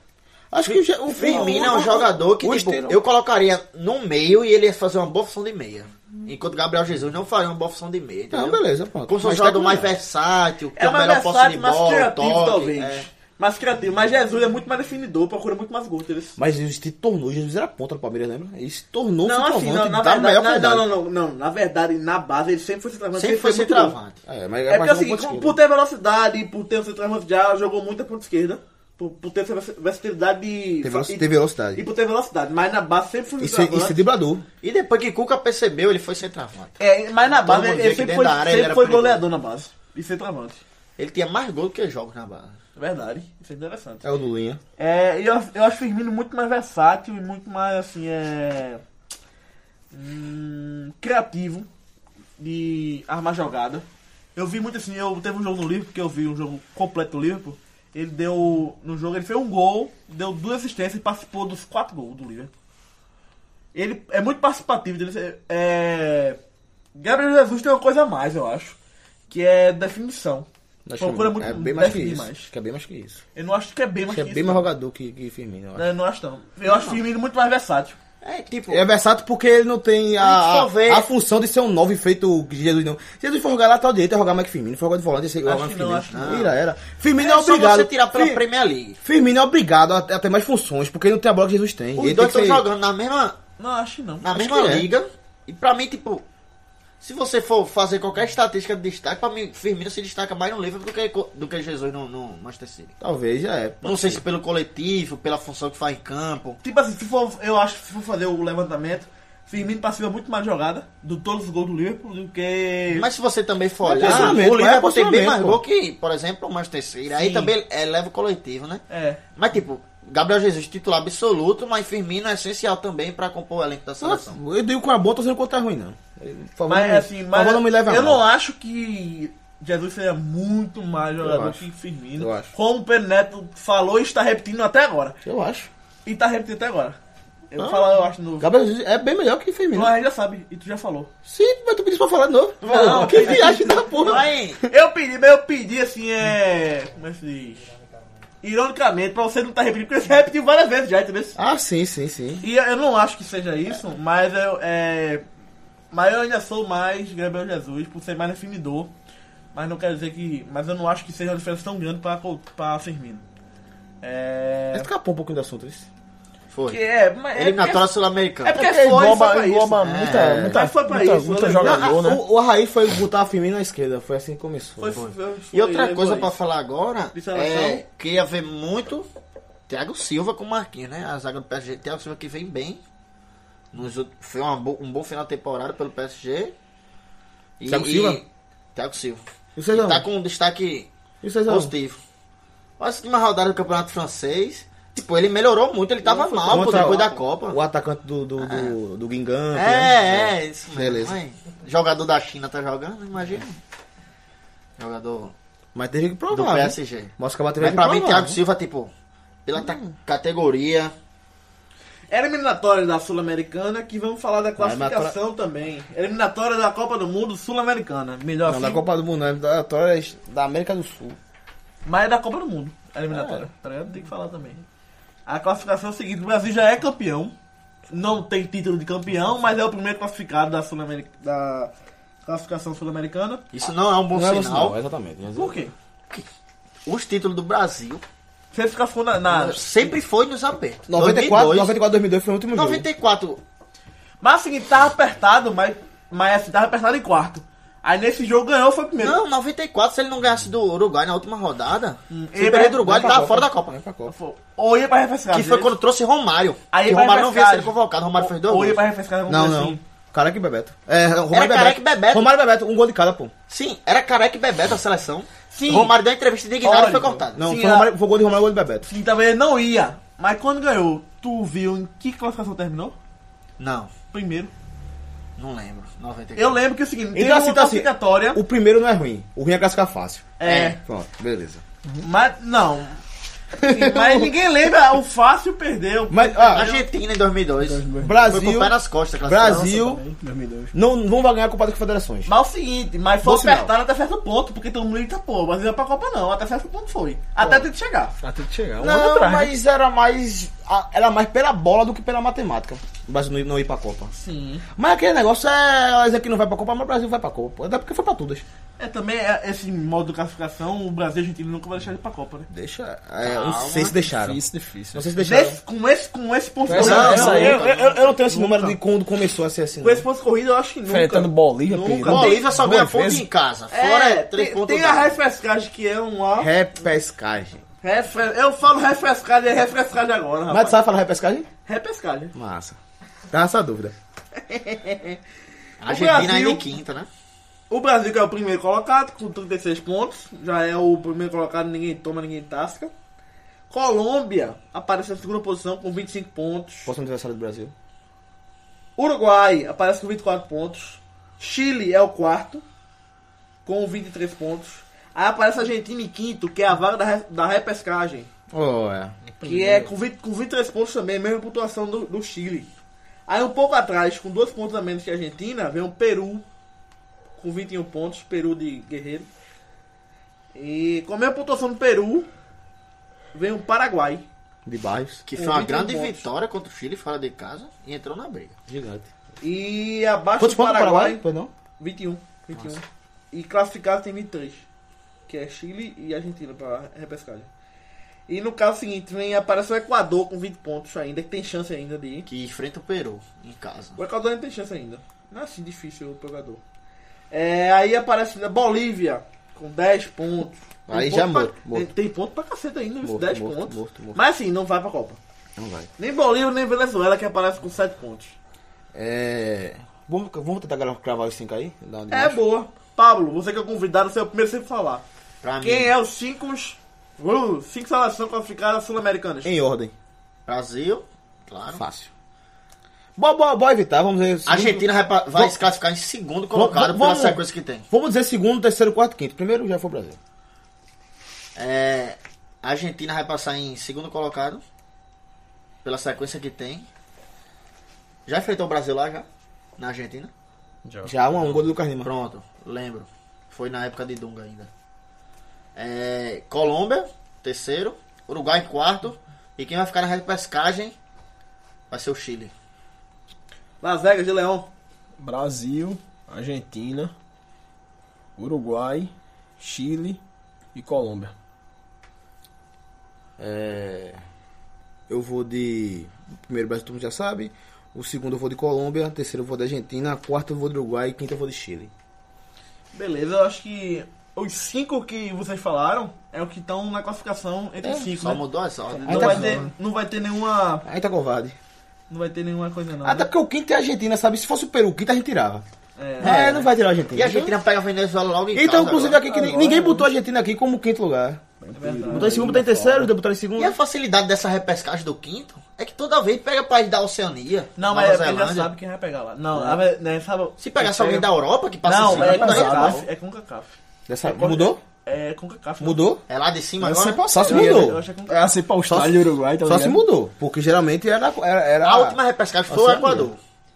Acho que o, je- o
Firmino é
o-
um
o-
jogador que,
o
tipo,
estilo-
eu colocaria no meio e ele ia fazer uma boa função de meia. Enquanto Gabriel Jesus não faria uma boa função de meia, entendeu?
Não, beleza, pronto.
Como se fosse um
Mas
jogador
tá
mais
com-
versátil, que
É
tem uma
mais
melhor posse de
versátil, mais
bola,
criativo,
toque.
talvez.
é.
Mais criativo. Mas Jesus é muito mais definidor, procura muito mais gols. entendeu?
Mas ele se tornou, Jesus era ponta do Palmeiras, lembra? Ele se tornou
Não, assim, não,
centroavante
na
da maior
verdade,
qualidade.
não, não, não, não, na verdade, na base ele sempre foi centroavante,
Sempre foi
muito bom.
centroavante.
É, mas
É porque
mas
assim,
um ponto
com-
esquerdo.
por ter velocidade, por ter o centroavante já, jogou muito a ponta esquerda. Por, por ter essa vers- versatilidade de.
Tem veloci-
e-
tem velocidade.
E por ter velocidade. Mas na base sempre foi
Isso, é- isso é
centroavante.
driblador.
E depois que Cuca percebeu, ele foi centroavante.
É, mas na base
mundo
ele
via que dentro
sempre foi,
da área ele
sempre
era
foi
perigoso.
goleador na base. E centroavante.
Ele tinha mais gol do que jogos na base.
Verdade. Isso é interessante.
É o Lulinha.
É, e eu, eu acho Firmino muito mais versátil e muito mais, assim, é. hum, criativo de armar jogada. Eu vi muito assim, eu teve um jogo no Liverpool, que eu vi um jogo completo do Liverpool. Ele deu. No jogo, ele fez um gol, deu duas assistências e participou dos quatro gols do Liverpool. Ele é muito participativo. Ele, é- é, Gabriel Jesus tem uma coisa a mais, eu acho. Que é definição.
Acho
Procura
que-
muito
é bem mais que
definir
isso.
mais.
Acho que é bem mais que isso.
Eu não acho que é bem mais
Acho que é
que
bem
isso,
mais
não.
jogadão que, que Firmino. eu acho.
Não, eu não acho não. Eu acho Firmino muito mais versátil.
É, tipo...
É versátil porque ele não tem a,
só vê-
a, a função de ser um 9 feito que Jesus não. Se Jesus for jogar
tá
lateral direito,
é
ia jogar mais que Firmino. For jogar de volante, ia jogar
Acho
mais que
que não,
Firmino.
acho que não.
Ira, era. Firmino é,
Ah. é só
obrigado.
você tirar pela
Fi-
Premier League.
Firmino é obrigado a a ter mais funções, porque ele não tem a bola que Jesus tem.
Os
ele
dois estão
tem que ser-
jogando na mesma,
Não, acho que não.
na
Acho
mesma
que é.
liga. E pra mim, tipo... Se você for fazer qualquer estatística de destaque, pra mim, Firmino se destaca mais no Liverpool do que, co- do que Jesus no, no Manchester City.
Talvez, já é.
Não sei se pelo coletivo, pela função que faz em campo.
Tipo assim, se for, eu acho que se for fazer o levantamento, Firmino participa muito mais de jogada do todos os gols do Liverpool do que.
Mas se você também for
É
olhar,
posicionamento,
o Liverpool
mas é
tem bem mais
posicionamento,
gol que, por exemplo, o Manchester City. Aí
Sim.
também é, leva o coletivo, né?
É.
Mas, tipo, Gabriel Jesus titular absoluto, mas Firmino é essencial também pra compor o elenco da seleção.
Eu digo com a boa, tô sendo contra ruim, não. Por favor,
Mas
não-
assim,
por
mas
favor, não me leva
eu
mal.
não acho que Jesus seja muito mais jogador
acho.
que Firmino.
Eu acho.
Como o Pedro Neto falou e está repetindo até agora.
Eu acho.
E tá repetindo até agora. Eu
Ah.
vou falar, eu acho, no.
Gabriel Jesus é bem melhor que Firmino.
Não, a gente já sabe, e tu já falou.
Sim, mas tu pediu pra falar de novo.
Não.
que viagem da porra.
Mas,
Eu pedi, mas eu pedi assim, é. Como é que se diz? Ironicamente, pra você não estar repetindo, porque você repetiu várias vezes já, entendeu?
Ah, sim, sim, sim.
E eu- eu não acho que seja isso, mas eu, é, mas eu ainda sou mais Gabriel Jesus, por ser mais definidor. Mas não quer dizer que. Mas eu não acho que seja uma diferença tão grande pra, Col- pra Firmino. É.
Mas escapou um pouquinho do assunto isso.
Que
foi.
é, mas é,
tá-
porque-
Eliminatória
é
sul-americana.
porque foi só
engloba,
pra
engloba
isso.
muita,
É.
muita,
Mas foi pra
muita,
isso,
muita
eu lembro.
jogador,
Não, a-
né?
é- o, o Arraí foi botar Firmino na esquerda, foi assim que começou.
Foi, foi, foi,
E outra
foi
coisa
isso.
pra falar agora
De seleção?
é que ia ver muito Thiago Silva com o Marquinhos, né? A zaga do PSG, Thiago Silva que vem bem. Nos outros- foi uma bo- um bom final de temporada pelo PSG. E,
Thiago
e-
Silva?
Thiago Silva.
E o Sejão?
E tá com um destaque
E o
é
Sejão?
positivo. A última rodada do Campeonato Francês, tipo, ele melhorou muito, ele tava mal pô,
Contra
depois
o-
da Copa.
O atacante do, do, do, do Guingamp. né?
É, é, isso mesmo.
Beleza.
Mas jogador da China tá jogando, imagina. Jogador
Mas teve que
do
provar. né?
PSG.
Mosca bateu
Mas
que
pra mim,
provar, Hum.
Thiago
né?
Silva, tipo, pela ta- categoria.
Era eliminatória da Sul-Americana, que vamos falar
É,
da classificação
eliminatória-
também. Eliminatória da Copa do Mundo Sul-Americana. Melhor
Não,
assim.
da Copa do Mundo, né? da, da- da América do Sul.
Mas é da Copa do Mundo, a eliminatória.
É.
Tá ligado? Tem que falar também. A classificação é o seguinte: o Brasil já é campeão. Não tem título de campeão, mas é o primeiro classificado da, Sul da classificação sul-americana.
Isso não é um bom
Não era o
sinal.
sinal, exatamente. é-
Por quê?
Os títulos do Brasil
Você fica fundo na. na-
sempre foi nos apertos.
94,
2002,
94, 2002 foi o último jogo.
94.
Mas assim, tava apertado, mas, mas assim, tava apertado em quarto. Aí nesse jogo ganhou, foi o primeiro.
Não, 94, se ele não ganhasse do Uruguai na última rodada,
ele
se perder do Uruguai,
Vai
ele
Hum,
tava
é, pra Copa,
fora da Copa.
vai pra Copa.
Foi- Ou ia pra refrescar.
Que foi quando trouxe Romário.
Aí
que
vai
Romário não vinha
pescar.
sendo convocado. Romário fez dois
Ou ia
gols.
pra refrescar. alguma
Não,
coisa
não.
assim.
Careca e Bebeto. É, Romário e
Careca e Bebeto.
Romário e Bebeto, um gol de cada, pô.
Sim, era careca e Bebeto a seleção.
Sim.
Romário deu uma entrevista indignada e foi
Olha,
cortado.
Não,
Sim,
foi,
a-
Romário, foi gol de Romário e gol de Bebeto.
Sim, também ele não ia. Mas quando ganhou, tu viu em que classificação terminou?
Não,
Primeiro.
não lembro. 94.
Eu lembro que é o seguinte, teve
Então assim,
uma
tá assim.
classificatória.
O primeiro não é ruim. O ruim é cascar fácil.
É,
Pronto, beleza.
mas não. Sim, mas ninguém lembra, o fácil perdeu.
Mas, ah,
Argentina em 2002. Foi com
Brasil.
o pé nas costas, a classificação.
Brasil.
Em 2002.
Não, não vai ganhar a Copa das Confederações.
Mas é o seguinte, mas foi
Bom sinal.
apertado até certo ponto, porque todo mundo grita, pô, o Brasil vai pra Copa não, até certo ponto foi. Até tem que chegar.
Até de chegar. Um ano
Não,
atrás.
mas era mais. a- Era mais pela bola do que pela matemática. O Brasil não ir, não ir pra Copa.
Sim.
Mas aquele negócio é. Esse aqui não vai pra Copa, mas o Brasil vai pra Copa. Até porque foi pra todas.
É também é, esse modo de classificação, o Brasil e a Argentina nunca vai deixar ele pra Copa, né?
Deixa. É, não sei se deixaram.
Difícil, difícil.
Não sei se deixaram.
Nesse- com, esse, com esse ponto
Com essa-
corrido,
essa
não,
aí,
eu-
tá
eu- eu-
não tenho esse número
Então.
de quando começou a ser assim.
com esse ponto corrido eu acho que nunca.
Enfrentando Bolívia,
Nunca.
Peru.
Bolívia só ganha
Duas
ponto
vezes.
em casa. Fora
É,
é 3
tem,
pontos.
tem a refrescagem que é um ó.
Repescagem.
refre- eu falo refrescagem, é refrescagem agora,
Mas tu
rapaz.
sabe falar repescagem?
Repescagem.
Massa. Tá essa dúvida.
A
é
Argentina
Brasil-
ainda em quinta, né?
O Brasil que é o primeiro colocado, com 36 pontos. Já é o primeiro colocado, ninguém toma, ninguém tasca. Colômbia aparece na segunda posição com 25 pontos.
Posso aniversário é do Brasil?
Uruguai aparece com 24 pontos. Chile é o quarto, com 23 pontos. Aí aparece a Argentina em quinto, que é a vaga da, re- da repescagem.
Oh, é.
Que é com, 20, com 23 pontos também, a mesma pontuação do, do Chile. Aí um pouco atrás, com dois pontos a menos que a Argentina, vem o Peru com 21 pontos, Peru de Guerreiro. E com a mesma pontuação do Peru, vem o Paraguai.
De bairros.
Que
Com
foi uma
21
grande
pontos.
vitória contra o Chile fora de casa e entrou na briga.
Gigante.
E abaixo
Quantos
do
pontos para
Paraguai,
Paraguai? Pois não?
21. 21. E classificado tem 23. Que é Chile e Argentina para repescagem. E no caso seguinte, vem aparece o Equador com 20 pontos ainda, que tem chance ainda de ir.
Que enfrenta o Peru em casa.
O Equador ainda tem chance ainda. Não é assim difícil o jogador. É, aí aparece a Bolívia com 10 pontos. Tem
Aí
ponto
já
pra-
morto, morto.
Tem, tem ponto pra caceta ainda, viu?
Morto,
10
morto,
pontos.
morto, morto.
Mas assim, não vai pra Copa.
Não vai.
Nem Bolívia, nem Venezuela que aparece com 7 pontos.
É. Vamos, vamos tentar gra- cravar os cinco aí? Dá um de
É
baixo.
boa. Pablo, você que é o convidado, você é o primeiro sempre a falar.
Pra mim,
Quem é os 5 uh, cinco seleções classificadas sul-americanas?
Em ordem.
Brasil, claro.
Fácil. Bora, bora, bora evitar, vamos ver.
A Argentina vai, pa- vai
Vamos-
se classificar em segundo colocado
vamos-
pela
vamos-
sequência que tem.
Vamos dizer segundo, terceiro, quarto, quinto. Primeiro já foi o Brasil.
É, a Argentina vai passar em segundo colocado pela sequência que tem. Já enfrentou o Brasil lá já? Na Argentina?
Já um a um gol do Lucas Lima.
Pronto, lembro. Foi na época de Dunga ainda. É, Colômbia, terceiro. Uruguai, em quarto. E quem vai ficar na repescagem vai ser o Chile.
Las Vegas de Leão.
Brasil, Argentina, Uruguai, Chile e Colômbia.
É, Eu vou de. o Primeiro Brasil, todo mundo já sabe. O segundo eu vou de Colômbia. O terceiro eu vou da Argentina. A quarta eu vou de Uruguai. E quinta eu vou de Chile.
Beleza, eu acho que os 5 que vocês falaram é o que estão na classificação entre
É,
né? os 5.
Só mudou essa ordem.
Não
tá
vai,
bom,
ter, não vai ter nenhuma.
Aí tá covarde.
Não vai ter nenhuma coisa não.
Até
né?
porque o quinto é a Argentina, sabe? Se fosse o Peru, o quinto a gente tirava.
É.
É, não vai tirar a Argentina.
E a Argentina pega a Venezuela logo em casa
Então, inclusive,
agora.
aqui que ni- ninguém botou a Argentina aqui como quinto lugar.
é
Botou em segundo, botou em terceiro, botou em segundo.
E a facilidade dessa repescagem do quinto é que toda vez pega país da Oceania.
Não,
Nova
mas é porque
Zelândia. É.
já sabe quem vai pegar lá. Não, a ve- né, sabe,
Se
É
pegar só alguém um da Europa que passa em
assim,
Não,
cima,
né?
é
não tem
CONCACAF.
nada.
É CONCACAF.
Dessa- mudou?
É CONCACAF. não.
Mudou?
É lá de cima
Essa é
agora.
pra- Só se
Eu- eu-
mudou.
eu achei que-
É assim pra Austrália e Uruguai, tá
Só se
ligado?
mudou, porque geralmente era. era, era-
A última repescagem foi o
Oceania.
Equador.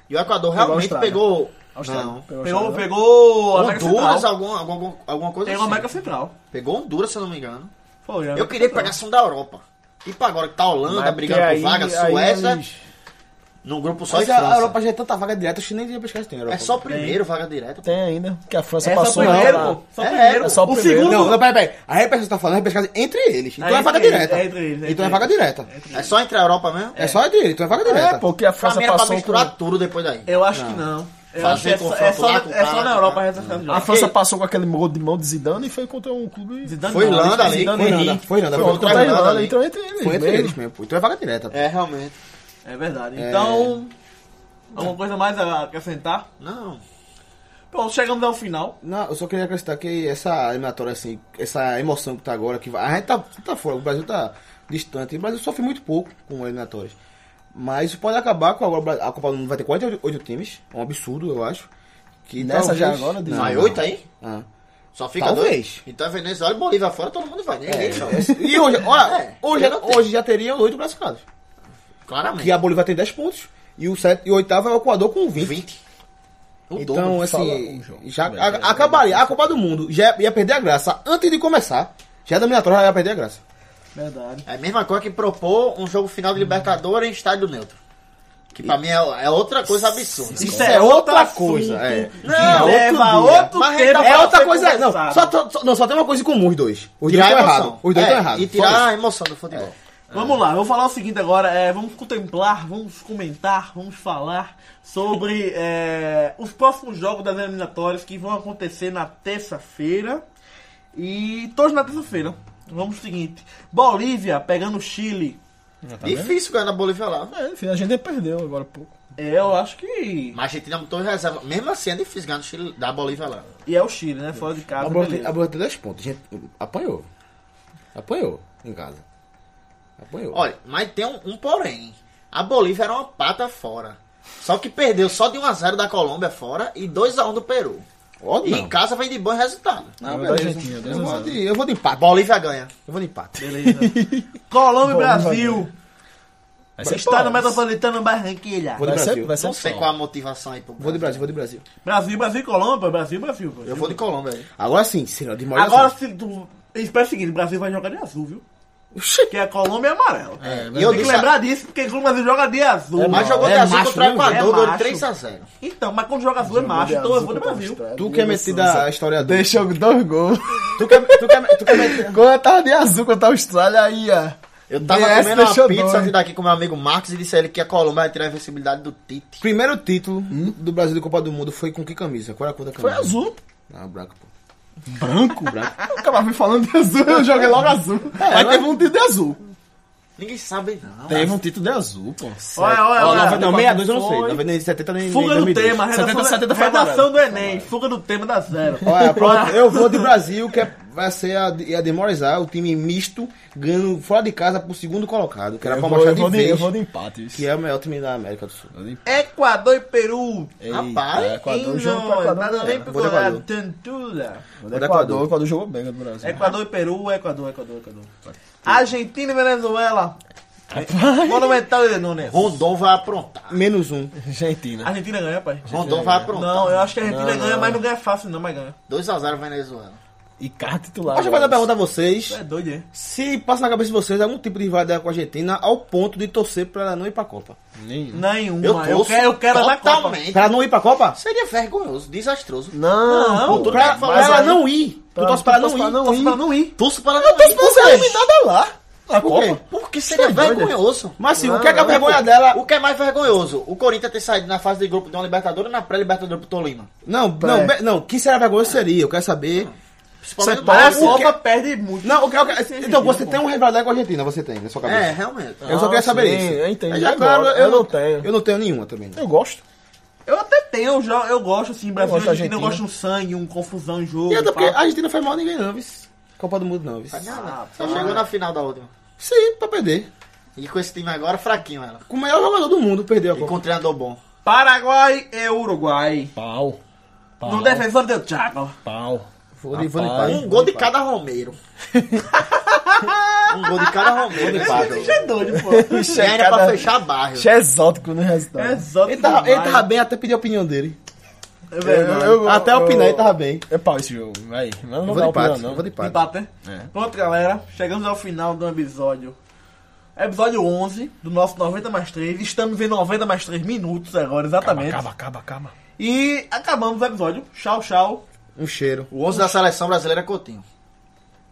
E o Equador realmente
Austrália.
pegou.
Austrália.
Não.
Pegou
Pegou,
Austrália.
pegou a América
Honduras,
Central.
algum, algum, alguma coisa
Pegou a
assim.
América Central.
Pegou Honduras, se eu não me engano.
Foi, a
Eu
América
queria
Central.
pegar som um da Europa. E pra agora que tá a Holanda
Mas
brigando
porque
por vaga,
aí- é aí
Suécia,
eles-
num grupo só e
Mas a,
França.
a Europa já é tanta vaga direta, acho que nem tinha pescar tem Europa.
É só primeiro, vaga direta.
Tem ainda, que a França
É só
passou
primeiro,
lá.
pô. Só
É,
primeiro.
é só
o
primeiro.
segundo.
Não, não, peraí, peraí. A repescagem que tá falando é a repescagem entre eles. Então
É
é,
entre
vaga
eles,
direta.
é entre eles, é entre
então é vaga direta.
É só entre a Europa mesmo?
É. só entre eles, então é vaga direta.
É, pô, que a
Pra
França
mim era pra
passou
misturar
com...
tudo depois daí.
Eu acho que não. Eu acho
Fazer
que é só, é
confronto
só,
lá com o
é só
cara,
na Europa
tá?
a repescagem.
A França passou com aquele gol de mão de Zidane e foi contra um clube...
Zidane
Foi
não,
Holanda
acho que
ali.
Zidane
Foi
e
nada,
Henrique.
foi nada.
Foi
Foi,
contra
contra
a
a Irlanda,
Irlanda,
hein?
então entre eles
foi entre
mesmo.
eles mesmo, pô. Então é vaga direta. pô.
É, realmente.
É verdade. Então, alguma coisa mais a acrescentar?
Não.
Bom, chegamos ao final.
Não, eu só queria acrescentar que essa eliminatória, assim, essa emoção que tá agora, que vai- a gente tá, tá fora, o Brasil tá distante, o Brasil sofre muito pouco com eliminatórias. Mas isso pode acabar com agora, o Bra- a Copa do Mundo vai ter 48 times, é um absurdo, eu acho. Que
Nessa já
talvez-
agora, de-
Não,
Vai
não.
oito aí?
Ah.
Só fica
Talvez. É.
dois. Então é Venezuela e Bolívia fora, todo mundo vai. Ninguém joga.
E hoje, olha,
É,
hoje,
eu não tenho.
hoje já teria oito classificados.
Claramente.
Que a Bolívia tem 10 pontos. E o, set, e o oitavo é o Equador com 20.
20. O
Então,
dobro.
assim,
um jogo.
já a- acabaria. A Copa do Mundo já ia perder a graça antes de começar. Já é a eliminatória já ia perder a graça.
Verdade.
É a mesma coisa que propor um jogo final de Libertadores em estádio neutro. Que pra mim é, é outra coisa absurda.
Isso é outra coisa.
É.
Não, leva outro
Mas tá
tempo.
É
pra
outra
ser
coisa. Não
conversado.
só, to- só- não, só tem uma coisa em comum os dois. Os dois
Tirar a
estão
emoção.
errados. Os dois
É,
estão errados.
E
Só
tirar
isso.
a emoção do futebol.
Vamos lá, eu vou falar o seguinte agora, é, vamos contemplar, vamos comentar, vamos falar sobre é, os próximos jogos das eliminatórias que vão acontecer na terça-feira. E todos na terça-feira. Vamos o seguinte, Bolívia pegando o Chile.
Tá Difícil ganhar na Bolívia lá.
É, enfim, a gente perdeu agora há pouco.
É, eu acho que.
Mas a gente não botou em reserva. Mesmo assim é difícil ganhar no Chile, da Bolívia lá.
E é o Chile, né? Fora de
A
casa.
Bolívia tem-
beleza.
a Bolívia tem 10 pontos. Gente, apanhou. Apanhou em casa. Apanhou.
Olha, mas tem um, um porém. A Bolívia era uma pata fora. Só que perdeu só de 1x0 da Colômbia fora e 2x1 do Peru.
Ó,
E em
não.
casa vem de bom resultado.
Não,
Eu
beleza.
da Argentina,
Eu
10 a
vou
0.
de- Eu vou de
A
empate.
Bolívia ganha.
Eu vou de empate.
Beleza. Colômbia e Brasil.
Vai ser
Está no
bom.
Metropolitano Barranquilha.
Vou de
Vai ser,
Brasil.
vai ser
Não sei
bom.
qual a motivação aí pro
Vou de
Brasil.
Brasil, vou de Brasil.
Brasil, Brasil e Colômbia. Brasil, Brasil. Brasil.
Eu vou de Colômbia aí.
Agora sim, será de maior assim.
Agora, se tu... espera o seguinte, o Brasil vai jogar de azul, viu? Que a Colômbia é amarelo.
É,
E eu
tem
tenho que lembrar disso, porque o Brasil joga de azul.
Mas jogou
é
de azul
macho,
contra o
viu, velho?
Equador,
É
ganhou
macho.
3x0.
Então, mas quando joga azul é macho, então eu vou do Brasil.
né?
Tu que é metido a historiador.
Deixou dois gols.
Tu que é, tu que é, tu que é metido...
Quando eu tava de azul contra a Austrália, aí, ó.
É,
Eu tava
DS
comendo uma
deixou
pizza
dois.
vindo aqui com meu amigo Marcos e disse a ele que a Colômbia ia tirar a invencibilidade do Tite.
Primeiro título do Brasil da Copa do Mundo foi com que camisa? Qual era a cor da camisa?
Foi azul.
Não, branco, pô.
Branco? Branco. O cara me falando de azul, eu joguei logo azul. mas teve um título de azul.
Ninguém sabe não.
Teve um título de azul, pô.
Olha, olha,
Ó,
olha.
90, Ah, não, 62 eu não sei.
Foi.
90, 70 nem
Fuga
nem
do
2002.
tema, redação,
70, 70 foi
redação do Enem. Fuga do tema da zero.
Olha, pronto, eu vou de Brasil, que é- vai ser a, de- a demorizar, o time misto, ganhando fora de casa pro segundo colocado, que era
Eu
pra
vou-
mostrar
eu
de
vou de-
vez,
Eu vou de empate. isso.
que é o melhor time da América do Sul.
Eu de-
Equador e Peru.
Rapaz,
Eita, Equador
Ih,
jogou
não,
pra
nada nem
É,
Equador.
Vou de
picolado.
Equador.
Tantura.
Vou de Equador, É Equador jogou bem contra o Brasil.
É Equador e Peru, Equador, Equador, Equador. Argentina e Venezuela. Monumental de Nunes.
Rondon vai aprontar.
Menos um.
Argentina.
Argentina ganha, pai.
então
Rondon vai aprontar.
Não, eu acho que a Argentina ganha, mas não ganha fácil, não, mas ganha.
2x0 Venezuela.
E cara titular.
Deixa eu fazer uma pergunta a vocês.
Tu é doido, hein?
Se passa na cabeça de vocês algum tipo de rivalidade com a Argentina ao ponto de torcer pra ela não ir pra Copa.
Nenhum.
Nenhuma.
Eu
Eu,
torço
quero, eu quero ela na Copa.
totalmente.
Pra ela não ir pra Copa?
Seria vergonhoso, desastroso.
Não,
Não,
pô.
Pra, pra
Mas
ela
aí-
não ir. Tu
Pra-
torce
tu
pra ela
torce
não
pra
ir.
não
Torce
ir.
pra ela não ir.
Pulso para não
Torce pra ela ser eliminada lá.
Na
Por quê?
Copa.
Porque seria
doido,
vergonhoso.
é Mas assim, o
Não,
que é que a
não,
vergonha
pô.
dela...
O que é mais vergonhoso? O Corinthians ter saído na fase de grupo de uma Libertadores ou na pré-Libertadores pro Tolima?
Não,
Pré.
não, be- não, que será vergonhoso seria, eu quero saber. é
Principalmente
Mas a
Brasil.
Copa perde muito.
Não, o que, o que- então você tem um rivalidade com a Argentina, você tem na sua cabeça.
É, realmente.
eu só
Ah,
queria saber
sim,
isso.
eu entendi
Mas já
agora,
claro,
eu não tenho.
Eu não tenho nenhuma também.
Eu gosto.
Eu até tenho, eu, já, eu gosto assim, Brasil
gosto
e
da
Argentina, eu gosto de
Argentina.
um sangue, um confusão em jogo.
E é até porque
pá.
a Argentina foi mal a ninguém não, vice. Copa do Mundo não, vice.
Nada.
Ah,
Só
pá.
chegou na final da última.
Sim, pra perder.
E com esse time agora, fraquinho ela.
Com o melhor jogador do mundo, perdeu a
E
Copa.
com um treinador bom.
Paraguai e Uruguai.
Pau. Pau.
No defensor do Thiago.
Pau.
Vou de- vou de
Rapaz.
empate.
Um gol de cada Romero. um gol de cada Romero.
Gol de
empate.
Isso é doido, pô.
E era pra fechar bairro.
Achei exótico né, no
É
resultado.
exótico.
Ele tava, ele
demais.
tava bem até pedir a opinião dele.
É
né?
verdade.
Eu- eu-
até
eu-
opinar,
tá-
ele tava bem.
É pau esse jogo, vai. Mas não
Eu
vou
vou
dar
de
opinião,
empate,
não.
eu vou de empate.
Empate, né?
É.
Pronto, galera. Chegamos ao final do episódio. Episódio 11 do nosso 90 mais 3. Estamos em 90 mais 3 minutos agora, exatamente.
Acaba, acaba, acaba.
E acabamos o episódio. Tchau, tchau.
Um cheiro.
O 11 da seleção brasileira é Coutinho.